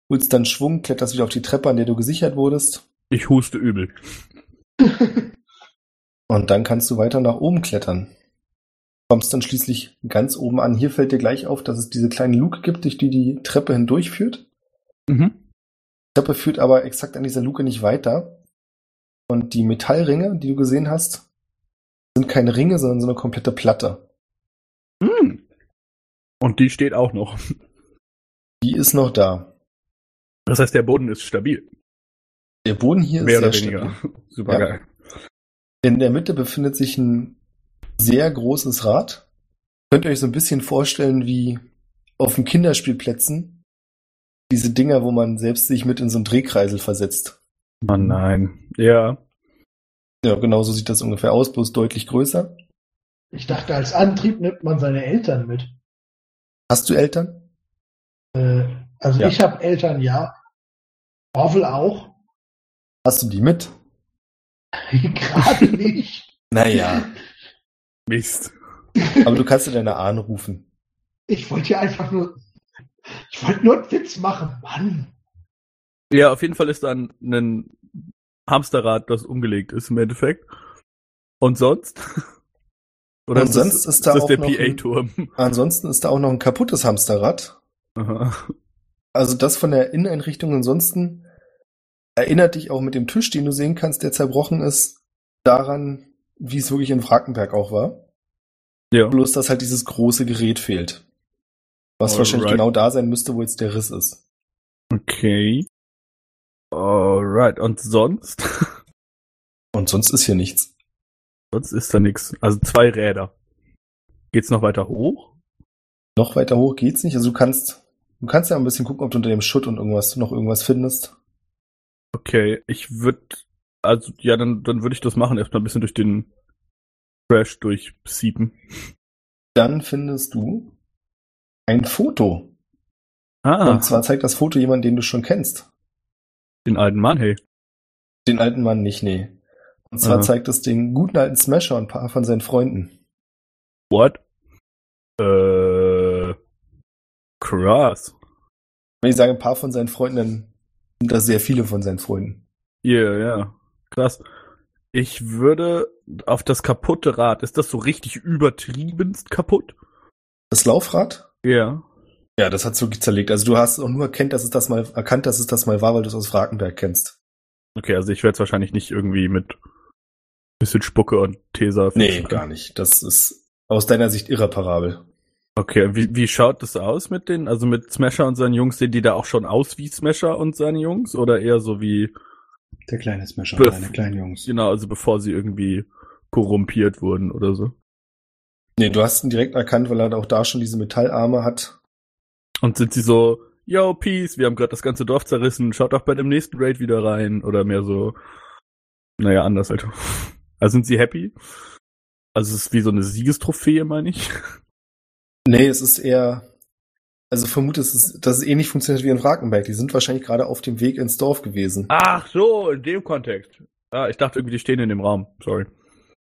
[SPEAKER 3] holst dann Schwung, kletterst wieder auf die Treppe, an der du gesichert wurdest.
[SPEAKER 5] Ich huste übel.
[SPEAKER 3] Und dann kannst du weiter nach oben klettern. Kommst dann schließlich ganz oben an. Hier fällt dir gleich auf, dass es diese kleine Luke gibt, durch die die Treppe hindurchführt.
[SPEAKER 5] Mhm.
[SPEAKER 3] Die Treppe führt aber exakt an dieser Luke nicht weiter. Und die Metallringe, die du gesehen hast, sind keine Ringe, sondern so eine komplette Platte.
[SPEAKER 5] Mhm. Und die steht auch noch.
[SPEAKER 3] Die ist noch da.
[SPEAKER 5] Das heißt, der Boden ist stabil.
[SPEAKER 3] Der Boden hier
[SPEAKER 5] Mehr
[SPEAKER 3] ist sehr
[SPEAKER 5] oder weniger.
[SPEAKER 3] stabil.
[SPEAKER 5] Super geil.
[SPEAKER 3] In der Mitte befindet sich ein sehr großes Rad. Könnt ihr euch so ein bisschen vorstellen, wie auf den Kinderspielplätzen diese Dinger, wo man selbst sich mit in so einen Drehkreisel versetzt.
[SPEAKER 5] Oh nein. Ja.
[SPEAKER 3] Ja, genau so sieht das ungefähr aus, bloß deutlich größer.
[SPEAKER 2] Ich dachte, als Antrieb nimmt man seine Eltern mit.
[SPEAKER 3] Hast du Eltern?
[SPEAKER 2] Äh, also
[SPEAKER 3] Ja.
[SPEAKER 2] ich habe Eltern, ja. Orwell auch.
[SPEAKER 3] Hast du die mit?
[SPEAKER 2] Gerade nicht.
[SPEAKER 3] Naja.
[SPEAKER 5] Mist.
[SPEAKER 3] Aber du kannst ja deine Ahnen rufen.
[SPEAKER 2] Ich wollte ja einfach nur. Ich wollte nur einen Witz machen. Mann.
[SPEAKER 5] Ja, auf jeden Fall ist da ein, ein Hamsterrad, das umgelegt ist im Endeffekt. Und sonst?
[SPEAKER 3] Und sonst ist da
[SPEAKER 5] das
[SPEAKER 3] auch
[SPEAKER 5] der
[SPEAKER 3] noch ein-
[SPEAKER 5] PA-Turm.
[SPEAKER 3] Ansonsten ist da auch noch ein kaputtes Hamsterrad.
[SPEAKER 5] Aha.
[SPEAKER 3] Also das von der Inneneinrichtung ansonsten erinnert dich auch mit dem Tisch, den du sehen kannst, der zerbrochen ist, daran, wie es wirklich in Frankenberg auch war.
[SPEAKER 5] Ja.
[SPEAKER 3] Bloß, dass halt dieses große Gerät fehlt. Was
[SPEAKER 5] Alright.
[SPEAKER 3] wahrscheinlich genau da sein müsste, wo jetzt der Riss ist.
[SPEAKER 5] Okay. Alright. Und sonst?
[SPEAKER 3] Und sonst ist hier nichts.
[SPEAKER 5] sonst ist da nichts. Also zwei Räder. Geht's noch weiter hoch?
[SPEAKER 3] Noch weiter hoch geht's nicht. Also du kannst, du kannst ja ein bisschen gucken, ob du unter dem Schutt und irgendwas noch irgendwas findest.
[SPEAKER 5] Okay. Ich würde, also ja, dann, dann würde ich das machen. Erstmal ein bisschen durch den Trash durchsiepen.
[SPEAKER 3] Dann findest du ein Foto.
[SPEAKER 5] Ah,
[SPEAKER 3] Und zwar zeigt das Foto jemanden, den du schon kennst.
[SPEAKER 5] den alten Mann, hey.
[SPEAKER 3] Den alten Mann nicht, nee. Und zwar
[SPEAKER 5] Aha.
[SPEAKER 3] zeigt es den guten alten Smasher und ein paar von seinen Freunden.
[SPEAKER 5] What? Äh. Krass.
[SPEAKER 3] Wenn ich sage ein paar von seinen Freunden, dann sind das sehr viele von seinen Freunden.
[SPEAKER 5] Yeah, yeah. Krass. Ich würde auf das kaputte Rad, ist das so richtig übertriebenst kaputt?
[SPEAKER 3] Das Laufrad?
[SPEAKER 5] Ja.
[SPEAKER 3] Ja, das hat's wirklich zerlegt. Also du hast auch nur erkannt, dass es das mal erkannt, dass es das mal war, weil du es aus Frakenberg kennst.
[SPEAKER 5] Okay, also ich werde es wahrscheinlich nicht irgendwie mit bisschen Spucke und Tesa.
[SPEAKER 3] Nee, gar nicht. Das ist aus deiner Sicht irreparabel.
[SPEAKER 5] Okay, und wie, wie schaut das aus mit den, also mit Smasher und seinen Jungs, sehen die da auch schon aus wie Smasher und seine Jungs? Oder eher so wie,
[SPEAKER 7] Der kleine Smasher,
[SPEAKER 5] Böff.
[SPEAKER 7] deine kleinen Jungs.
[SPEAKER 5] genau, also bevor sie irgendwie korrumpiert wurden oder so.
[SPEAKER 3] Nee, du hast ihn direkt erkannt, weil er auch da schon diese Metallarme hat.
[SPEAKER 5] Und sind sie so, yo, peace, wir haben gerade das ganze Dorf zerrissen, schaut doch bei dem nächsten Raid wieder rein. Oder mehr so, naja, anders halt. Also sind sie happy? Also es ist wie so eine Siegestrophäe, meine ich.
[SPEAKER 3] Nee, es ist eher, also vermute es, ist, dass es ähnlich funktioniert wie in Frankenberg. Die sind wahrscheinlich gerade auf dem Weg ins Dorf gewesen.
[SPEAKER 5] Ach so, in dem Kontext. Ah, ich dachte irgendwie, die stehen in dem Raum. Sorry.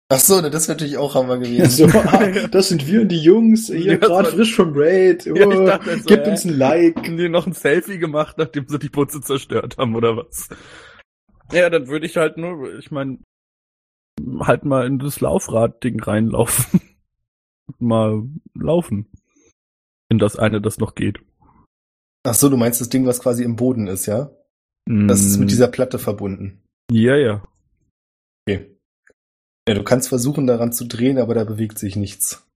[SPEAKER 3] Ach so, ne, das wäre natürlich auch Hammer gewesen.
[SPEAKER 4] So, ah, das sind wir und die Jungs,
[SPEAKER 5] Ja,
[SPEAKER 4] hier gerade
[SPEAKER 5] das-
[SPEAKER 4] frisch vom Raid. Oh,
[SPEAKER 5] Ja, ich dachte so,
[SPEAKER 4] gebt
[SPEAKER 5] hä?
[SPEAKER 4] uns ein Like.
[SPEAKER 5] Haben die noch ein Selfie gemacht, nachdem sie die Putze zerstört haben oder was? Ja, dann würde ich halt nur, ich meine, halt mal in das Laufrad-Ding reinlaufen. mal laufen. In das eine, das noch geht.
[SPEAKER 3] Ach so, du meinst das Ding, was quasi im Boden ist, ja? Das ist mit
[SPEAKER 5] Mm,
[SPEAKER 3] dieser Platte verbunden.
[SPEAKER 5] Ja, ja.
[SPEAKER 3] Okay. Ja, du kannst versuchen, daran zu drehen, aber da bewegt sich nichts.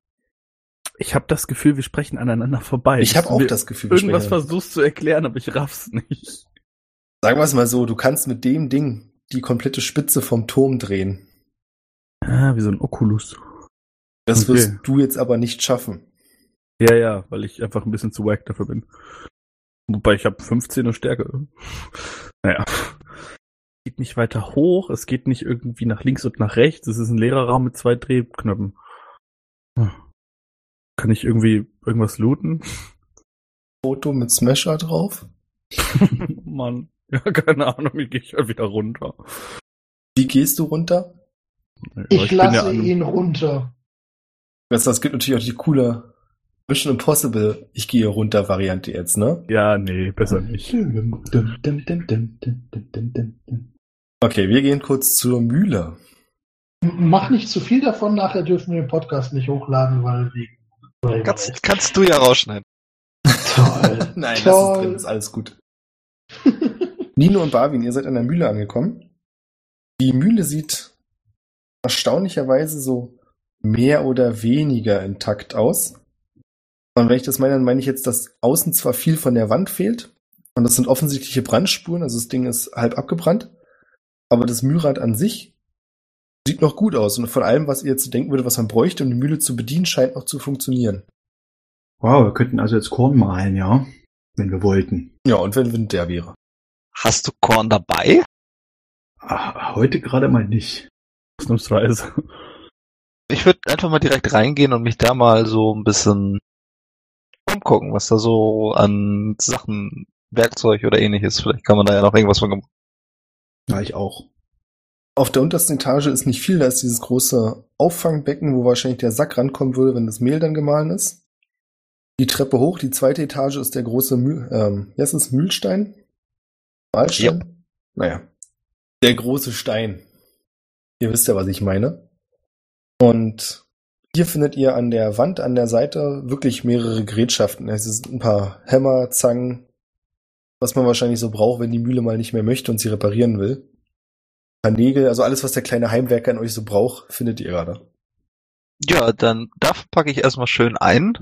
[SPEAKER 5] Ich habe das Gefühl, wir sprechen aneinander vorbei.
[SPEAKER 3] Ich habe auch
[SPEAKER 5] Wir-
[SPEAKER 3] das Gefühl, wir
[SPEAKER 5] Irgendwas
[SPEAKER 3] sprechen-
[SPEAKER 5] versuchst zu erklären, aber ich raff's nicht.
[SPEAKER 3] Sagen wir es mal so, du kannst mit dem Ding die komplette Spitze vom Turm drehen.
[SPEAKER 5] Ah, wie so ein Oculus.
[SPEAKER 3] Das
[SPEAKER 5] Okay.
[SPEAKER 3] wirst du jetzt aber nicht schaffen.
[SPEAKER 5] Ja, ja, weil ich einfach ein bisschen zu wack dafür bin. Wobei ich habe 15er Stärke. Naja. Es geht nicht weiter hoch, es geht nicht irgendwie nach links und nach rechts. Es ist ein leerer Raum mit zwei Drehknöpfen. Hm. Kann ich irgendwie irgendwas looten?
[SPEAKER 3] Foto mit Smasher drauf.
[SPEAKER 5] Mann. Ja, keine Ahnung, wie gehe ich halt wieder runter.
[SPEAKER 3] Wie gehst du runter?
[SPEAKER 5] Ja,
[SPEAKER 2] Ich,
[SPEAKER 5] bin ja
[SPEAKER 2] lasse
[SPEAKER 5] an-
[SPEAKER 2] ihn runter.
[SPEAKER 3] Weißt du, es gibt natürlich auch die coole Mission Impossible, ich gehe runter Variante jetzt, ne?
[SPEAKER 5] Ja, nee, besser nicht.
[SPEAKER 2] Hm.
[SPEAKER 4] Dum, dum, dum, dum, dum, dum, dum, dum, dum, dum.
[SPEAKER 3] Okay, wir gehen kurz zur Mühle.
[SPEAKER 2] M- Mach nicht zu viel davon, nachher dürfen wir den Podcast nicht hochladen, weil wegen. weil-
[SPEAKER 6] Kannst, kannst du ja rausschneiden.
[SPEAKER 2] Toll.
[SPEAKER 3] Nein, das ist
[SPEAKER 2] Toll.
[SPEAKER 3] drin, ist alles gut. Nino und Barwin, ihr seid an der Mühle angekommen. Die Mühle sieht erstaunlicherweise so mehr oder weniger intakt aus. Und wenn ich das meine, dann meine ich jetzt, dass außen zwar viel von der Wand fehlt, und das sind offensichtliche Brandspuren, also das Ding ist halb abgebrannt, aber das Mühlrad an sich sieht noch gut aus. Und von allem, was ihr jetzt so denken würde, was man bräuchte, um die Mühle zu bedienen, scheint noch zu funktionieren.
[SPEAKER 4] Wow, wir könnten also jetzt Korn malen, ja? Wenn wir wollten.
[SPEAKER 3] Ja, und wenn Wind der wäre.
[SPEAKER 6] Hast du Korn dabei?
[SPEAKER 4] Ah, heute gerade mal nicht.
[SPEAKER 5] Ausnahmsweise.
[SPEAKER 6] Ich würde einfach mal direkt reingehen und mich da mal so ein bisschen umgucken, was da so an Sachen, Werkzeug oder ähnliches. Vielleicht kann man da ja noch irgendwas von gebrauchen.
[SPEAKER 4] Ja, ich auch.
[SPEAKER 3] Auf der untersten Etage ist nicht viel, da ist dieses große Auffangbecken, wo wahrscheinlich der Sack rankommen würde, wenn das Mehl dann gemahlen ist. Die Treppe hoch, die zweite Etage ist der große Mühl, ähm, ja, ist es Mühlstein? Mahlstein? Naja. Der große Stein. Ihr wisst ja, was ich meine. Und hier findet ihr an der Wand, an der Seite wirklich mehrere Gerätschaften. Es sind ein paar Hämmer, Zangen, was man wahrscheinlich so braucht, wenn die Mühle mal nicht mehr möchte und sie reparieren will. Ein paar Nägel, also alles, was der kleine Heimwerker an euch so braucht, findet ihr gerade.
[SPEAKER 6] Ja, dann darf packe ich erstmal schön ein.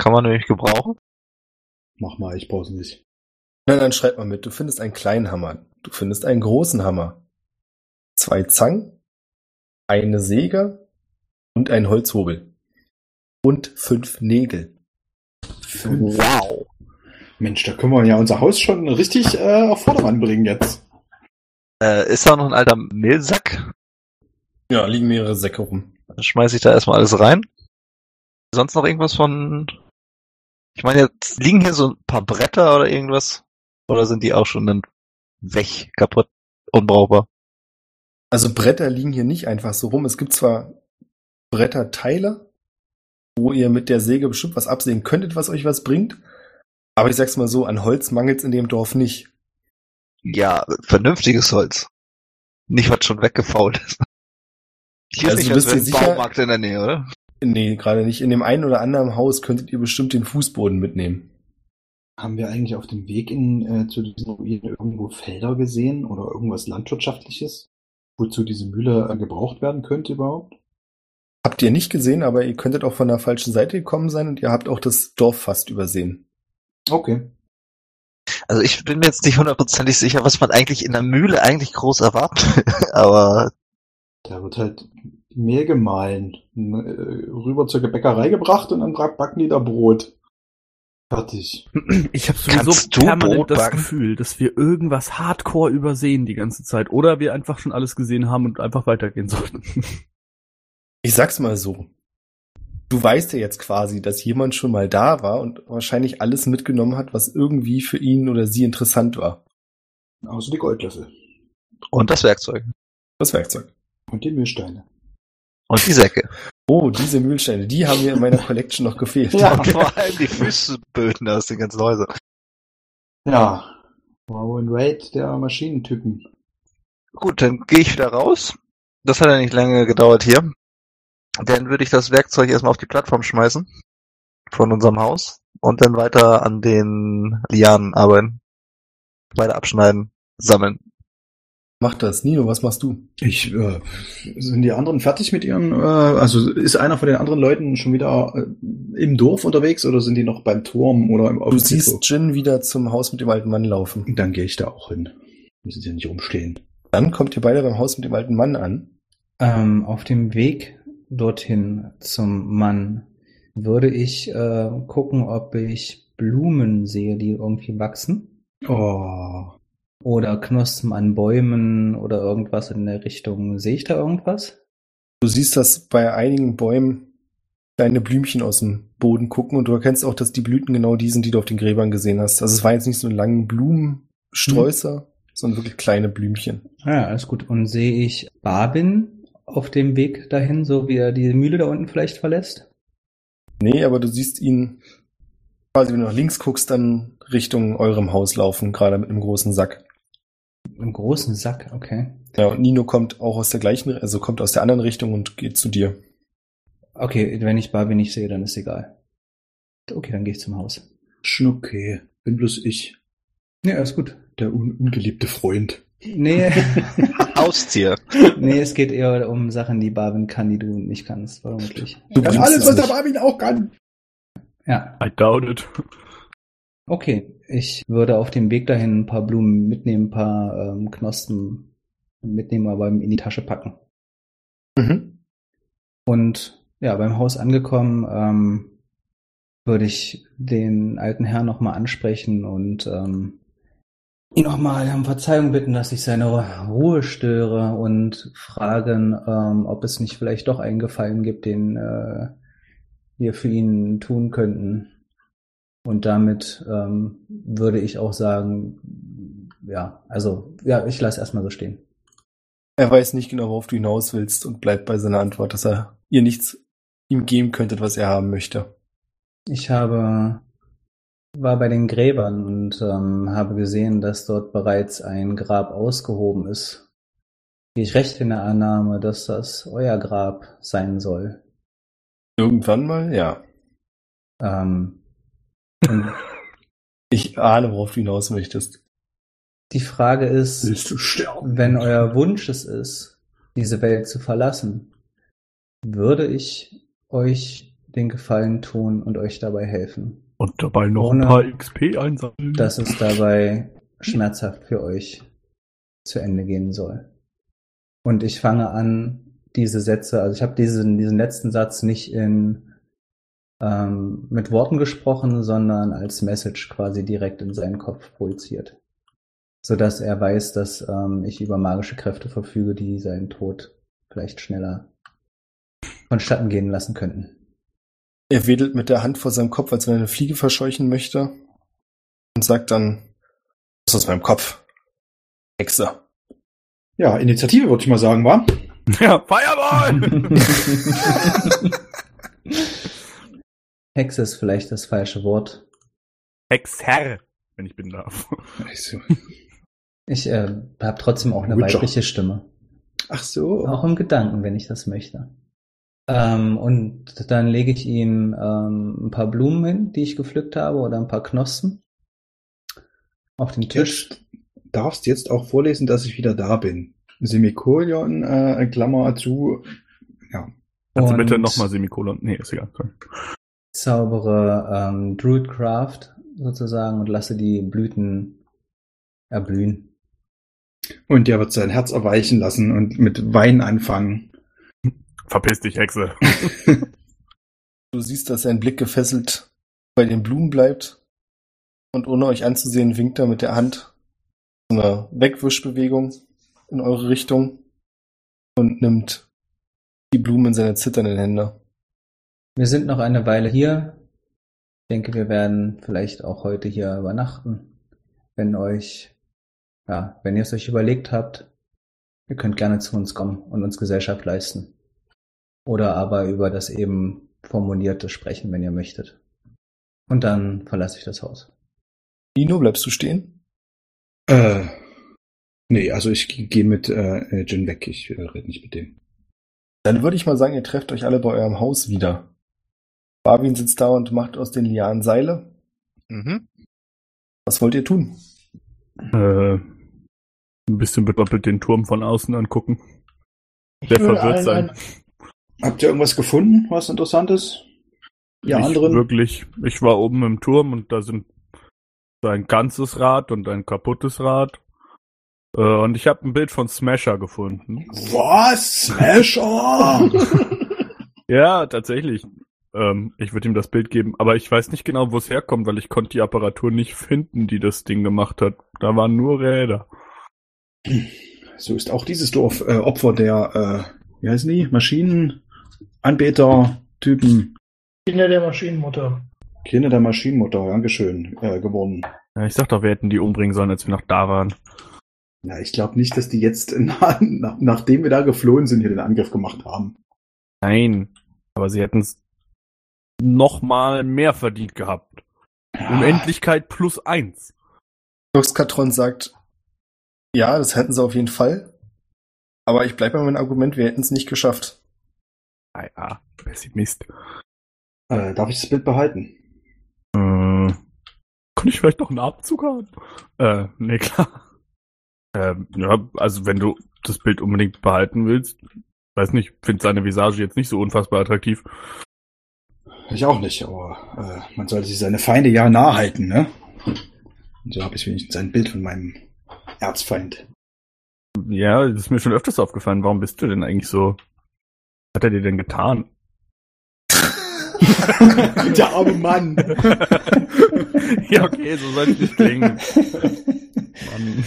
[SPEAKER 6] Kann man nämlich gebrauchen.
[SPEAKER 4] Mach mal, ich brauch's nicht.
[SPEAKER 3] Nein, dann schreib mal mit. Du findest einen kleinen Hammer. Du findest einen großen Hammer. Zwei Zangen, eine Säge und einen Holzhobel. Und fünf Nägel.
[SPEAKER 6] Wow.
[SPEAKER 4] Mensch, da können wir ja unser Haus schon richtig äh, auf Vordermann bringen jetzt.
[SPEAKER 6] Äh, ist da noch ein alter Mehlsack?
[SPEAKER 3] Ja, liegen mehrere Säcke rum.
[SPEAKER 6] Dann schmeiß ich da erstmal alles rein. Sonst noch irgendwas von. Ich meine, jetzt liegen hier so ein paar Bretter oder irgendwas. Oder sind die auch schon dann weg, kaputt, unbrauchbar?
[SPEAKER 3] Also Bretter liegen hier nicht einfach so rum. Es gibt zwar Bretterteile, wo ihr mit der Säge bestimmt was absägen könntet, was euch was bringt. Aber ich sag's mal so, an Holz mangelt's in dem Dorf nicht.
[SPEAKER 6] Ja, vernünftiges Holz. Nicht was schon weggefault ist. Hier
[SPEAKER 3] Also
[SPEAKER 6] ist
[SPEAKER 3] du
[SPEAKER 6] nicht als
[SPEAKER 3] bist
[SPEAKER 6] wär
[SPEAKER 3] dir
[SPEAKER 6] ein
[SPEAKER 3] sicher-
[SPEAKER 6] Baumarkt in der Nähe, oder?
[SPEAKER 3] Nee, gerade nicht. In dem einen oder anderen Haus könntet ihr bestimmt den Fußboden mitnehmen.
[SPEAKER 7] Haben wir eigentlich auf dem Weg in, äh, zu diesen Ruinen irgendwo Felder gesehen oder irgendwas Landwirtschaftliches, wozu diese Mühle äh, gebraucht werden könnte überhaupt?
[SPEAKER 3] Habt ihr nicht gesehen, aber ihr könntet auch von der falschen Seite gekommen sein und ihr habt auch das Dorf fast übersehen.
[SPEAKER 7] Okay.
[SPEAKER 6] Also ich bin mir jetzt nicht hundertprozentig sicher, was man eigentlich in der Mühle eigentlich groß erwartet. Aber
[SPEAKER 7] Da wird halt
[SPEAKER 8] Mehl gemahlen, n- äh, rüber zur Bäckerei gebracht und dann bra- backen die da Brot. Fertig.
[SPEAKER 5] Ich habe sowieso
[SPEAKER 6] Kannst du
[SPEAKER 5] permanent
[SPEAKER 6] Brot
[SPEAKER 5] das
[SPEAKER 6] backen?
[SPEAKER 5] Gefühl, dass wir irgendwas hardcore übersehen die ganze Zeit. Oder wir einfach schon alles gesehen haben und einfach weitergehen sollten.
[SPEAKER 3] Ich sag's mal so. Du weißt ja jetzt quasi, dass jemand schon mal da war und wahrscheinlich alles mitgenommen hat, was irgendwie für ihn oder sie interessant war.
[SPEAKER 8] Außer die Goldlöffel
[SPEAKER 6] Und das Werkzeug.
[SPEAKER 3] Das Werkzeug.
[SPEAKER 8] und die Mühlsteine.
[SPEAKER 6] Und die Säcke.
[SPEAKER 3] Oh, diese Mühlsteine, die haben mir in meiner Collection noch gefehlt.
[SPEAKER 8] Ja.
[SPEAKER 6] Und vor allem die Füßeböden aus den ganzen Häusern.
[SPEAKER 8] Ja. Wow and Wade, der Maschinentypen.
[SPEAKER 6] Gut, dann gehe ich wieder raus. Das hat ja nicht lange gedauert hier. Dann würde ich das Werkzeug erstmal auf die Plattform schmeißen. Von unserem Haus. Und dann weiter an den Lianen arbeiten. Weiter abschneiden, sammeln.
[SPEAKER 3] Mach das. Nino, was machst du?
[SPEAKER 4] Ich, äh, sind die anderen fertig mit ihren, äh, also ist einer von den anderen Leuten schon wieder äh, im Dorf unterwegs oder sind die noch beim Turm oder im auf
[SPEAKER 3] Du
[SPEAKER 4] dem Friedhof?
[SPEAKER 3] siehst Jin wieder zum Haus mit dem alten Mann laufen.
[SPEAKER 4] Dann gehe ich da auch hin. Müssen sie ja nicht rumstehen.
[SPEAKER 3] Dann kommt ihr beide beim Haus mit dem alten Mann an.
[SPEAKER 1] Ähm, auf dem Weg dorthin zum Mann würde ich äh, gucken, ob ich Blumen sehe, die irgendwie wachsen.
[SPEAKER 4] Oh.
[SPEAKER 1] Oder Knospen an Bäumen oder irgendwas in der Richtung. Sehe ich da irgendwas?
[SPEAKER 3] Du siehst, dass bei einigen Bäumen kleine Blümchen aus dem Boden gucken und du erkennst auch, dass die Blüten genau die sind, die du auf den Gräbern gesehen hast. Also es waren jetzt nicht so lange Blumensträuße, sondern wirklich kleine Blümchen.
[SPEAKER 1] Ah Ja, alles gut. Und sehe ich Babin auf dem Weg dahin, so wie er die Mühle da unten vielleicht verlässt?
[SPEAKER 3] Nee, aber du siehst ihn quasi, wenn du nach links guckst, dann Richtung eurem Haus laufen, gerade mit einem großen Sack.
[SPEAKER 1] Im großen Sack, okay.
[SPEAKER 3] Ja, und Nino kommt auch aus der gleichen, also kommt aus der anderen Richtung und geht zu dir.
[SPEAKER 1] Okay, wenn ich Barbie nicht sehe, dann ist egal. Okay, dann gehe ich zum Haus.
[SPEAKER 4] Schnucke. Bin bloß ich.
[SPEAKER 1] Ja, alles gut.
[SPEAKER 4] Der un ungeliebte Freund.
[SPEAKER 1] Nee,
[SPEAKER 6] Haustier.
[SPEAKER 1] nee, es geht eher um Sachen, die Barbin kann, die du nicht kannst, vermutlich.
[SPEAKER 3] Du
[SPEAKER 4] Kann
[SPEAKER 3] bringst
[SPEAKER 4] alles,
[SPEAKER 3] es
[SPEAKER 4] was der
[SPEAKER 3] nicht.
[SPEAKER 4] Marvin auch kann.
[SPEAKER 1] Ja,
[SPEAKER 5] I doubt it.
[SPEAKER 1] okay. Ich würde auf dem Weg dahin ein paar Blumen mitnehmen, ein paar ähm, Knospen mitnehmen, aber in die Tasche packen.
[SPEAKER 3] Mhm.
[SPEAKER 1] Und ja, beim Haus angekommen, ähm, würde ich den alten Herrn nochmal ansprechen und ähm, ihn nochmal um Verzeihung bitten, dass ich seine Ruhe störe und fragen, ähm, ob es nicht vielleicht doch einen Gefallen gibt, den äh, wir für ihn tun könnten. Und damit ähm, würde ich auch sagen, ja, also ja, ich lasse erstmal so stehen.
[SPEAKER 3] Er weiß nicht genau, worauf du hinaus willst und bleibt bei seiner Antwort, dass er ihr nichts ihm geben könntet, was er haben möchte.
[SPEAKER 1] Ich habe war bei den Gräbern und ähm, habe gesehen, dass dort bereits ein Grab ausgehoben ist. Gehe ich recht in der Annahme, dass das euer Grab sein soll.
[SPEAKER 3] Irgendwann mal, ja.
[SPEAKER 1] Ähm, und
[SPEAKER 3] Ich ahne, worauf du hinaus möchtest.
[SPEAKER 1] die Frage ist,
[SPEAKER 4] Willst du sterben?
[SPEAKER 1] wenn euer Wunsch es ist, diese Welt zu verlassen, würde ich euch den Gefallen tun und euch dabei helfen.
[SPEAKER 5] Und dabei noch
[SPEAKER 1] Ohne-
[SPEAKER 5] ein paar XP einsammeln.
[SPEAKER 1] dass es dabei schmerzhaft für euch zu Ende gehen soll. Und ich fange an, diese Sätze, also ich habe diesen, diesen letzten Satz nicht in ähm, mit Worten gesprochen, sondern als Message quasi direkt in seinen Kopf projiziert. Sodass er weiß, dass ähm, ich über magische Kräfte verfüge, die seinen Tod vielleicht schneller vonstatten gehen lassen könnten.
[SPEAKER 3] Er wedelt mit der Hand vor seinem Kopf, als wenn er eine Fliege verscheuchen möchte und sagt dann, was ist aus meinem Kopf? Hexe.
[SPEAKER 4] Ja, Initiative würde ich mal sagen, war.
[SPEAKER 5] Ja, Fireball!
[SPEAKER 1] Hexe ist vielleicht das falsche Wort.
[SPEAKER 5] Hexherr, wenn ich bin darf.
[SPEAKER 4] Also.
[SPEAKER 1] Ich äh, habe trotzdem auch eine
[SPEAKER 4] Witcher.
[SPEAKER 1] weibliche Stimme.
[SPEAKER 4] Ach so.
[SPEAKER 1] Auch im Gedanken, wenn ich das möchte. Ähm, und dann lege ich ihm ähm, ein paar Blumen hin, die ich gepflückt habe, oder ein paar Knospen auf den Tisch.
[SPEAKER 4] Jetzt darfst jetzt auch vorlesen, dass ich wieder da bin. Semikolon, äh, Klammer zu.
[SPEAKER 5] Kannst du
[SPEAKER 1] Und-
[SPEAKER 5] bitte nochmal Semikolon? Nee, ist egal. sorry.
[SPEAKER 1] zaubere ähm, Druidcraft sozusagen und lasse die Blüten erblühen.
[SPEAKER 4] Und der wird sein Herz erweichen lassen und mit Wein anfangen.
[SPEAKER 5] Verpiss dich, Hexe.
[SPEAKER 3] Du siehst, dass sein Blick gefesselt bei den Blumen bleibt und ohne euch anzusehen winkt er mit der Hand so eine Wegwischbewegung in eure Richtung und nimmt die Blumen in seine zitternden Hände.
[SPEAKER 7] Wir sind noch eine Weile hier. Ich denke, wir werden vielleicht auch heute hier übernachten. Wenn euch, ja, wenn ihr es euch überlegt habt, ihr könnt gerne zu uns kommen und uns Gesellschaft leisten. Oder aber über das eben formulierte sprechen, wenn ihr möchtet. Und dann verlasse ich das Haus.
[SPEAKER 3] Nino, bleibst du stehen?
[SPEAKER 4] Äh, nee, also ich g- gehe mit äh, Jin weg. Ich äh, rede nicht mit dem.
[SPEAKER 3] Dann würde ich mal sagen, ihr trefft euch alle bei eurem Haus wieder. Barwin sitzt da und macht aus den Lianen Seile.
[SPEAKER 6] Mhm.
[SPEAKER 3] Was wollt ihr tun?
[SPEAKER 5] Äh, ein bisschen bedoppelt den Turm von außen angucken.
[SPEAKER 2] Ich
[SPEAKER 5] Der
[SPEAKER 2] würde
[SPEAKER 5] verwirrt
[SPEAKER 2] allen
[SPEAKER 5] sein.
[SPEAKER 2] ein-
[SPEAKER 8] Habt ihr irgendwas gefunden, was Interessantes? Ja,
[SPEAKER 5] Nicht
[SPEAKER 8] anderen.
[SPEAKER 5] Wirklich. Ich war oben im Turm und da sind so ein ganzes Rad und ein kaputtes Rad. Äh, und ich habe ein Bild von Smasher gefunden.
[SPEAKER 8] Was? Smasher!
[SPEAKER 5] Ja, tatsächlich. Ähm, ich würde ihm das Bild geben, aber ich weiß nicht genau, wo es herkommt, weil ich konnte die Apparatur nicht finden, die das Ding gemacht hat. Da waren nur Räder.
[SPEAKER 4] So ist auch dieses Dorf äh, Opfer der, äh, wie heißen die? Maschinenanbeter-Typen.
[SPEAKER 2] Kinder der Maschinenmutter.
[SPEAKER 4] Kinder der Maschinenmutter, Dankeschön, äh, geworden.
[SPEAKER 5] Ja, ich sag doch, wir hätten die umbringen sollen, als wir noch da waren.
[SPEAKER 4] Ja, ich glaube nicht, dass die jetzt, na, na, nachdem wir da geflohen sind, hier den Angriff gemacht haben.
[SPEAKER 5] Nein, aber sie hätten es noch mal mehr verdient gehabt. Ah. Unendlichkeit plus eins.
[SPEAKER 3] Luxkatron sagt, ja, das hätten sie auf jeden Fall. Aber ich bleibe bei meinem Argument, wir hätten es nicht geschafft.
[SPEAKER 5] Ah ja, Pessimist.
[SPEAKER 4] Äh, darf ich das Bild behalten?
[SPEAKER 5] Äh, kann ich vielleicht noch einen Abzug haben? Äh, nee, klar. Ähm, ja, also wenn du das Bild unbedingt behalten willst, weiß nicht, finde seine Visage jetzt nicht so unfassbar attraktiv.
[SPEAKER 4] Ich auch nicht, aber äh, man sollte sich seine Feinde ja nah halten, ne? Und so habe ich wenigstens ein Bild von meinem Erzfeind.
[SPEAKER 5] Ja, das ist mir schon öfters aufgefallen. Warum bist du denn eigentlich so? Was hat er dir denn getan?
[SPEAKER 4] der arme Mann.
[SPEAKER 5] ja, okay, so soll es nicht klingen. Mann.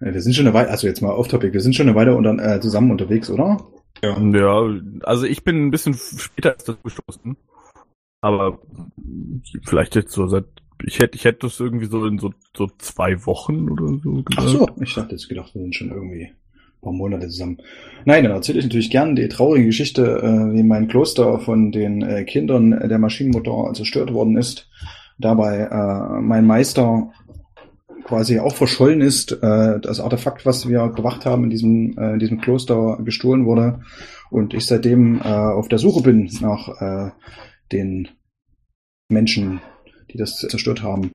[SPEAKER 4] Ja, wir sind schon eine Weile, also jetzt mal off-topic, wir sind schon eine Weile unter, äh, zusammen unterwegs, oder?
[SPEAKER 5] Ja, also ich bin ein bisschen später erst dazu gestoßen. Aber vielleicht jetzt so seit ich hätte ich hätte das irgendwie so in so, so zwei Wochen oder so
[SPEAKER 4] Ach
[SPEAKER 5] gesagt.
[SPEAKER 4] so, ich dachte jetzt gedacht, wir sind schon irgendwie ein paar Monate zusammen. Nein, dann erzähle ich natürlich gern die traurige Geschichte, äh, wie mein Kloster von den äh, Kindern der Maschinenmutter zerstört worden ist. Dabei äh, mein Meister quasi auch verschollen ist, äh, das Artefakt, was wir bewacht haben in diesem, äh, in diesem Kloster, gestohlen wurde. Und ich seitdem äh, auf der Suche bin nach äh, den Menschen, die das zerstört haben.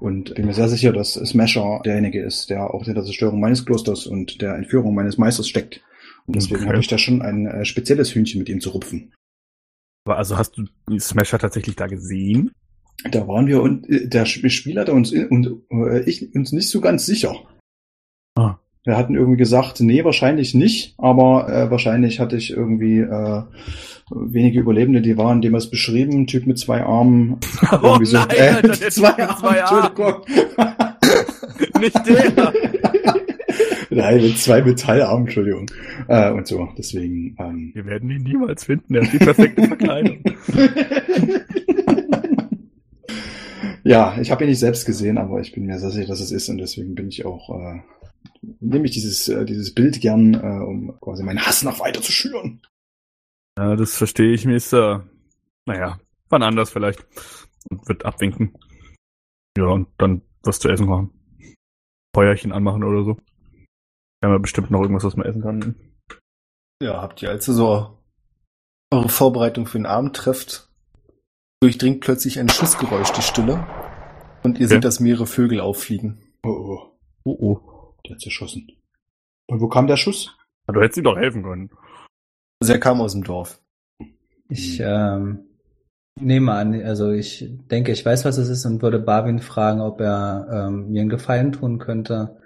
[SPEAKER 4] Und bin mir sehr sicher, dass Smasher derjenige ist, der auch hinter der Zerstörung meines Klosters und der Entführung meines Meisters steckt. Und deswegen
[SPEAKER 5] Okay.
[SPEAKER 4] habe ich da schon ein äh, spezielles Hühnchen mit ihm zu rupfen.
[SPEAKER 5] Aber also hast du Smasher tatsächlich da gesehen?
[SPEAKER 4] Da waren wir und äh, der Sch- Spieler da uns in- und äh, ich uns nicht so ganz sicher.
[SPEAKER 5] Ah.
[SPEAKER 4] Wir hatten irgendwie gesagt, nee, wahrscheinlich nicht, aber äh, wahrscheinlich hatte ich irgendwie äh, wenige Überlebende, die waren, dem es beschrieben, Typ mit zwei Armen. irgendwie so- äh,
[SPEAKER 5] Oh der
[SPEAKER 4] zwei
[SPEAKER 5] Typ mit
[SPEAKER 4] Armen, Entschuldigung.
[SPEAKER 5] Nicht der.
[SPEAKER 4] Nein, mit zwei Metallarmen, Entschuldigung. Äh, und so, deswegen. Ähm,
[SPEAKER 5] Wir werden ihn niemals finden, er hat die perfekte Verkleidung.
[SPEAKER 4] ja, ich habe ihn nicht selbst gesehen, aber ich bin mir sehr sicher, dass es ist und deswegen bin ich auch, äh, nehme ich dieses, äh, dieses Bild gern, äh, um quasi meinen Hass noch weiter zu schüren.
[SPEAKER 5] Ja, das verstehe ich, Mister. Naja, wann anders vielleicht. Und wird abwinken. Ja, und dann was zu essen machen. Feuerchen anmachen oder so. Wir haben ja bestimmt noch irgendwas, was man essen kann.
[SPEAKER 3] Ja, habt ihr, als ihr so eure Vorbereitung für den Abend trefft, durchdringt plötzlich ein Schussgeräusch die Stille und ihr
[SPEAKER 5] Okay.
[SPEAKER 3] seht, dass mehrere Vögel auffliegen.
[SPEAKER 4] Oh, oh,
[SPEAKER 5] Oh, oh.
[SPEAKER 4] der hat zerschossen. Und wo kam der Schuss?
[SPEAKER 5] Ja, Du hättest ihm doch helfen können.
[SPEAKER 3] Also er kam aus dem Dorf.
[SPEAKER 7] Ich ähm, nehme an, also ich denke, ich weiß, was es ist und würde Barwin fragen, ob er ähm, mir einen Gefallen tun könnte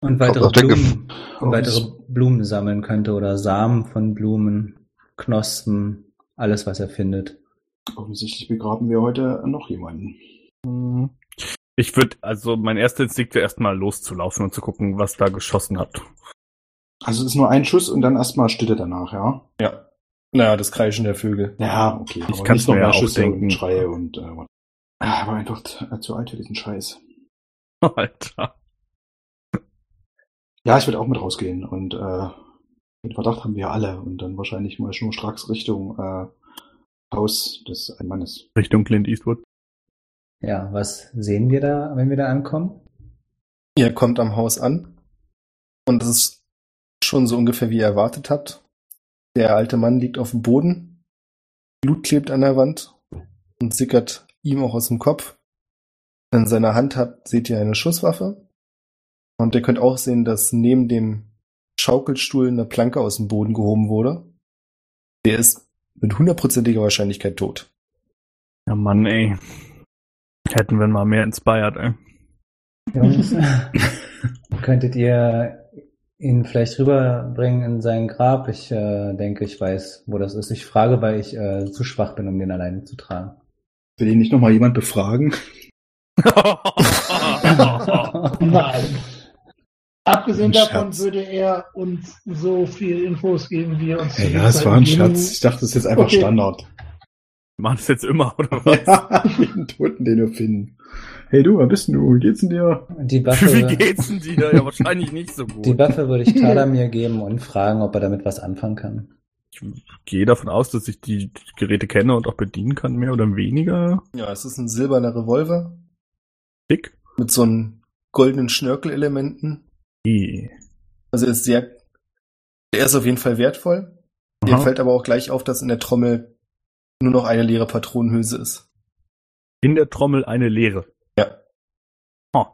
[SPEAKER 7] und weitere
[SPEAKER 6] auf den
[SPEAKER 7] Blumen,
[SPEAKER 4] Oh,
[SPEAKER 7] weitere Blumen sammeln könnte oder Samen von Blumen.
[SPEAKER 1] Knospen, alles, was er findet.
[SPEAKER 8] Offensichtlich begraben wir heute noch jemanden.
[SPEAKER 5] Ich würde, also mein erster Instinkt wäre erstmal loszulaufen und zu gucken, was da geschossen hat.
[SPEAKER 8] Also es ist nur ein Schuss und dann erstmal Stille danach, ja?
[SPEAKER 3] Ja. Naja, das Kreischen der Vögel.
[SPEAKER 8] Ja, okay.
[SPEAKER 5] Ich kann's mir ja auch denken.
[SPEAKER 8] und Schreie und äh, was. Ah, aber einfach t- äh, zu alt für diesen Scheiß.
[SPEAKER 5] Alter.
[SPEAKER 8] Ja, ich würde auch mit rausgehen und äh, den Verdacht haben wir alle und dann wahrscheinlich mal schnurstracks Richtung äh, Haus des einen Mannes.
[SPEAKER 5] Richtung Clint Eastwood.
[SPEAKER 1] Ja, was sehen wir da, wenn wir da ankommen?
[SPEAKER 3] Ihr kommt am Haus an und es ist schon so ungefähr, wie ihr erwartet habt. Der alte Mann liegt auf dem Boden, Blut klebt an der Wand und sickert ihm auch aus dem Kopf. In seiner Hand hat, seht ihr eine Schusswaffe und ihr könnt auch sehen, dass neben dem Schaukelstuhl eine Planke aus dem Boden gehoben wurde. Der ist mit hundertprozentiger Wahrscheinlichkeit tot.
[SPEAKER 5] Ja Mann, ey. Hätten wir mal mehr inspired, ey.
[SPEAKER 1] Jungs, könntet ihr ihn vielleicht rüberbringen in sein Grab? Ich äh, denke, ich weiß, wo das ist. Ich frage, weil ich äh, zu schwach bin, um den alleine zu tragen.
[SPEAKER 4] Will ihn nicht nochmal jemand befragen?
[SPEAKER 2] Nein. Abgesehen
[SPEAKER 4] Ein
[SPEAKER 2] davon
[SPEAKER 4] Scherz.
[SPEAKER 2] würde er uns so viel Infos geben, wie er uns
[SPEAKER 4] Ey,
[SPEAKER 2] zu
[SPEAKER 4] ja,
[SPEAKER 2] den
[SPEAKER 4] es war ein
[SPEAKER 2] Zeiten
[SPEAKER 4] Scherz. Ich dachte, das ist jetzt einfach
[SPEAKER 2] Okay.
[SPEAKER 4] Standard.
[SPEAKER 5] Machen das jetzt immer, oder was?
[SPEAKER 4] Jeden Toten, den wir finden. Hey du, wer bist denn du? Wie geht's denn dir?
[SPEAKER 1] Die Waffe,
[SPEAKER 5] Wie geht's denn dir? Ja, wahrscheinlich nicht so gut.
[SPEAKER 1] die Waffe würde ich Tadamir geben und fragen, ob er damit was anfangen kann.
[SPEAKER 5] Ich gehe davon aus, dass ich die Geräte kenne und auch bedienen kann, mehr oder weniger.
[SPEAKER 3] Ja, es ist ein silberner Revolver
[SPEAKER 5] Dick.
[SPEAKER 3] mit so einem goldenen Schnörkelelementen.
[SPEAKER 5] Eh.
[SPEAKER 3] Also er ist sehr, er ist auf jeden Fall wertvoll. Dir
[SPEAKER 5] Aha.
[SPEAKER 3] fällt aber auch gleich auf, dass in der Trommel nur noch eine leere Patronenhülse ist.
[SPEAKER 5] In der Trommel eine Leere.
[SPEAKER 3] Ja.
[SPEAKER 5] Oh.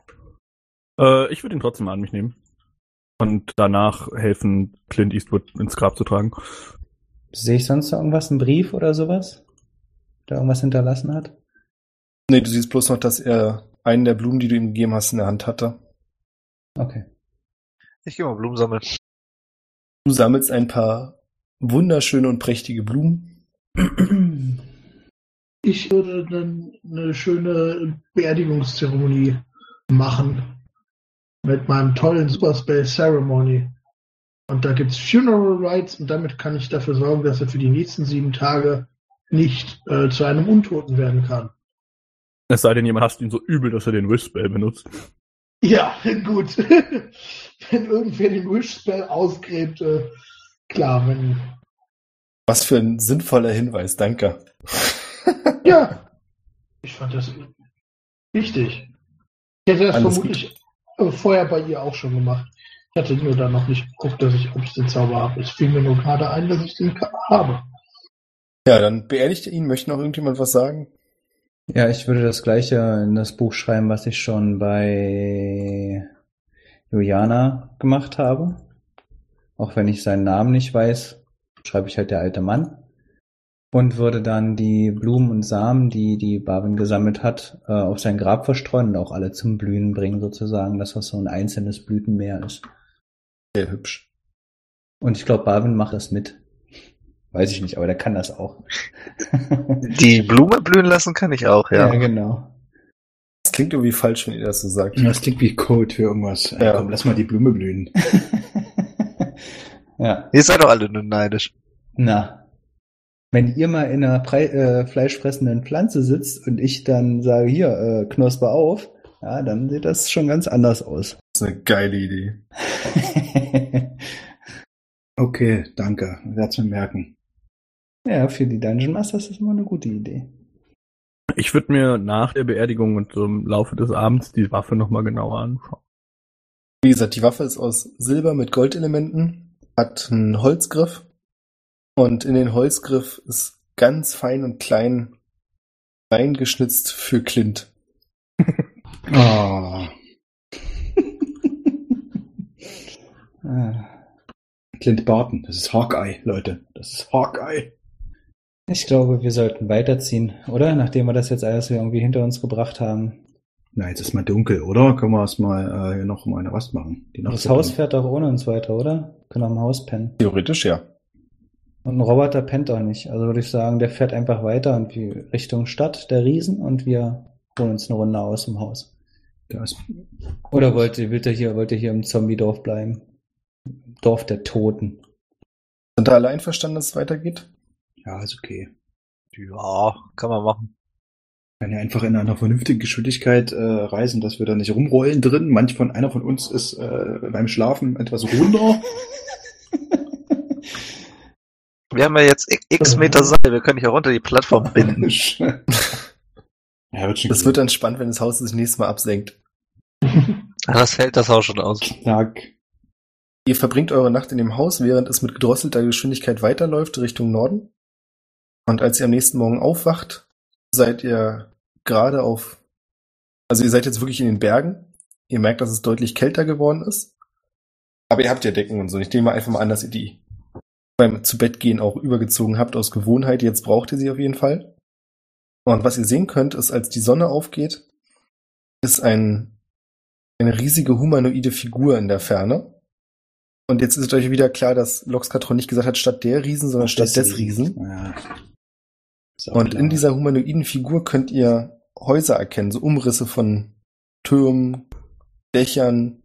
[SPEAKER 5] Äh, ich würde ihn trotzdem an mich nehmen. Und danach helfen, Clint Eastwood ins Grab zu tragen.
[SPEAKER 1] Sehe ich sonst noch irgendwas, einen Brief oder sowas? Der irgendwas hinterlassen hat?
[SPEAKER 3] Nee, du siehst bloß noch, dass er einen der Blumen, die du ihm gegeben hast, in der Hand hatte.
[SPEAKER 1] Okay.
[SPEAKER 6] Ich gehe mal Blumen sammeln.
[SPEAKER 3] Du sammelst ein paar wunderschöne und prächtige Blumen.
[SPEAKER 2] Ich würde dann eine schöne Beerdigungszeremonie machen. Mit meinem tollen Superspell Ceremony. Und da gibt's Funeral Rites und damit kann ich dafür sorgen, dass er für die nächsten sieben Tage nicht äh, zu einem Untoten werden kann.
[SPEAKER 5] Es sei denn, jemand hasst ihn so übel, dass er den Wish-Spell benutzt.
[SPEAKER 2] Ja, gut. wenn irgendwer den Wish-Spell ausgräbt, äh, klar, wenn.
[SPEAKER 3] Was für ein sinnvoller Hinweis, danke.
[SPEAKER 2] Ja. Ich fand das wichtig. Ich hätte das
[SPEAKER 3] Alles
[SPEAKER 2] vermutlich äh, vorher bei ihr auch schon gemacht. Ich hatte nur da noch nicht geguckt, dass ich, ob ich den Zauber habe. Es fiel mir nur gerade ein, dass ich den ka- habe.
[SPEAKER 3] Ja, dann beerdigt ihr ihn. Möchte noch irgendjemand was sagen?
[SPEAKER 1] Ja, ich würde das gleiche in das Buch schreiben, was ich schon bei Juliana gemacht habe. Auch wenn ich seinen Namen nicht weiß, schreibe ich halt der alte Mann. Und würde dann die Blumen und Samen, die die Barbin gesammelt hat, äh, auf sein Grab verstreuen und auch alle zum Blühen bringen, sozusagen, dass das so ein einzelnes Blütenmeer ist.
[SPEAKER 3] Sehr hübsch.
[SPEAKER 1] Und ich glaube, Barbin macht das mit. Weiß ich nicht, aber der kann das auch.
[SPEAKER 6] Die Blume blühen lassen kann ich auch, ja.
[SPEAKER 1] genau.
[SPEAKER 3] Das klingt irgendwie falsch, wenn ihr das so sagt.
[SPEAKER 4] Das klingt wie Code für irgendwas. Äh,
[SPEAKER 3] Ja.
[SPEAKER 4] Komm, lass mal die Blume blühen.
[SPEAKER 1] ja,
[SPEAKER 6] Ihr seid doch alle nur neidisch.
[SPEAKER 1] na. Wenn ihr mal in einer Pre äh, fleischfressenden Pflanze sitzt und ich dann sage, hier, äh, Knospe auf, ja, dann sieht das schon ganz anders aus.
[SPEAKER 3] Das ist eine geile Idee.
[SPEAKER 4] Okay, danke. Werd's mir merken.
[SPEAKER 1] ja, für die Dungeon Masters ist immer eine gute Idee.
[SPEAKER 5] Ich würde mir nach der Beerdigung und so im Laufe des Abends die Waffe nochmal genauer anschauen.
[SPEAKER 3] Wie gesagt, die Waffe ist aus Silber mit Goldelementen, hat einen Holzgriff und in den Holzgriff ist ganz fein und klein reingeschnitzt für Clint.
[SPEAKER 4] Ah,
[SPEAKER 1] Ah.
[SPEAKER 4] Clint Barton. Das ist Hawkeye, Leute. Das ist Hawkeye.
[SPEAKER 1] Ich glaube, wir sollten weiterziehen, oder? Nachdem wir das jetzt alles irgendwie hinter uns gebracht haben.
[SPEAKER 4] Na, jetzt ist mal dunkel, oder? Können wir erstmal äh, hier noch mal eine Rast machen? Die Nacht
[SPEAKER 1] Das
[SPEAKER 4] wird
[SPEAKER 1] Haus
[SPEAKER 4] lang.
[SPEAKER 1] fährt auch ohne uns weiter, oder? Können auch im Haus pennen.
[SPEAKER 3] Theoretisch ja.
[SPEAKER 1] Und ein Roboter pennt auch nicht. Also würde ich sagen, der fährt einfach weiter und wie Richtung Stadt der Riesen und wir holen uns eine Runde aus dem Haus.
[SPEAKER 4] Da ist,
[SPEAKER 1] Oder wollt ihr, wollt ihr hier, wollt ihr hier im Zombie-Dorf bleiben? Dorf der Toten.
[SPEAKER 3] Sind da alle einverstanden, dass es weitergeht?
[SPEAKER 4] ja, ist okay.
[SPEAKER 6] Ja, kann man machen.
[SPEAKER 4] Kann ja einfach in einer vernünftigen Geschwindigkeit äh, reisen, dass wir da nicht rumrollen drin. Manch von einer von uns ist äh, beim Schlafen etwas runder.
[SPEAKER 6] Wir haben ja jetzt x- x Meter Seil, wir können dich ja runter die Plattform binden.
[SPEAKER 4] ja, wird schon
[SPEAKER 3] Das
[SPEAKER 4] gut.
[SPEAKER 3] wird dann spannend, wenn das Haus sich nächstes Mal absenkt.
[SPEAKER 6] Ah, Das hält das Haus schon aus.
[SPEAKER 4] Tag.
[SPEAKER 3] Ihr verbringt eure Nacht in dem Haus, während es mit gedrosselter Geschwindigkeit weiterläuft Richtung Norden. Und als ihr am nächsten Morgen aufwacht, seid ihr gerade auf, also ihr seid jetzt wirklich in den Bergen. Ihr merkt, dass es deutlich kälter geworden ist. Aber ihr habt ja Decken und so. Ich nehme einfach mal an, dass ihr die beim zu Bett gehen auch übergezogen habt aus Gewohnheit. Jetzt braucht ihr sie auf jeden Fall. Und was ihr sehen könnt, ist, als die Sonne aufgeht, ist ein, eine riesige humanoide Figur in der Ferne. Und jetzt ist euch wieder klar, dass Loxcatron nicht gesagt hat, statt der Riesen, sondern statt des Riesen.
[SPEAKER 4] Ja. Ist auch
[SPEAKER 3] Und
[SPEAKER 4] klar.
[SPEAKER 3] in dieser humanoiden Figur könnt ihr Häuser erkennen, so Umrisse von Türmen, Dächern.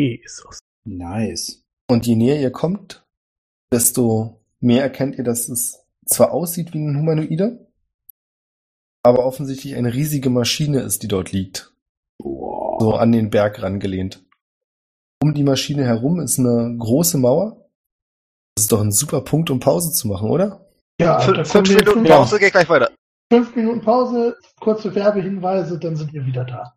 [SPEAKER 5] Jesus.
[SPEAKER 4] Nice.
[SPEAKER 3] Und je näher ihr kommt, desto mehr erkennt ihr, dass es zwar aussieht wie ein Humanoide, aber offensichtlich eine riesige Maschine ist, die dort liegt. So an den Berg rangelehnt. Um die Maschine herum ist eine große Mauer. Das ist doch ein super Punkt, um Pause zu machen, oder?
[SPEAKER 2] Ja, da
[SPEAKER 6] Fünf,
[SPEAKER 2] kommen
[SPEAKER 6] fünf
[SPEAKER 2] wir in
[SPEAKER 6] Minuten
[SPEAKER 2] fünf-
[SPEAKER 6] Pause, geht gleich weiter.
[SPEAKER 2] Fünf Minuten Pause, kurze Werbehinweise, dann sind wir wieder da.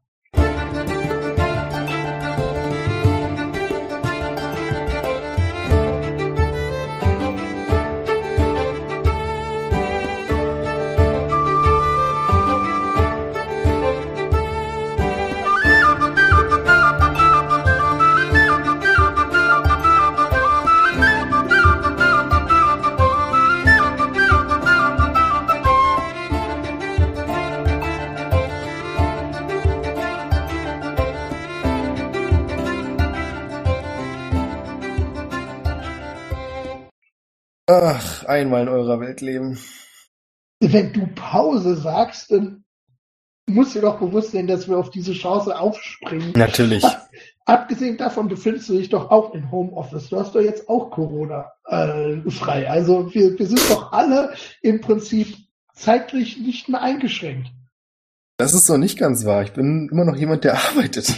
[SPEAKER 3] Ach, einmal in eurer Welt leben.
[SPEAKER 2] Wenn du Pause sagst, dann musst du dir doch bewusst sein, dass wir auf diese Chance aufspringen.
[SPEAKER 3] Natürlich.
[SPEAKER 2] Abgesehen davon befindest du dich doch auch im Homeoffice. Du hast doch jetzt auch Corona äh, frei. Also wir, wir sind doch alle im Prinzip zeitlich nicht mehr eingeschränkt.
[SPEAKER 3] Das ist so nicht ganz wahr. Ich bin immer noch jemand, der arbeitet.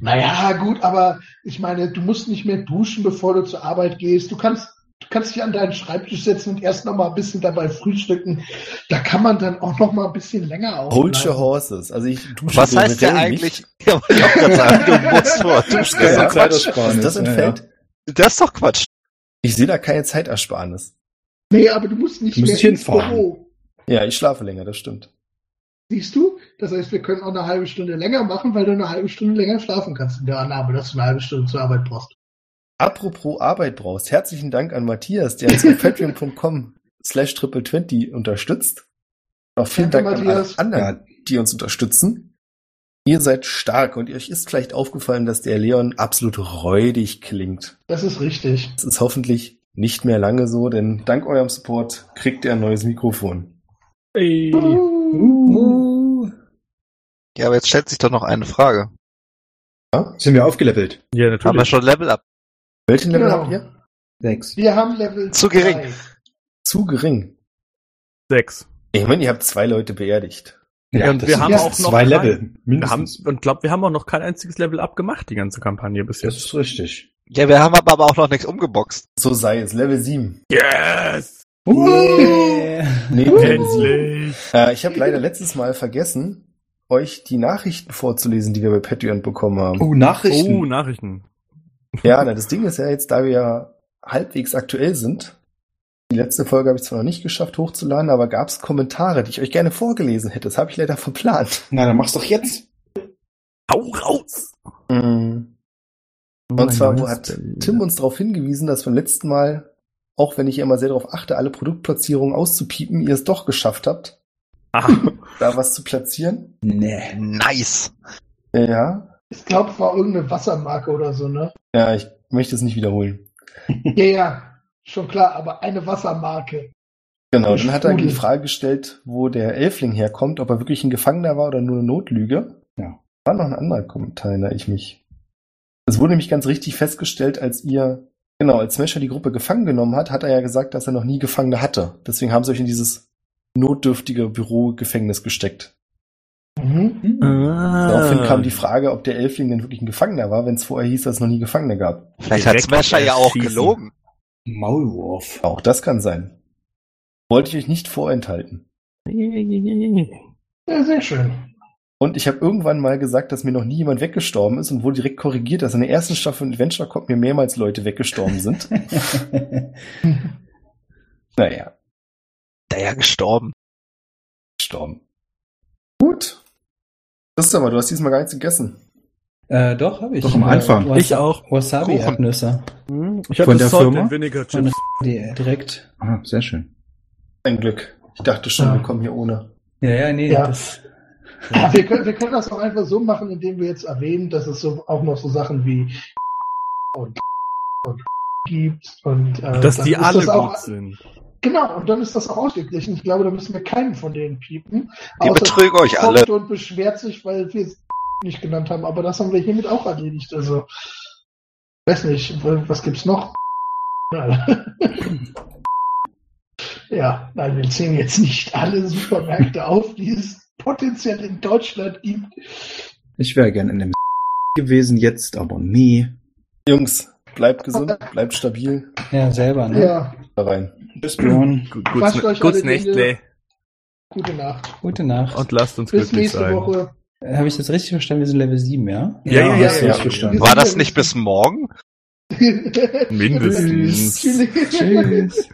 [SPEAKER 2] Naja, gut, aber ich meine, du musst nicht mehr duschen, bevor du zur Arbeit gehst. Du kannst, du kannst dich an deinen Schreibtisch setzen und erst noch mal ein bisschen dabei frühstücken. Da kann man dann auch noch mal ein bisschen länger
[SPEAKER 3] Hold your
[SPEAKER 2] aufbleiben.
[SPEAKER 3] horses. Also ich dusche
[SPEAKER 6] Was heißt der
[SPEAKER 3] generell
[SPEAKER 6] eigentlich? Ja, wollte ich auch gerade sagen, du musst vor. Du bist
[SPEAKER 3] Keine
[SPEAKER 4] Keine
[SPEAKER 6] gesagt, Quatsch.
[SPEAKER 3] Nicht. Ist
[SPEAKER 4] Zeitersparnis.
[SPEAKER 3] das ein
[SPEAKER 4] Ja,
[SPEAKER 3] Feld?
[SPEAKER 4] ja.
[SPEAKER 6] Das ist doch Quatsch.
[SPEAKER 3] Ich sehe da keine Zeitersparnis.
[SPEAKER 2] Nee, aber du musst nicht
[SPEAKER 4] Du musst
[SPEAKER 2] mehr
[SPEAKER 4] nicht hinfahren.
[SPEAKER 2] Büro.
[SPEAKER 3] Ja, ich schlafe länger, das stimmt.
[SPEAKER 2] Siehst du? Das heißt, wir können auch eine halbe Stunde länger machen, weil du eine halbe Stunde länger schlafen kannst in der Annahme, dass du eine halbe Stunde zur Arbeit brauchst.
[SPEAKER 3] Apropos Arbeit brauchst, herzlichen Dank an Matthias, der uns auf patreon.com slash triple unterstützt. Auch vielen
[SPEAKER 2] Danke,
[SPEAKER 3] Dank an
[SPEAKER 2] Matthias.
[SPEAKER 3] alle anderen, die uns unterstützen. Ihr seid stark und euch ist vielleicht aufgefallen, dass der Leon absolut räudig klingt.
[SPEAKER 2] Das ist richtig.
[SPEAKER 3] Es ist hoffentlich nicht mehr lange so, denn dank eurem Support kriegt er ein neues Mikrofon.
[SPEAKER 5] Ey.
[SPEAKER 6] Ja, aber jetzt stellt sich doch noch eine Frage.
[SPEAKER 4] Sind wir aufgeleppelt?
[SPEAKER 5] Ja,
[SPEAKER 6] Haben wir
[SPEAKER 5] natürlich.
[SPEAKER 6] schon Level Up?
[SPEAKER 3] Welchen Level
[SPEAKER 2] Genau.
[SPEAKER 3] habt ihr?
[SPEAKER 4] Sechs.
[SPEAKER 2] Wir haben Level
[SPEAKER 6] Zu gering.
[SPEAKER 2] drei.
[SPEAKER 3] Zu gering.
[SPEAKER 5] Sechs.
[SPEAKER 3] Ich meine, ihr habt zwei Leute beerdigt.
[SPEAKER 5] Ja, und
[SPEAKER 4] das
[SPEAKER 5] wir
[SPEAKER 4] sind
[SPEAKER 5] haben
[SPEAKER 4] jetzt
[SPEAKER 5] auch noch
[SPEAKER 4] zwei
[SPEAKER 5] drei.
[SPEAKER 4] Level.
[SPEAKER 5] Wir haben,
[SPEAKER 4] Mindestens.
[SPEAKER 5] und glaub, wir haben auch noch kein einziges Level abgemacht, die ganze Kampagne bis
[SPEAKER 4] Das
[SPEAKER 5] jetzt.
[SPEAKER 4] ist richtig.
[SPEAKER 6] Ja, wir haben aber auch noch nichts umgeboxt.
[SPEAKER 3] So sei es. Level 7.
[SPEAKER 5] Yes!
[SPEAKER 3] Nee, Level 7.
[SPEAKER 5] Endlich!
[SPEAKER 3] Äh, ich habe leider letztes Mal vergessen, euch die Nachrichten vorzulesen, die wir bei Patreon bekommen haben.
[SPEAKER 4] Oh, Nachrichten.
[SPEAKER 5] Oh, Nachrichten.
[SPEAKER 3] Ja, na, das Ding ist ja jetzt, da wir ja halbwegs aktuell sind, die letzte Folge habe ich zwar noch nicht geschafft hochzuladen, aber gab es Kommentare, die ich euch gerne vorgelesen hätte. Das habe ich leider verplant.
[SPEAKER 4] Na, dann mach's doch jetzt.
[SPEAKER 5] Hau raus!
[SPEAKER 3] Mhm. Und zwar hat Tim uns darauf hingewiesen, dass beim letzten Mal, auch wenn ich ja immer sehr darauf achte, alle Produktplatzierungen auszupiepen, ihr es doch geschafft habt,
[SPEAKER 5] Ah,
[SPEAKER 3] da was zu platzieren.
[SPEAKER 1] Nee.
[SPEAKER 6] Nice.
[SPEAKER 3] Ja.
[SPEAKER 2] Ich glaube, es war irgendeine Wassermarke oder so, ne?
[SPEAKER 3] Ja, ich möchte es nicht wiederholen.
[SPEAKER 2] Ja, ja. Schon klar, aber eine Wassermarke.
[SPEAKER 3] Genau, dann hat er die Frage gestellt, wo der Elfling herkommt, ob er wirklich ein Gefangener war oder nur eine Notlüge.
[SPEAKER 8] Ja.
[SPEAKER 3] War noch ein anderer Kommentar, erinnere ich mich. Es wurde nämlich ganz richtig festgestellt, als ihr, genau, als Smasher die Gruppe gefangen genommen hat, hat er ja gesagt, dass er noch nie Gefangene hatte. Deswegen haben sie euch in dieses notdürftige Bürogefängnis gesteckt.
[SPEAKER 2] Mhm.
[SPEAKER 3] Daraufhin kam die Frage, ob der Elfling denn wirklich ein Gefangener war, wenn es vorher hieß, dass es noch nie Gefangene gab.
[SPEAKER 6] Vielleicht hat
[SPEAKER 5] Direkt
[SPEAKER 6] Smasher ja auch
[SPEAKER 5] erschießen.
[SPEAKER 6] gelogen.
[SPEAKER 8] Maulwurf.
[SPEAKER 3] Auch das kann sein. Wollte ich euch nicht vorenthalten.
[SPEAKER 2] Ja, sehr schön.
[SPEAKER 3] Und ich habe irgendwann mal gesagt, dass mir noch nie jemand weggestorben ist und wurde direkt korrigiert, dass in der ersten Staffel von Adventure Cop mir mehrmals Leute weggestorben sind. naja,
[SPEAKER 6] Der ja gestorben.
[SPEAKER 3] gestorben. Gut. Das ist aber, du hast diesmal gar nichts gegessen.
[SPEAKER 1] Äh, doch, habe ich.
[SPEAKER 4] Doch, am Anfang.
[SPEAKER 1] Äh,
[SPEAKER 5] Ich auch.
[SPEAKER 1] Wasabi-Erdnüsse.
[SPEAKER 5] Ich hab das
[SPEAKER 4] Von der
[SPEAKER 5] Salt
[SPEAKER 4] Firma?
[SPEAKER 5] and Vinegar
[SPEAKER 1] Von der
[SPEAKER 5] Chips.
[SPEAKER 1] die- äh, direkt.
[SPEAKER 4] Ah, sehr schön.
[SPEAKER 3] Ein Glück. Ich dachte schon,
[SPEAKER 2] Ja.
[SPEAKER 3] wir kommen hier ohne.
[SPEAKER 1] Ja, ja, nee.
[SPEAKER 2] Ja.
[SPEAKER 1] Das,
[SPEAKER 2] Wir, können, wir können das auch einfach so machen, indem wir jetzt erwähnen, dass es so auch noch so Sachen wie und, und gibt und äh,
[SPEAKER 5] Dass
[SPEAKER 2] dann
[SPEAKER 5] die
[SPEAKER 2] ist
[SPEAKER 5] alle
[SPEAKER 2] das auch,
[SPEAKER 5] gut sind.
[SPEAKER 2] Genau, und dann ist das auch ausgeglichen. Ich glaube, da müssen wir keinen von denen piepen.
[SPEAKER 6] Die betrügen euch
[SPEAKER 2] kommt
[SPEAKER 6] alle.
[SPEAKER 2] und beschwert sich, weil wir es nicht genannt haben, aber das haben wir hiermit auch erledigt. Also, weiß nicht, was gibt's noch? Nein. ja, nein, wir zählen jetzt nicht alle Supermärkte auf, die es potenziell in Deutschland gibt.
[SPEAKER 4] Ich wäre gern in dem gewesen jetzt, aber nie.
[SPEAKER 3] Jungs, bleibt gesund, bleibt stabil.
[SPEAKER 1] ja, selber,
[SPEAKER 5] Mhm.
[SPEAKER 1] ne?
[SPEAKER 2] Ja,
[SPEAKER 3] Da rein.
[SPEAKER 4] Tschüss, Björn.
[SPEAKER 5] Gut,
[SPEAKER 2] Wascht
[SPEAKER 5] gut,
[SPEAKER 2] euch
[SPEAKER 5] gut
[SPEAKER 2] alle
[SPEAKER 5] Nächtle
[SPEAKER 2] gute Nacht.
[SPEAKER 1] Gute Nacht.
[SPEAKER 5] und lasst uns
[SPEAKER 2] Bis
[SPEAKER 5] glücklich
[SPEAKER 2] nächste
[SPEAKER 5] sein.
[SPEAKER 2] Woche.
[SPEAKER 1] Habe ich das richtig verstanden? Wir sind Level 7, ja?
[SPEAKER 5] Ja, ja,
[SPEAKER 4] hast du
[SPEAKER 3] ja,
[SPEAKER 4] richtig
[SPEAKER 3] ja.
[SPEAKER 4] verstanden.
[SPEAKER 6] War das nicht bis morgen?
[SPEAKER 5] Mindestens.
[SPEAKER 2] Tschüss.
[SPEAKER 1] Tschüss.